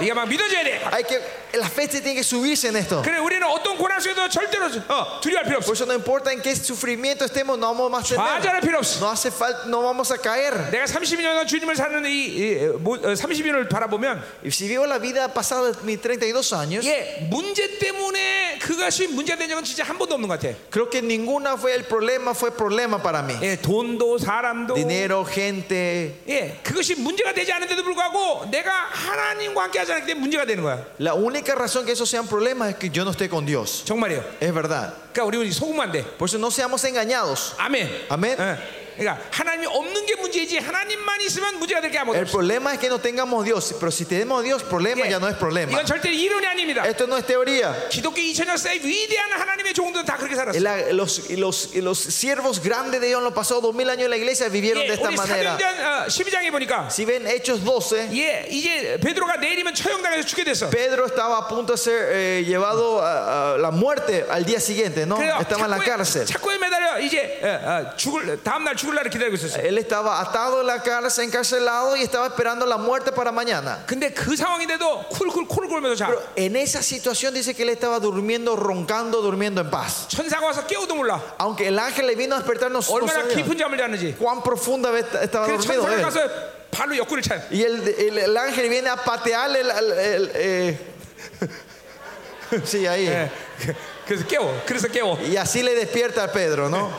이게 막 믿어줘야 돼.
Hay que la fe se tiene que subirse en esto.
그래 우리는 어떤 고난 속에도 절대로 어, 두려워할 필요 없어.
Por eso no importa en qué sufrimiento estemos, no vamos a tener.
좌절할 필요 없어.
No hace falta, no vamos a caer.
내가 32년 주님을 사는 이, 이 모- 어, 32년을 바라보면
Y si vivo la vida pasada de mis 32 años,
예 문제 때문에 그것이 문제가 된 적은 진짜 한 번도 없는 것 같아.
creo que ninguna fue el problema, fue problema para mí.
예 돈도 사람도
Dinero, gente.
예 그것이 문제가 되지 않은데도 불구하고 내가 하나님과 함께 하지 않기 때문에 문제가 되는 거야.
La única razón que esos sean problemas es que yo no esté con Dios.
정말이에요.
Es verdad.
그러니까 우리 속으면 안 돼.
Por eso no seamos engañados.
아멘.
아멘.
예. 그러니까 하나님이 없는 게 문제이지 하나님만 있으면 문제가 될 게 아무것도
El
없어.
problema es que no tengamos Dios, pero si tenemos a Dios, problema
예.
ya no es problema.
이건 절대 이론이 아닙니다.
Esto no es teoría.
기독교 2000년 사이 위대한 하나님의 종들은 다 그렇게 살았어.
La- los, los, los siervos grandes de Dios en los pasados dos mil años en la iglesia vivieron
예,
de esta
우리
manera.
사도행전 어, 12장에 보니까
Si ven Hechos 12,
예, 이제 베드로가 내리면 처형당해서 죽게 됐어.
Pedro estaba a punto de ser eh, llevado a, a la muerte al día siguiente, ¿no?
그래서
Estaba en la
착고에,
cárcel.
착고에 매달려 이제 어, 어, 죽을 다음 날 죽을 날을 기다리고 있었어.
Él estaba atado en la cárcel, encarcelado y estaba esperando la muerte para mañana.
근데 그 상황인데도 쿨쿨 코를 골면서 자.
Pero en esa situación dice que él estaba durmiendo, roncando, durmiendo en paz.
천사가 와서 깨우도 몰라.
Aunque el ángel le vino a despertar, no, no
얼마나
sabía
깊은 잠을 자는지.
cuán profunda estaba
뭐 그
dormido
천사가
él.
가서 발로 옆구리를 차.
Y el, el- el ángel viene a patearle el. al- el- eh, sí, ahí.
예. 그래서 깨워. 그래서 깨워.
Y así le despierta a Pedro, ¿no?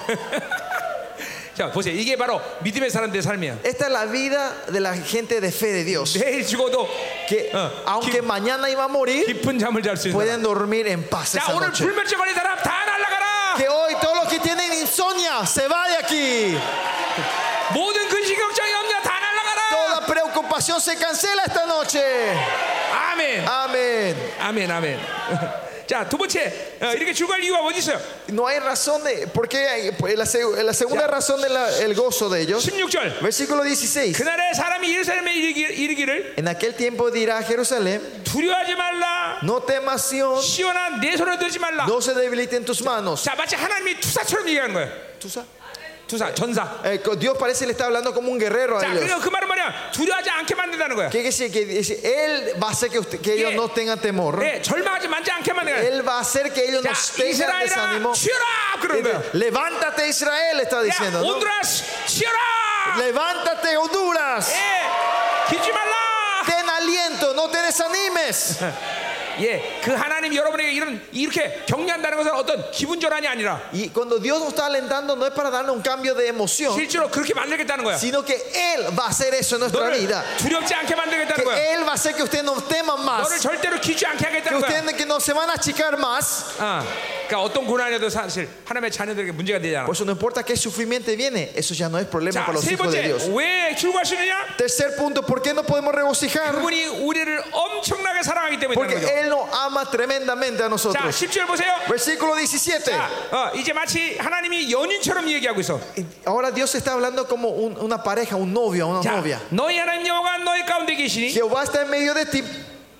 자, 보세요. 이게 바로 믿음의 사람들의 삶이야.
Esta es la vida de la gente de fe de Dios.
내일 죽어도
Que
Ah,
aunque mañana iba a morir,
깊은 잠을 잘 수 있는.
pueden dormir en paz
자,
esa
오늘
noche.
불면증 걸린 사람 다 날아가라.
Que hoy todos los que tienen insomnia se va de aquí.
모든 근심 걱정이 없냐 다 날아가라.
Toda preocupación se cancela esta noche.
아멘.
Amén.
아멘 아멘. 자, 두 번째. 어, 이렇게 죽을 이유가 어디 있어요?
No hay razón de. Porque la, seg- la segunda razón del gozo de ellos.
16절.
Versículo 16.
그날에 사람이 예루살렘에 이르기- 이르기를
En aquel tiempo dirá a Jerusalén,
두려워하지 말라.
no temas Sión,
시원한 내 손을 들지 말라.
no se debiliten tus manos.
자, 마치 하나님이 투사처럼 얘기하는 거예요.
Tú sabes,
투사, 전사.
eh, co- Dios parece le está hablando como un guerrero a
자,
ellos.
그래서 그 말은 뭐냐? 두려워하지 않게 만든다는 거야.
¿Qué quiere decir? Que dice, él va a hacer que, usted- que ellos
Yeah.
no tengan temor.
네, 절망하지 말지 않게 만드는 거야.
Él va a hacer que ellos
자,
no tengan
이스라엘아, 뭐
desánimo.
치어라! 그러는
Dice,
거야.
Levántate Israel, está
야,
diciendo. ¿no?
온드라스, 치어라!
Levántate Honduras.
Eh. 예, 기지 말라.
Ten aliento, no te desanimes.
예, 그 하나님 여러분에게 이런 이렇게 격려한다는 것은 어떤 기분 전환이 아니라
Y cuando Dios nos está alentando no es para darle un cambio de emoción,
실제로 그렇게 만들겠다는 거야.
sino que Él va a hacer eso en nuestra
너를
vida.
두렵지 않게 만들겠다는 거야.
que Él va a hacer que ustedes no teman más,
너를 절대로 기지 않게
que
하겠다는 거야.
ustedes que no se van a achicar más.
아, 그러니까 어떤 고난이라도 사실 하나님의 자녀들에게 문제가 되지 않아.
Por eso no importa qué sufrimiento viene, eso ya no es problema
자,
para los
세
hijos de
번째,
Dios.
왜 출구하시느냐?
Tercer punto, ¿por qué no podemos regocijar?
그분이 우리를 엄청나게 그렇죠. 사랑하기 때문이라는
Porque
거죠.
Él nos ama tremendamente a
자,
nosotros.
10절 보세요.
Versículo 17.
자, 어, 이제 마치 하나님이 연인처럼 얘기하고 있어.
Ahora Dios está hablando como un- una pareja, un novio, una
자,
novia.
너희 하나님 여호와가 너희 가운데 계시니.
Jehová está en medio de ti,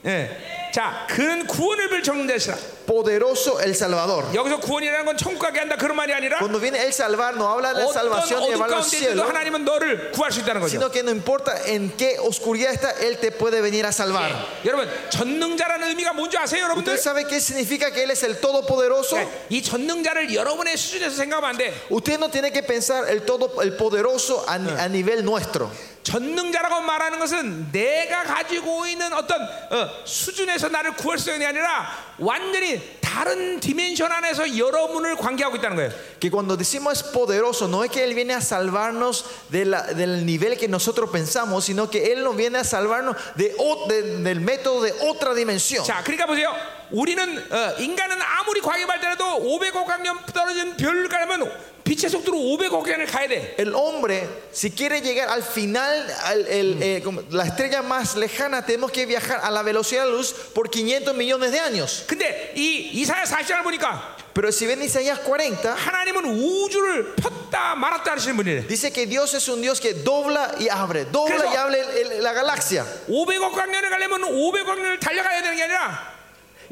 예. 자, 그는 구원을 빌 정자시라.
poderoso el Salvador.
여기서 구원이라는 건 천국 가게 한다 그런 말이 아니라
Cuando viene el salvar, no habla de la
어떤
salvación y
어둠
llevarlo al
가운데 있어도
cielo,
하나님은 너를 구할 수 있다는 거죠.
sino que no importa en qué oscuridad está, Él te puede venir a salvar.
여러분, 전능자라는 의미가 뭔지 아세요, 여러분들?
¿Usted sabe qué significa que Él es el Todopoderoso?
네, 이 전능자를 여러분의 수준에서 생각하면 안 돼.
Usted no tiene que pensar el todo el poderoso a, a nivel nuestro.
전능자라고 말하는 것은 내가 가지고 있는 어떤 어, 수준에서 나를 구할 수 있는 게 아니라 완전히 다른 디멘션 안에서 여러분을 관계하고 있다는 거예요.
Que cuando decimos es poderoso, no es que Él viene a salvarnos de la- del nivel que nosotros pensamos, sino que Él nos viene a salvarnos de, o- de- del método de otra dimensión.
자, 그러니까 보세요. 우리는 어, 인간은 아무리 과학이 발달해도 500억 학년 떨어진 별을 가려면 빛의 속도로 500억 년을 가야 돼.
El hombre, si quiere llegar al final, al- el, eh, como la estrella más lejana, tenemos que viajar a la velocidad de la luz por 500 millones de años.
근데 이 이사야 40장을 보니까
Pero si ven Isaías 40,
하나님은 우주를 폈다 말았다 하시는 분이래.
Dice que Dios es un Dios que dobla y abre, dobla y abre el- el- la galaxia.
500억 광년을 가려면 500억 년을 달려가야 되는 게 아니라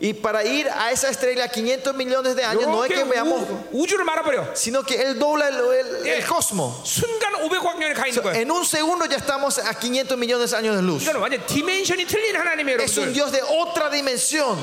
Y para ir a esa estrella 500 millones de años, no es
이렇게
que veamos,
우, 우주를 말아버려.
sino que Él dobla el, el-
예.
el cosmos.
순간 500광년에 가 있는 거야.
En un segundo ya estamos a 500 millones de años de luz.
이건 완전 디멘션이 틀린 하나님이에요,
Es un
여러분들.
Dios de otra dimensión.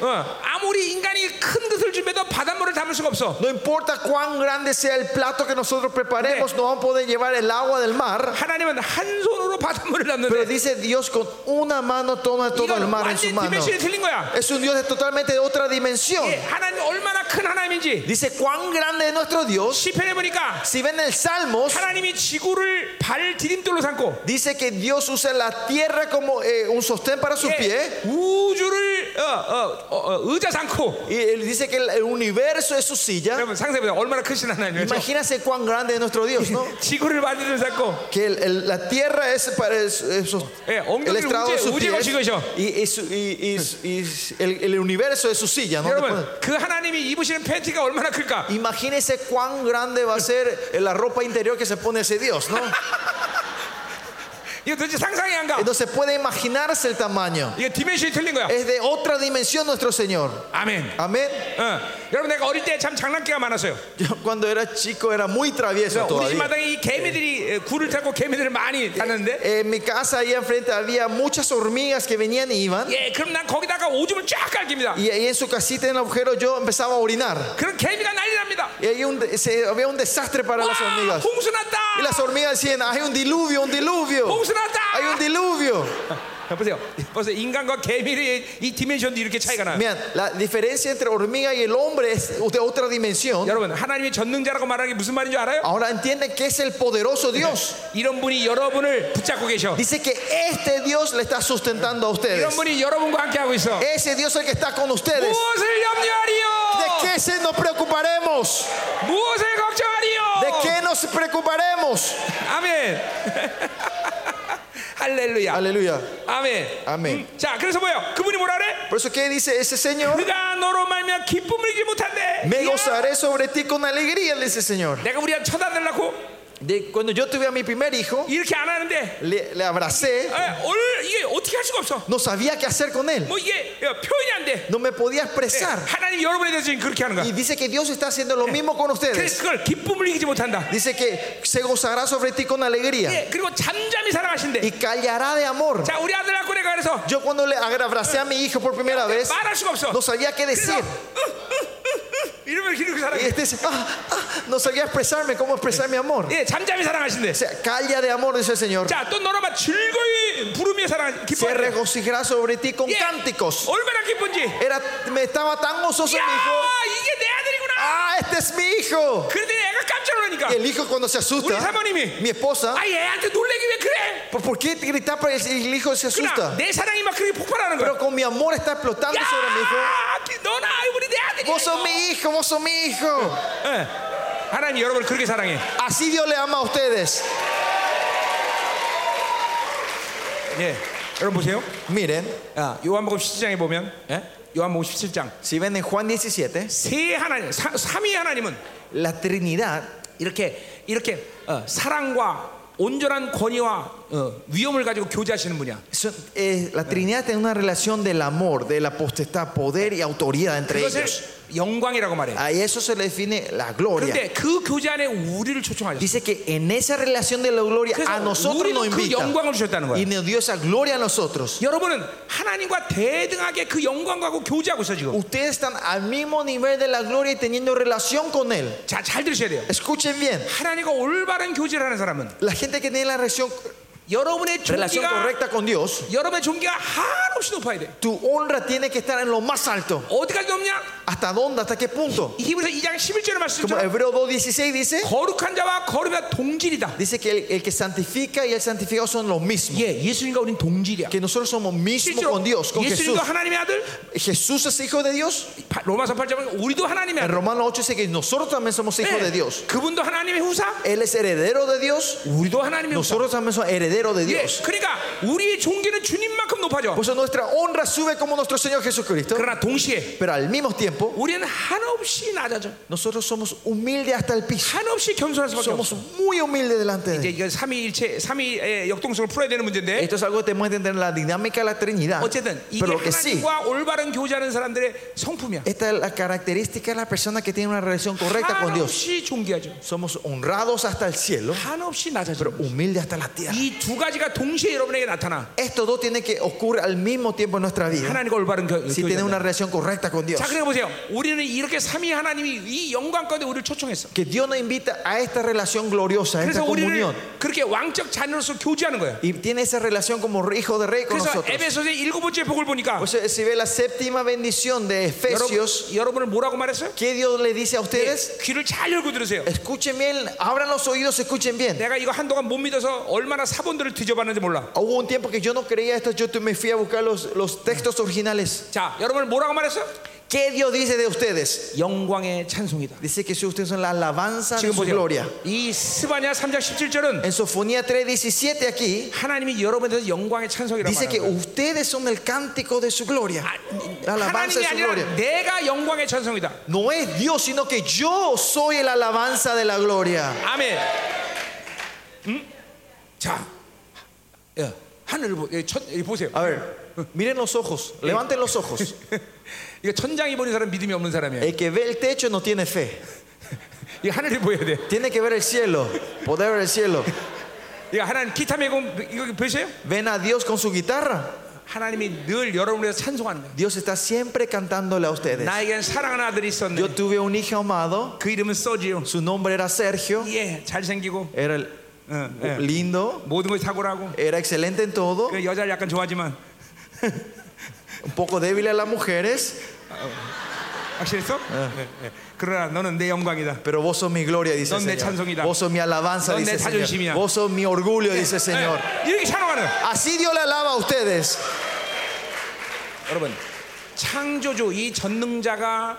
어, 어. 아무리 인간이 큰 뜻을 준비해도 바닷물을 담을 수가 없어.
No importa cuán grande sea el plato que nosotros preparemos, no vamos a poder llevar el agua del mar.
하나님은 한 손으로 바닷물을
Pero
담는데
dice Dios con una mano toma todo el
이건
mar en su
완전
mano.
디멘션이 틀린 거야.
Es un Dios de totalmente de otra dimensión.
예, 하나님 얼마나 큰 하나님인지
Dice cuán grande es nuestro Dios.
시편해 보니까
Si ven el Salmos,
하나님이 지구를 발 디딤돌로 삼고
dice que Dios usa la tierra como eh, un sostén para sus pies.
예, 우주를 어, 어, 어, 어, 의자 삼고
Y él dice que el, el universo es su silla.
여러분 상세 보세요. 얼마나 크신 하나님이에요. 저
Imagínense cuán grande es nuestro Dios, ¿no?
지구를 발 디딤돌로 삼고
Que el- el- la tierra es para el, el sos-
예,
el
엉덩이를
estrado de
우제,
sus
우제가
pies.
지으셔.
Y, y su- y- y- y el, el universo es su silla, ¿no? Después-
여러분 그 하나님이 입으시는 팬티가 얼마나 클까?
Imagínense cuán grande va a ser eh, la ropa interior que se pone ese Dios, ¿no?
이거 도대체 상상이 안 가.
Entonces puede imaginarse el tamaño.
이거 디멘션이 틀린 거야.
Es de otra dimensión nuestro Señor.
아멘.
Amén.
어, 여러분 내가 어릴 때 참 장난기가 많았어요.
Yo cuando era chico era muy travieso
우리 집
todavía.
마당에 이 개미들이 에, 굴을 타고 개미들을 많이 탔는데,
En mi casa ahí enfrente había muchas hormigas que venían y iban.
예, 그럼 난 거기다가 오줌을 쫙 깔깁니다.
Y ahí en su casita en el agujero yo empezaba a orinar.
그럼 개미가 난리 납니다. 아,
Y ahí un de- se- había un desastre para las
와,
hormigas.
홍수 났다.
Y las hormigas decían, hay un diluvio, un diluvio.
홍수 났다.
Hay un diluvio.
자, 보세요. 벌써 인간과 개미의 이 디멘션도 이렇게 차이가 나요.
Miren, la diferencia entre hormiga y el hombre es de otra dimensión.
여러분, 하나님이 전능자라고 말하는 게 무슨 말인 줄 알아요?
Ahora entienden que es el poderoso Dios.
이런 분이 여러분을 붙잡고 계셔.
Dice que este Dios le está sustentando a ustedes.
이런 분이 여러분과 함께 하고 있어.
Ese Dios es el que está con ustedes.
무엇을
¿De
염려하리요?
qué se nos preocuparemos?
무엇을
¿De
걱정하리요?
qué nos preocuparemos?
아멘. 할렐루야.
Aleluya.
아멘.
아멘.
음, 자, 그래서 뭐요? 그분이 뭐라 그래?
Por eso, ¿qué dice ese Señor?
그가 너로 말면 기쁨을 잃지 못한대.
Me
이야,
gozaré sobre ti con alegría, dice el Señor.
내가 우리가 쳐다들라고
De- cuando yo tuve a mi primer hijo,
이렇게 안 하는데,
le, le abracé.
아, 얼, 이게 어떻게 할 수가 없어.
No sabía qué hacer con él.
뭐 이게 야, 표현이 안 돼.
No me podía
예,
expresar.
하나님 여러분에 대해서 지금 그렇게 하는
Y
거야.
dice que Dios está haciendo lo mismo con ustedes.
그래서 그걸 기쁨을 이기지 못한다.
Dice que se gozará sobre ti con alegría
예, 그리고 잠잠히 살아가신대.
y callará de amor.
자, 우리 아들하고 내가 그래서
Yo cuando le abracé a mi hijo por primera vez,
말할 수가 없어.
no sabía qué
그래서
decir.
이러면 이렇게 살아.
Y este dice, "Ah, ah", no sabía expresarme, cómo expresar mi amor.
예, 잠잠히 사랑하신대.
O sea, calla de amor, dice el Señor.
자, 또 너로 막 즐거이 부르며 사랑
Se
기뻐해.
regocijará sobre ti con
예,
cánticos.
얼마나 기쁜지. 야,
Era, me estaba tan gozoso mi hijo.
이게 내 아들이구나. 예,
Ah, este es mi hijo.
그랬더니 애가 깜짝 놀라니까.
Y el hijo cuando se
우리
asusta,
사모님이
mi esposa,
아, 얘한테 놀래기 왜 그래?
¿por por qué gritar para el el hijo se
그나
asusta?
내 사랑이 막 그렇게 폭발하는 거야.
Pero con mi amor está explotando sobre mi hijo.
야, 기- 너나 우리 내 아들이. 예.
Vos sos mi hijo, vos sos mi hijo.
하나님 여러분을 그렇게 사랑해.
Así Dios le ama a ustedes.
예, 여러분 보세요.
Miren,
아, 요한복음 17장에 보면, 예? 요한복음 17장
si ven en Juan 17,
세 하나님, 사, 삼위 하나님은
la Trinidad
이렇게 이렇게 어, 사랑과 온전한 권위와 어, 위엄을 가지고 교제하시는 분이야.
son- eh, la Trinidad tiene una relación del amor, de la potestad, poder y autoridad entre
그것을
ellos.
영광이라고 말해.
A eso se le define la gloria.
그런데 그 교제 안에 우리를 초청하셨어.
Dice que en esa relación de la gloria
그래서
a 아, nosotros nos
우리는 그
invita
영광을 주셨다는
y
거야.
nos dio esa gloria a nosotros.
여러분은 하나님과 대등하게 그 영광과 그 교제하고 있어 지금.
Ustedes están al mismo nivel de la gloria y teniendo relación con Él.
자, 잘 들으셔야 돼요.
Escuchen bien,
하나님과 올바른 교제를 하는 사람은
la gente que tiene la relación,
여러분의
relación
종기가
correcta con Dios,
여러분의 종기가 한없이 높아야 돼.
tu honra tiene que estar en lo más alto.
어디까지 높냐?
¿Hasta dónde? ¿Hasta qué punto?
이 히브리서 2장 11절의
Como
말씀처럼 아,
Hebreo 2.16 dice,
거룩한 자와 거룩한 동질이다.
dice que el, el que santifica y el santificado son los mismos.
예, 예수님과 우린 동질이야.
Que nosotros somos mismos
실제로
con Dios, con Jesús.
예수님도 하나님의 아들,
Jesús es hijo de Dios.
바- 로마서 8장 보면 우리도 하나님의 아들.
En Romanos 8 dice que nosotros también somos hijos de Dios.
예, 그분도 하나님의 후사,
Él es heredero de Dios.
우리도 하나님의 후사.
Nosotros también somos herederos de
예,
Dios.
그러니까 우리의 종기는 주님만큼 영광은 높아져.
Por eso nuestra honra sube como nuestro Señor Jesucristo.
그러나 동시에
Pero al mismo tiempo,
우리는 한없이 낮아져.
nosotros somos humildes hasta el piso.
한없이 겸손할 수밖에 없어.
Somos muy humildes delante
이제
de Él.
이거 삼위일체, 삼위 에, 역동성을 풀어야 되는 문제인데.
Esto es algo que tenemos que entender en la dinámica de la Trinidad.
아, 어쨌든 이게
Pero lo que sí,
하나님과 올바른 교제하는 사람들의 성품이야.
esta es la característica de la persona que tiene una relación correcta con Dios.
한없이 존귀하죠.
Somos honrados hasta el cielo,
한없이 낮아져.
pero humildes hasta la tierra.
이 두 가지가 동시에 여러분에게 나타나.
Estos dos tienen que ocurrir al mismo tiempo en nuestra vida.
하나님과 올바른 교-
Si tienen una
교제한다.
relación correcta con Dios.
자, 그래 보세요. 우리는 이렇게 삼위 하나님이 이 영광 가운데 우리를 초청했어.
Que Dios nos invita a esta relación gloriosa, a esta
그래서
comunión.
우리를 그렇게 왕적 자녀로서 교제하는 거야.
Y tiene esa relación como hijo de rey con
그래서
nosotros.
에베소서의 일곱 번째 복을 보니까
O sea, si ve la séptima bendición
여러분,
de Efesios,
여러분을 뭐라고 말했어요?
¿qué Dios le dice a ustedes?
귀를 잘 열고 들으세요.
Escuchen bien, abran los oídos, escuchen bien.
내가 이거 한동안 못 믿어서 얼마나 사본들을 뒤져봤는지 몰라.
Hubo un tiempo que yo no creía esto, yo me fui a buscar los, los textos originales.
자, 여러분을 뭐라고 말했어요?
¿Qué Dios dice de ustedes?
영광의 찬송이다.
Dice que si ustedes son la alabanza de
지금
su
보세요.
gloria.
이 스바냐 3장 17절은
En Sofonía 3:17 aquí
하나님이 여러분에 대해서 영광의 찬송이라고
dice que
예. 말합니다. 아,
ustedes son el cántico de su gloria,
Ah,
la alabanza
하나님이
de su
아니라
gloria.
내가 영광의 찬송이다.
No es Dios, sino que yo soy el alabanza de la gloria.
아멘. 음? 자, 예, 하늘을 보, 예, 천, 예, 보세요.
A ver, miren los ojos, levanten los ojos.
이거 천장이 보는 사람 믿음이 없는 사람이야.
El que ve el techo no tiene fe.
이 하늘이 보여야 돼.
Tiene que ver el cielo, poder ver el cielo.
이거 하나님 기타 메고 이거 보세요.
Ven a Dios con su guitarra.
하나님이 늘 여러분을 위해서 찬송하는 거예요.
Dios está siempre cantándole a ustedes.
나에겐 사랑하는 아들이 있었네.
Yo tuve un hijo amado,
그 이름은 써지요.
su nombre era Sergio,
예, 잘생기고
era el-
응, 예.
lindo,
모든 걸 사고라고.
era excelente en todo,
그 여자를 약간 좋아하지만
un poco débil a las mujeres,
확실했어? 예, 예. 그러나 너는 내 영광이다.
pero vos sos mi gloria, dice el
¿Dónde
Señor.
찬송이다?
Vos sos mi alabanza,
¿Dónde
dice el
자존심이야?
Señor. Vos sos mi orgullo, dice el Señor.
예, 이렇게 찬양하는 거예요.
Así Dios le alaba a ustedes.
여러분 창조주 이 전능자가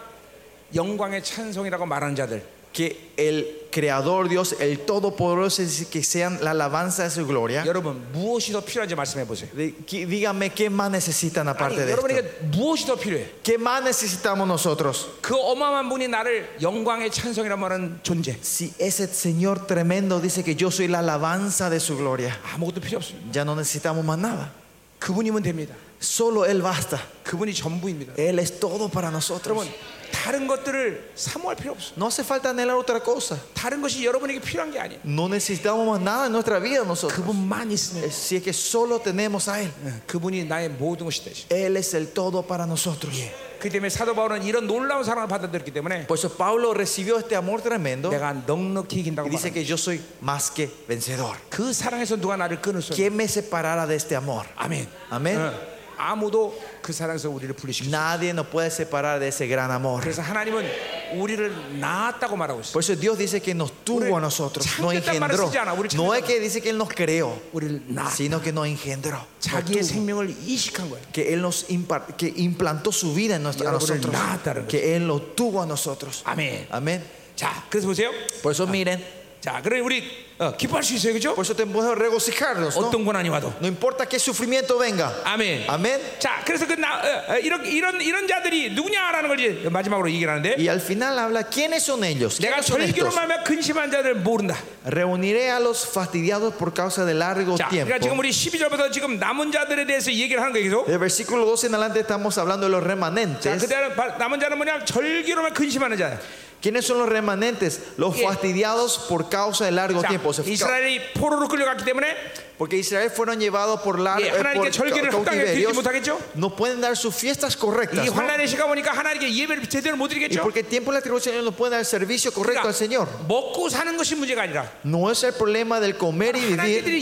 영광의 찬송이라고 말하는 자들
Que el Creador Dios, el Todopoderoso, dice que sean la alabanza de su gloria.
여러분 무엇이 더 필요한지 말씀해 보세요.
De- qui- díganme qué más necesitan
아니,
aparte de esto.
여러분에게 무엇이 더 필요해?
¿Qué más necesitamos nosotros?
그 어마어마한 분이 나를 영광의 찬송이라 말하는 존재
Si ese Señor tremendo dice que yo soy la alabanza de su gloria,
아무것도 필요 없습니다.
ya no necesitamos más nada.
그분이면 됩니다.
Solo Él basta.
그분이 전부입니다.
Él es todo para nosotros.
여러분 다른 것들을 사모할 필요 없어.
No hace falta anhelar otra cosa.
다른 것이 여러분에게 필요한 게 아니에요.
No necesitamos más nada en nuestra vida nosotros.
그분만 있으면
Eh, Si es que solo tenemos a Él.
예, 그분이 나의 모든 것이 되시.
Él es el todo para nosotros.
그 때문에 사도 바울은 이런 놀라운 사랑을 받아들였기 때문에
Por eso Pablo recibió este amor tremendo
내가 넉넉히
y
이긴다고
dice
말합니다.
que yo soy más que vencedor.
그 사랑에서 누가 나를 끊을 수 없어.
¿Quién me separará de este amor?
아멘.
아멘.
어, 아무도 그 사랑에서 우리를 분리시키지.
Nadie nos puede separar de ese gran amor.
그래서 하나님은 우리를 낳았다고 말하고 있어.
Por eso Dios dice que nos tuvo a nosotros, nos engendró. No es que dice que Él nos creó,
우리를 낳.
sino que nos engendró. Nos
자기의
tuvo.
생명을 이식한 거야.
Que Él nos impar- que implantó su vida en nuestra- a nosotros. Que Él lo tuvo a nosotros.
아멘.
Amén.
자, 그래서 보세요.
Por eso miren,
자, 그럼 우리 어, 기뻐할 수 있어요, 그죠?
por eso tenemos que regocijarnos. ¿no?
어떤 고난이 와도.
No importa qué sufrimiento venga.
아멘.
Amén.
자, 그래서 그 나, 어, 어, 이런 이런 이런 자들이 누구냐라는 걸 이제 마지막으로 얘기를 하는데
Y al final habla, ¿quiénes son ellos?
내가
¿Quiénes son
절기로
estos?
말하면 근심한 자들을 모른다.
Reuniré a los fastidiados por causa de largo
자,
tiempo.
그러니까 지금 우리 12절부터 지금 남은 자들에 대해서 얘기를 하는 거예요, 계속.
Del versículo 12 en adelante estamos hablando de los
자,
remanentes.
그대는 바- 남은 자는 뭐냐? 절기로만 근심하는 자야.
¿Quiénes son los remanentes? Los
Yeah.
fastidiados por causa de largo
자,
tiempo. O sea,
이스라엘이 포로로 끌려갔기 때문에
porque Israel fueron llevados por largo
Yeah, 하나님께 절기를 합당하게 드리지 못하겠죠?
No pueden dar sus fiestas
이
correctas. ¿no?
환난의 시가 오니까 하나님께 예배를 제대로 못
Y
드리겠죠.
porque el tiempo de la tribulación ellos no pueden dar servicio correcto al Señor.
그러니까 먹고 사는 것이 문제가 아니라
No es el problema del comer y vivir.
하나님들이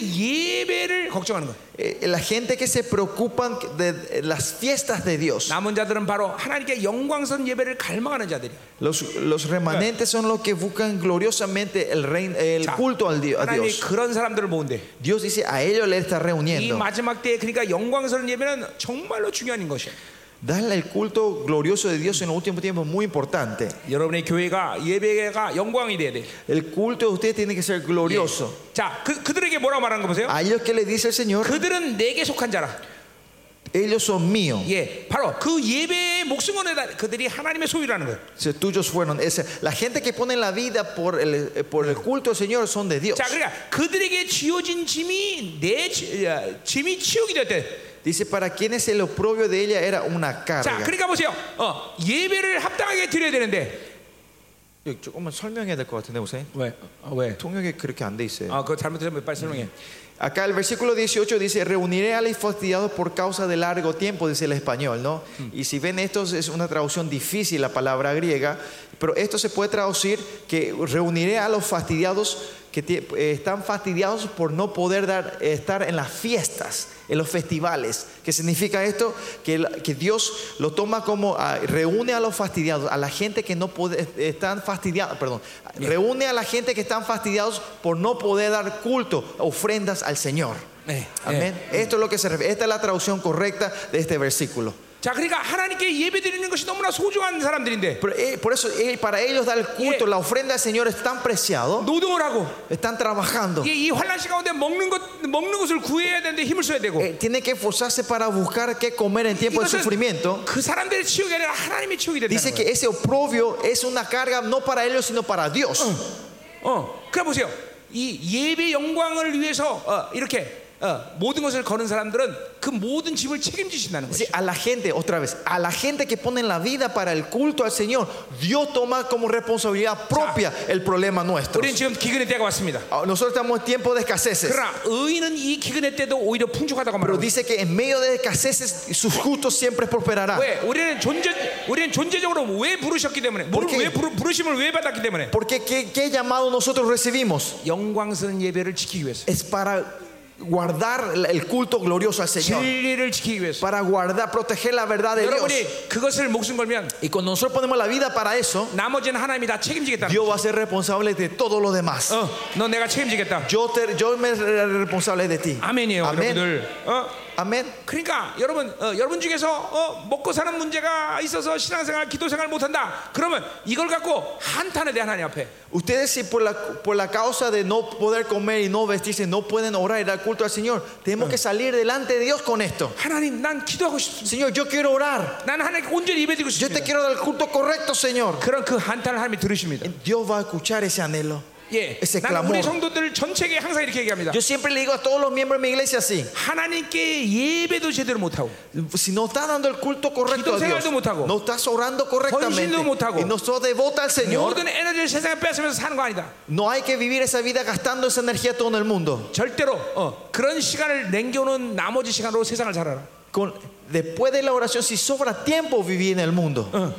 예배를 걱정하는 거예요.
Eh, La gente que se preocupan de de las fiestas de Dios.
남은 자들은 바로 하나님께 영광선 예배를 갈망하는 자들이.
Los, los remanentes son los que buscan gloriosamente el, rein- el
자,
culto al di- a
하나님이
Dios.
그런 사람들을 모은대.
Dios dice, a ellos le está
이
reuniendo.
마지막 때에 그러니까 영광선 예배는 정말로 중요한 것이에요.
Darle el culto glorioso de Dios en el último tiempo es muy importante.
여러분의 교회가 예배가 영광이 돼야 네. 돼.
El culto de ustedes tiene que ser glorioso. 아,
자, 그 그들에게 뭐라고 말하는 거 보세요.
A ellos que le dice el Señor,
그들은 내게 속한 자라.
Ellos son míos.
예, 바로 그 예배의 목숨 건에 그들이 하나님의 소유라는 거예요.
O sea, tuyos fueron. Ese- la gente que pone la vida por el, eh, por el culto del Señor son de Dios.
자, 그러니까 그들에게 지어진 짐이 내 지- 야, 짐이 치욕이 되었대.
Dice, para quienes el oprobio de ella era una
자,
carga.
그러니까 보세요. 어, 예배를 합당하게 드려야 되는데
이거 조금만 설명해야 될 것 같은데, 보세요.
왜? 아, 왜?
통역이 그렇게 안 돼 있어요.
아, 그거 잘못되면 빨리 설명해.
Acá el versículo 18 dice, reuniré a los fastidiados por causa de largo tiempo, dice el español, ¿no? Y si ven esto es una traducción difícil, la palabra griega, pero esto se puede traducir que reuniré a los fastidiados que ti- eh, están fastidiados por no poder dar, estar en las fiestas, en los festivales. ¿Qué significa esto? Que, la- que Dios lo toma como, ah, reúne a los fastidiados, a la gente que no puede, están fastidiados, perdón, reúne a la gente que están fastidiados por no poder dar culto, ofrendas al Señor.
네.
Amén. Esto es lo que se refiere. Esta es la traducción correcta de este versículo.
자, 그러니까 하나님께 예배 드리는 것이 너무나 소중한 사람들인데
Pero, eh, por eso eh, para ellos dar el culto,
Yeah.
la ofrenda al Señor es tan preciado.
노동을 하고 예,
Están trabajando.
이게 이 환란 시 가운데 먹는 것 먹는 것을 구해야 되는데 힘을 써야 되고
Eh, tienen que esforzarse para buscar qué comer en tiempo de sufrimiento.
이것은 그 사람들의 치욕이 아니라 하나님의 치욕이 된다는
Dice
거예요.
que ese oprobio es una carga no para ellos, sino para Dios.
어, 그래 보세요. 이 예배 영광을 위해서 어, 이렇게 어, 모든 것을 거는 사람들은 그 모든 짐을 책임지신다는 거죠.
Dice, a la gente, otra vez, a la gente que pone la vida para el culto al Señor, Dios toma como responsabilidad propia el problema nuestro.
우리는 지금 기근의 때가 왔습니다.
Ah, Nosotros estamos en tiempo de escaseces.
그러나 의인은 이 기근의 때도 오히려 풍족하다고
Pero
말합니다.
dice que en medio de escaseces sus justos siempre prosperarán.
왜? 우리는 존재 우리는 존재적으로 왜 부르셨기 때문에 우리는
오케이.
왜 부르, 부르심을 왜 받았기 때문에
Porque ¿qué, qué llamado nosotros recibimos?
영광스러운 예배를 지키기 위해서
Es para guardar el culto glorioso al Señor.
진리를 지키기 위해서
Para guardar, proteger la verdad de Dios.
여러분이 그것을 목숨 걸면
Y cuando nosotros ponemos la vida para eso,
나머지는 하나님이 다 책임지겠다는
Dios va a ser responsable de todo lo demás.
어, 너 내가 책임지겠다.
Yo, te- yo me seré responsable de ti.
아멘이에요,
Amén.
여러분들. 어?
Amén.
그러니까 여러분 어, 여러분 중에서 어, 먹고 사는 문제가 있어서 신앙생활, 기도생활 못한다. 그러면 이걸 갖고 한탄에 대한 하나님 앞에
Ustedes si por la, por la causa de no poder comer y no vestirse, no pueden orar y dar culto al Señor, tenemos que salir delante de Dios con esto.
하나님 난 기도하고 싶습니다.
Señor, yo quiero orar.
나는 하나님께 온전히 예배드리고
Yo te
싶습니다.
quiero dar el culto correcto, Señor.
그런 그 한탄을 하나님이 들으십니다.
Dios va a escuchar ese anhelo,
예,
ese
나는 우리
clamor.
성도들 전체에게 항상 이렇게 얘기합니다.
Yo siempre le digo a todos los miembros de mi iglesia así.
하나님께 예배도 제대로 못하고
Si no está dando el culto correcto a Dios,
기도생활도 못하고,
no estás orando correctamente
헌신도 못하고,
y no sos devota al Señor,
모든 에너지를 세상에 뺏으면서 사는 거 아니다.
no hay que vivir esa vida gastando esa energía todo en el mundo.
절대로 어, 그런 시간을 남겨놓은 나머지 시간으로 세상을 살아라.
Con- después de la oración, si sobra tiempo, vivir en el mundo.
어,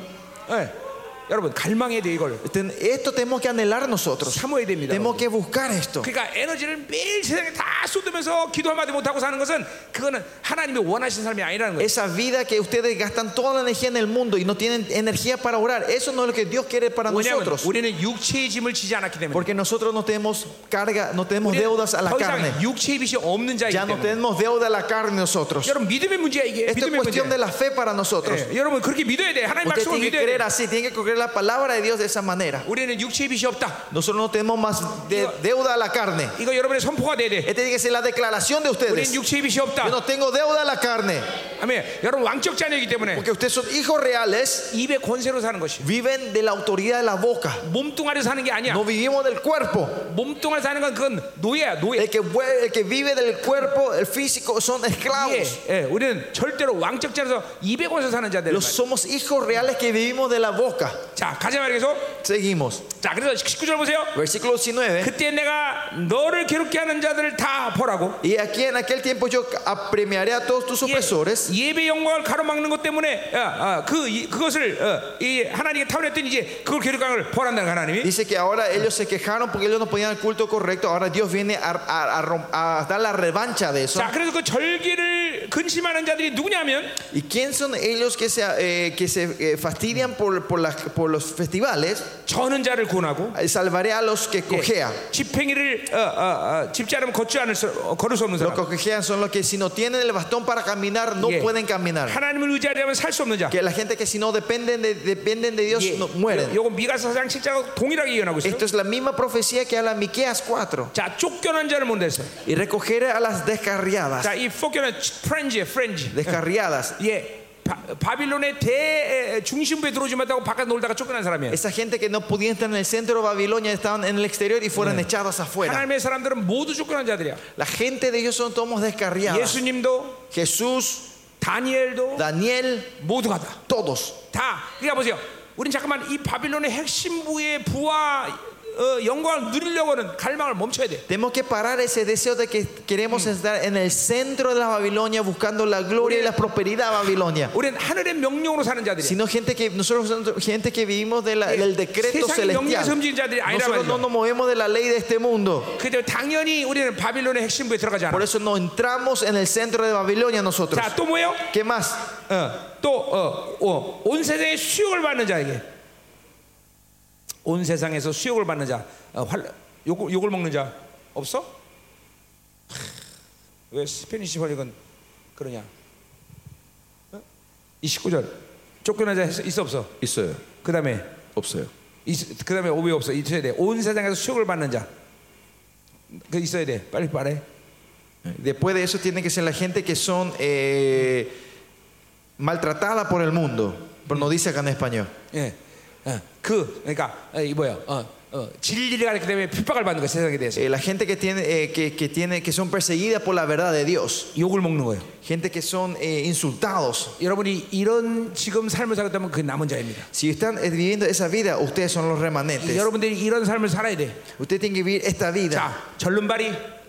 예. 여러분 갈망해야 돼 이걸.
Ten- Esto tenemos que anhelar nosotros.
사모해야 됩니다.
Tenemos que buscar esto.
그러니까 에너지를 매일 세상에 다 쏟으면서 기도 한마디 못하고 사는 것은 그거는 하나님이 원하시는 삶이 아니라는 거예요.
Esa vida que ustedes gastan toda la energía en el mundo y no tienen energía para orar, eso no es lo que Dios quiere para
왜냐하면
nosotros.
우리는 육체의 짐을 지지 않았기 때문에
Porque nosotros no tenemos carga, no tenemos
우리는
deudas a la
더 이상
carne.
육체의 빚이 없는 자이기
Ya no
때문에
tenemos deuda a la carne nosotros.
여러분 믿음의 문제야 이게 믿음의
Esto es
문제
cuestión de la fe para nosotros.
예, 여러분 그렇게 믿어야 돼 하나님
Usted
말씀을
tiene que
믿어야 돼
creer así, tiene que creer la palabra de Dios de esa manera.
우리는 육체의 빚이 없다
Nosotros no tenemos más de- deuda a la carne.
이거 여러분의 선포가 돼야 돼
Esta tiene que ser la declaración de
우리는
ustedes.
육체의 빚이
Yo
없다
no tengo deuda a la carne,
아멘 여러분 왕적 자녀이기 때문에
porque ustedes son hijos reales,
입의 권세로 사는 것이
viven de la autoridad de la boca.
몸뚱아리로 사는 게 아니야
No vivimos del cuerpo.
몸뚱아리 사는 건 그건 노예야 노예
El que, vue- el que vive del cuerpo, el físico, son
예,
esclavos.
예, 우리는 절대로 왕적 자녀에서 입의 권세로 사는 자들
Los somos hijos reales que vivimos de la boca.
자 가자 말해서
Seguimos.
자 그래서 19절 보세요
Versículo 19.
그때 내가 너를 괴롭게 하는 자들을 다 보라고
Y aquí en aquel tiempo yo apremiaré a todos tus opresores.
예, 배 영광을 가로막는 것 때문에 어, 어, 그 이- 그것을 어, 이 하나님께 타버렸더니 이제 그걸 괴롭강을 벌한다는 거 하나님이
Dice que ahora ellos se quejaron porque ellos no podían el culto correcto. Ahora Dios viene a, a- a rom- a dar la revancha de eso.
자 그래서 그 절기를 근심하는 자들이 누구냐면
¿Y quién son ellos que se, eh, que se eh, fastidian por, por, las- por los festivales?
저는 자를 구원하고 예,
Eh, Salvaré a los que cojean.
집행이를 어, 어, 어, 집지 않으면 걷지 않을 수, 어, 걸을 수 없는
Los
사람
que cojean son los que si no tienen el bastón para caminar, no
Yeah.
pueden caminar.
하나님을 의지하려면 살 수 없는 자
que la gente que si no dependen de, dependen de Dios
예,
no, mueren.
요거 미가서 4장 7장하고 동일하게 예언하고 있어요
Esto es la misma profecía que habla Miqueas 4.
자 쫓겨난 자를 못내서 아,
Y recoger a las descarriadas.
자이 포겨는 프렌 프렌즈예 프렌즈.
descarriadas.
예. 바, 바빌론의 대 에, 중심부에 들어오지 못하고 바깥 놀다가 쫓겨난 사람이에요.
Esa gente que no podía estar en el centro de Babilonia estaban en el exterior y fueron echadas afuera.
하나님의 사람들은 모두 쫓겨난 자들이야.
La gente de ellos son todos descarriados.
예수님도
Jesús,
다니엘도
Daniel,
모두가 다.
todos.
다. 그러니까 보세요. 우린 잠깐만 이 바빌론의 핵심부의 부와 어, 영광을 누리려고 하는 갈망을 멈춰야 돼.
Tenemos que parar ese deseo de que queremos estar en el centro de la Babilonia buscando la gloria y la prosperidad de Babilonia.
우린 하늘의 명령으로 사는 자들이야.
Sino gente que nosotros somos gente que vivimos de la- del decreto
세상의 명령에서
celestial.
움직이는 자들이 아니라
Nosotros no
말이죠.
nos movemos de la ley de este mundo.
그때 당연히 우리는 바빌론의 핵심부에 들어가지 않아.
Por eso no entramos en el centro de Babilonia nosotros.
자, 또 뭐예요?
¿Qué más?
어, 또온 세상의 수욕을 받는 자에게 온 세상에서 수욕을 받는 자, 어, 활, 욕, 욕을 먹는 자 없어? 하, 왜 스페니시 번역은 그러냐? 어? 29절 쫓겨난 자 있어, 있어 없어?
있어요.
그 다음에
없어요.
그 다음에 오비 없어 있어야 돼. 온 세상에서 수욕을 받는 자, 그 있어야 돼. 빨리 말해.
Después de eso tiene que ser la gente que son eh, maltratada por el mundo. Pero no dice acá en español.
예, 어, 그 그러니까 어, 이 뭐야? 어, 어, 진리가 있기 때문에 핍박을 받는 거예요 세상에 대해서.
Eh, la gente que tiene, eh, que, que tiene, que son perseguidas por la verdad de Dios.
욕을 먹는 거예요.
Gente que son eh, insultados.
여러분이 이런 지금 삶을 살았다면 그 남은 자입니다.
Si están eh, viviendo esa vida, ustedes son los
예.
remanentes.
여러분들이 이런 삶을 살아야 돼.
Ustedes tienen que vivir esta vida.
자, 절름발이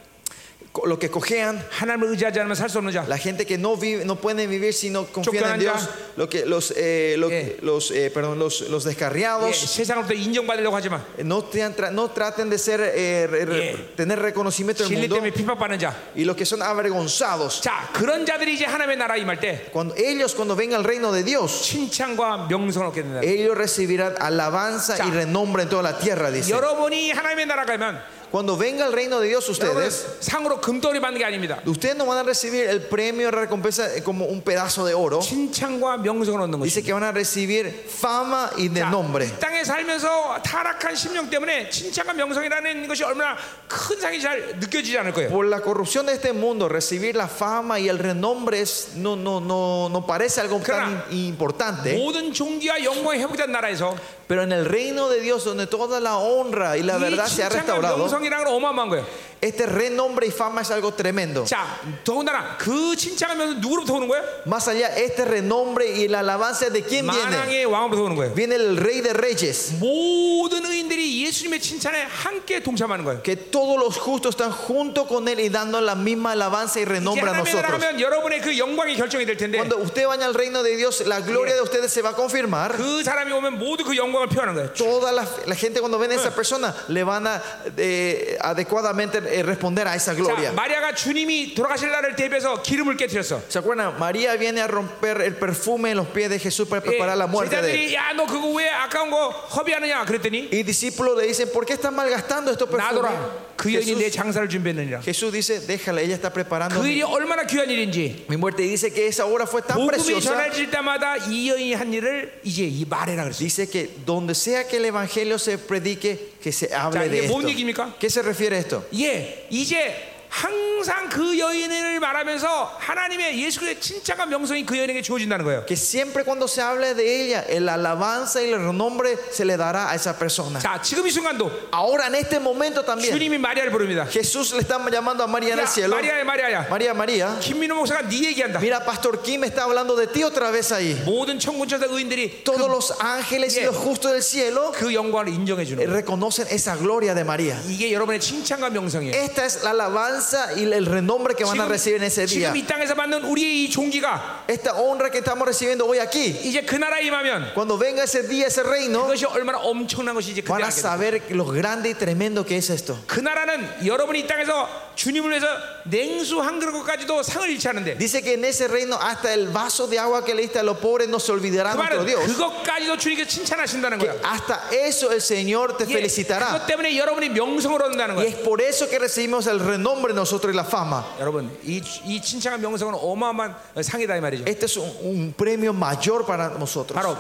Co- Lo que cojean,
하나님을 의지하지 않으면 살 수 없는 자.
la gente que no vive, no pueden vivir si no confían en Dios. Lo que los, eh, lo que-
Eh.
los, eh, perdón, los, los
예,
descarriados. eh,
세상으로부터 인정받으려고 하지 마.
No, tean- tra- no traten de ser, eh, re- re-
Yeah.
tener reconocimiento del
진리
mundo
때문에 핍박받는 자.
y los que son avergonzados.
자, 그런 자들이 이제 하나님의 나라에 임할 때
Cuando ellos, cuando venga el reino de Dios,
칭찬과 명성을 얻게 된다.
ellos recibirán alabanza
Ya.
y renombre en toda la tierra, dice.
여러분이 하나님의 나라 가면
Cuando venga el reino de Dios,
여러분
ustedes,
상으로 금덩이 받는 게 아닙니다.
ustedes no van a recibir el premio de recompensa eh, como un pedazo de oro.
칭찬과 명성을 얻는 것이.
Dice que van a recibir fama y de nombre.
이 땅에 살면서 타락한 심령 때문에 칭찬과 명성이라는 것이 얼마나 큰 상이 잘 느껴지지 않을 거예요.
Por la corrupción de este mundo, recibir la fama y el renombre es- no, no, no, no parece algo tan
Claro.
in- importante.
모든 종기와 영광이 회복된 나라에서
Pero en el reino de Dios, donde toda la honra y la verdad
이
se ha
칭찬과
restaurado,
명성이라는 건 어마어마한 거예요.
este renombre y fama es algo tremendo.
자, 더군다나 그 칭찬과 명성 누구로부터 오는 어. 거예요? 예.
Más allá, este renombre y la alabanza de quién viene?
만왕의 왕으로부터 오는 거예요.
Viene el rey de reyes.
모든 의인들이 예수님의 칭찬에 함께 동참하는 거예요.
Que todos los justos están junto con él y dando la misma alabanza y
이제
renombre a
하나님의 나라
nosotros.
가면 여러분의 그 영광이 결정이 될 텐데
Cuando usted vaya al reino de Dios, la gloria de ustedes se va a confirmar.
그 saram이 오면 모두 그 영광을 표현하는 거예요.
Toda la, la gente cuando ven a esa persona le van a eh, adecuadamente eh, responder a esa
자,
gloria.
마리아가 주님이 돌아가실 날을 대비해서 기름을 깨뜨렸어.
¿Se acuerdan? María viene a romper el perfume en los pies de Jesús para
예,
preparar la muerte de él.
제자들이 야 너 그거 왜 아까운 거 허비하느냐 그랬더니
Y discípulos le dicen, ¿por qué estás malgastando estos perfumes?
나더라 그 여인이 내
Jesús,
장사를 준비했느니라.
Jesús dice, déjala, ella está preparando
그
mi,
일이 얼마나 귀한 일인지
mi muerte. Y dice que esa obra fue tan
복음이
preciosa.
전해질 때마다 이 여인이 한 일을 이제 이 말해라 그랬어요.
Dice que donde sea que el evangelio se predique, que se
자,
hable
이게
de
뭔 얘기입니까?
esto. ¿Qué se refiere a esto?
예, 이제 항상 그 여인을 말하면서 하나님의 예수의 칭찬과 명성이 그 여인에게 주어진다는 거예요.
Que siempre cuando se hable de ella, el alabanza y el renombre se le dará a esa persona.
자, 지금 이 순간도
Ahora en este momento también,
주님이 마리아를 부릅니다.
Jesús le está llamando a María en
야,
el cielo.
마리아야, 마리아야.
María, María.
김민호 목사가 네 얘기한다.
Mira, Pastor Kim está hablando de ti otra vez ahí.
모든 천군천사 의인들이
Todos los ángeles y
Yeah.
los justos del cielo
그 영광을 인정해 주는
eh,
거예요.
reconocen esa gloria de María.
이게 여러분의 칭찬과 명성이에요.
Esta es la alabanza y el renombre que van a recibir en ese día.
지금 이 땅에서 받는 우리의 이 종기가
Esta honra que estamos recibiendo hoy aquí,
이제 그 나라에 임하면
cuando venga ese día, ese reino,
그것이 얼마나 엄청난 것이 이제 그때
van a
알게 돼요.
saber lo grande y tremendo que es esto.
그 나라는 여러분이 이 땅에서 주님을 위해서 냉수 한 그릇까지도 상을 잃지 않은데
Dice que en ese reino hasta el vaso de agua que le diste a los pobres no se olvidará
그
nuestro
말은
Dios.
그것까지도 주님께 칭찬하신다는
Que
거야.
hasta eso el Señor te
예, 그 아, 그것 예.
felicitará.
때문에 여러분이 명성을 얻는다는
Y
거야.
es por eso que recibimos el renombre nosotros y la fama.
여러분, 이, 이 칭찬과 명성은 어마어마한 상이다 이 말이죠.
Este es un, un premio mayor para nosotros.
바로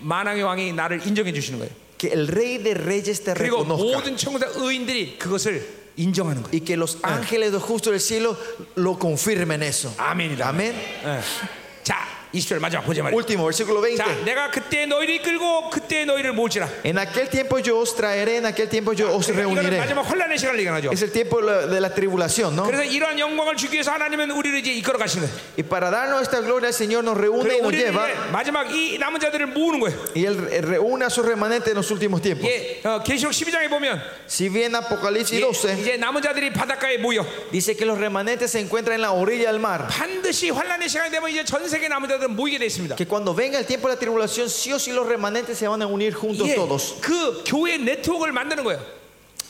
만왕의 왕이 나를 인정해 주시는 거예요.
Que el Rey de Reyes te
그리고
reconozca.
모든 천국의 의인들이 그것을 인정하는 거예요.
y que los ángeles de justo del cielo lo confirmen eso.
아멘이다.
Amén.
예. 자, 20절 마지막 보자 말이야.
Último, versículo 20.
자, 내가 그때 너희를 이끌고 그때 너희를 모으리라.
En aquel tiempo yo os traeré, en aquel tiempo yo os
이거는
reuniré.
마지막 혼란의 시간을 얘기하죠.
Es el tiempo de la- de la tribulación, ¿no?
그래서 이러한 영광을 주기 위해서 하나님은 우리를 이제 이끌어 가시는 거예요.
Y para darnos esta gloria, el Señor nos reúne y
그리고
nos
우리를
lleva.
이제 마지막 어. 이 남은 자들을 모으는 거예요.
Y Él re- reúne a sus remanentes en los últimos tiempos.
예, 어, 계시록 12장에 보면
Si bien Apocalipsis
예,
12
이제 남은 자들이 바닷가에 모여
dice que los remanentes se encuentran en la orilla del mar,
반드시 환란의 시간이 되면 이제 전 세계 남은 자들은 모이게 돼 있습니다.
que cuando venga el tiempo de la tribulación, sí o sí los remanentes se van a unir juntos
예,
todos.
그 교회 네트워크를 만드는 거예요.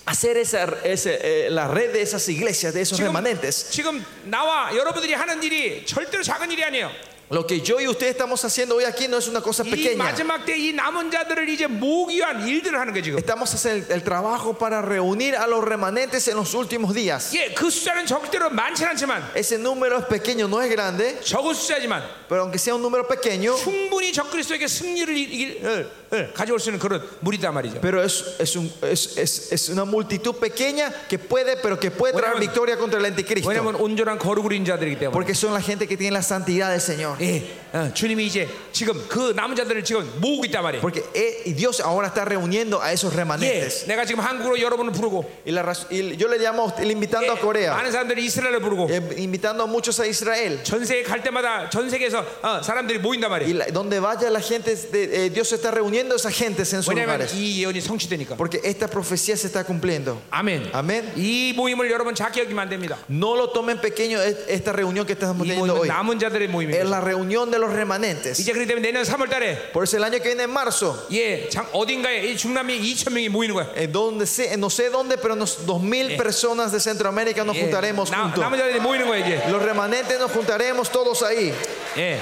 Hacer esa, ese, eh, la red de esas iglesias, de esos
지금,
remanentes.
지금 나와 여러분들이 하는 일이 절대로 작은 일이 아니에요.
Lo que yo y usted estamos haciendo hoy aquí no es una cosa
이
pequeña.
마지막 때 이 남은 자들을 이제 모으기 위한 일들을 하는 거예요 지금.
Estamos haciendo el, el trabajo para reunir a los remanentes en los últimos días.
예, 그 숫자는 절대로 많지는 않지만
Ese número es pequeño, no es grande,
적은 숫자지만
pero aunque sea un número pequeño,
충분히 적그리스도에게 승리를 이- 이길- 을- 을 가져올 수 있는 그런 무리단 말이죠.
pero es, es, un- es- es- es una multitud pequeña que puede, pero que puede traer
Bueno,
victoria contra el anticristo.
왜냐하면 온전한 거룩을 인자들이기 때문에.
Porque son la gente que tiene la santidad del Señor.
예, 어, 주님이 이제 지금 그 남은 자들을 지금 모으고 있단 말이에요.
Porque eh, y Dios ahora está reuniendo a esos
예,
remanentes.
내가 지금 한국으로 여러분을 부르고
Y, la raz- y yo le llamo a usted- el
예,
invitando a Corea,
많은 사람들이 이스라엘을 부르고
eh, invitando a muchos a Israel.
전 세계 갈 때마다 전 세계에서 어, 사람들이 모인단
Y
말이에요.
la- donde vaya la gente, de- eh, Dios está reuniendo a esas gentes en sus
왜냐하면
lugares.
이 예언이 성취되니까.
Porque esta profecía se está cumpliendo.
아멘.
아멘.
이 모임을 여러분 작게 여기면 안 됩니다.
No lo tomen pequeño es- esta reunión que estamos
이
teniendo
모임은
hoy.
남은 자들의
Es
모임입니다.
la reunión de los remanentes.
이제 그렇기 때문에 내년 3월달에
Por eso el año que viene, en marzo,
예, 장, 어딘가에 이 중남미 2천 명이 모이는 거야.
eh, donde sé- no sé dónde, pero nos, dos mil personas de Centroamérica nos
예,
juntaremos
나-
juntos.
남은 자들이 모이는 거야 이제.
Los remanentes nos juntaremos todos ahí,
예,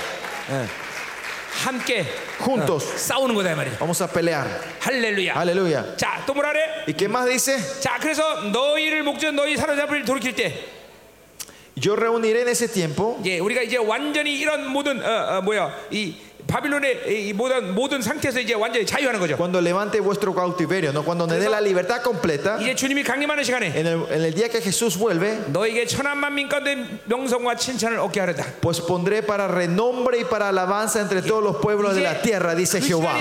예. 함께
juntos.
싸우는 거다 이 말이야.
Vamos a pelear.
할렐루야.
Aleluya.
자, 또 뭐라 그래?
¿Y qué más dice?
자, 그래서 너희를 목전 너희 사로잡을 돌이킬 때,
Yo reuniré en ese tiempo.
예, 우리가 이제 완전히 이런 모든 어, 어, 뭐야 이 바빌론의 이 모든 모든 상태에서 이제 완전히 자유하는 거죠.
Cuando levante vuestro cautiverio, ¿no? cuando me dé la libertad completa,
이제 주님이 강림하는 시간에
en el, en el día que Jesús vuelve,
너에게 천안만민 가운데 명성과 칭찬을 얻게 하려다.
pues pondré para renombre y para alabanza entre todos los pueblos de la tierra, dice Jehová.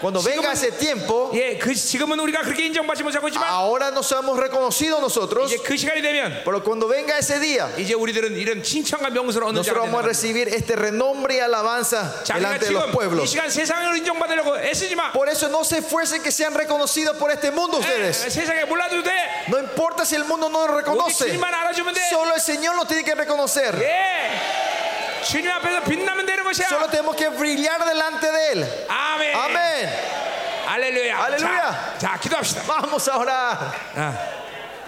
Cuando venga ese tiempo,
예, 그 지금은 우리가 그렇게 인정받지 못하고 있지만
ahora nos hemos reconocido nosotros,
이제 그 시간이 되면
pero cuando venga ese día,
이제 우리들은 이런 칭찬과 명성을 얻는
nosotros
자가
vamos
된다.
a recibir este renombre y alabanza
자, 그러니까
delante de los
지금 이
pueblos.
시간 세상으로 인정받으려고 애쓰지 마.
Por eso no se esfuercen que sean reconocidos por este mundo
예,
ustedes.
세상에 몰라도 돼.
No importa si el mundo no lo
오직
reconoce,
주님만 알아주면 돼.
solo el Señor lo tiene que reconocer.
예. 주님 앞에서 빛나면 되는 것이야.
Solo tenemos que brillar delante de
Eh.
Él.
아멘.
Amén.
할렐루야.
할렐루야.
자, 자, 기도합시다.
Vamos a orar.
아,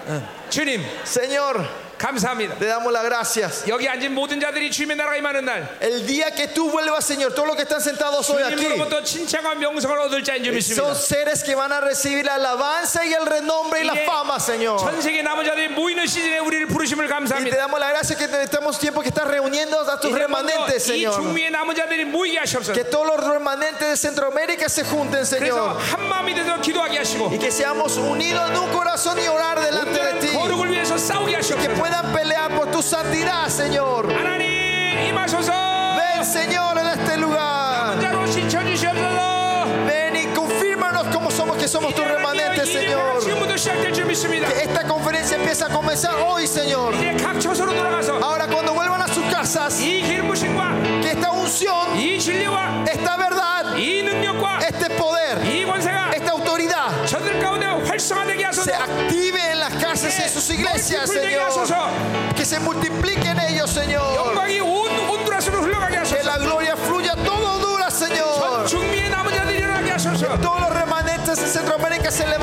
응. 주님,
Señor,
감사합니다.
te damos las gracias.
여기 앉은 모든 자들이 주님의 나라가 임하는 날
El día que tú vuelvas, Señor, todos los que están sentados hoy aquí
주님으로부터 칭찬과 명성을 얻을 자인 줄 믿습니다.
son seres que van a recibir la alabanza y el renombre y la
Mire,
fama, Señor.
전 세계 남은 자들이 모이는 시즌에 우리를 부르심을
Y te
감사합니다.
damos la gracia que te estamos tiempo que estás reuniendo a tus remanentes,
이제 먼저 이
Señor.
중미의 남은 자들이 모이게 하시옵소서.
Que todos los remanentes de Centroamérica se junten,
그래서
Señor.
한 마음이 돼서 기도하게 하시고
Y que seamos unidos en un corazón y orar delante de ti.
거룩을 위해서 싸우게
Que
하시옵소서.
puedan pelear por tu santidad, Señor.
하나님 임하소서.
Ven, Señor, en este lugar.
자로 신천 주시옵소서.
Ven y confírmanos como somos, que somos tus remanentes, Señor.
지금부터 시작될 줄 믿습니다.
Que esta conferencia empieza a comenzar hoy, Señor.
이제 각 처소로 돌아가서
Ahora, cuando vuelvan a sus casas,
이 길무신과
que esta unción,
이 진리와
esta verdad,
이 능력과
este poder,
이 권세가
esta autoridad
저들 가운데 활성화되게 하소서.
se active en las casas y en sus iglesias, Señor. Que se multipliquen ellos, Señor.
영광이 온 온두라스로 흘러가게
Que
하소서.
la gloria fluya todo Honduras, Señor.
전 중미의 남은 자들이 일어나게 하소서.
Todos los remanentes de Centroamérica se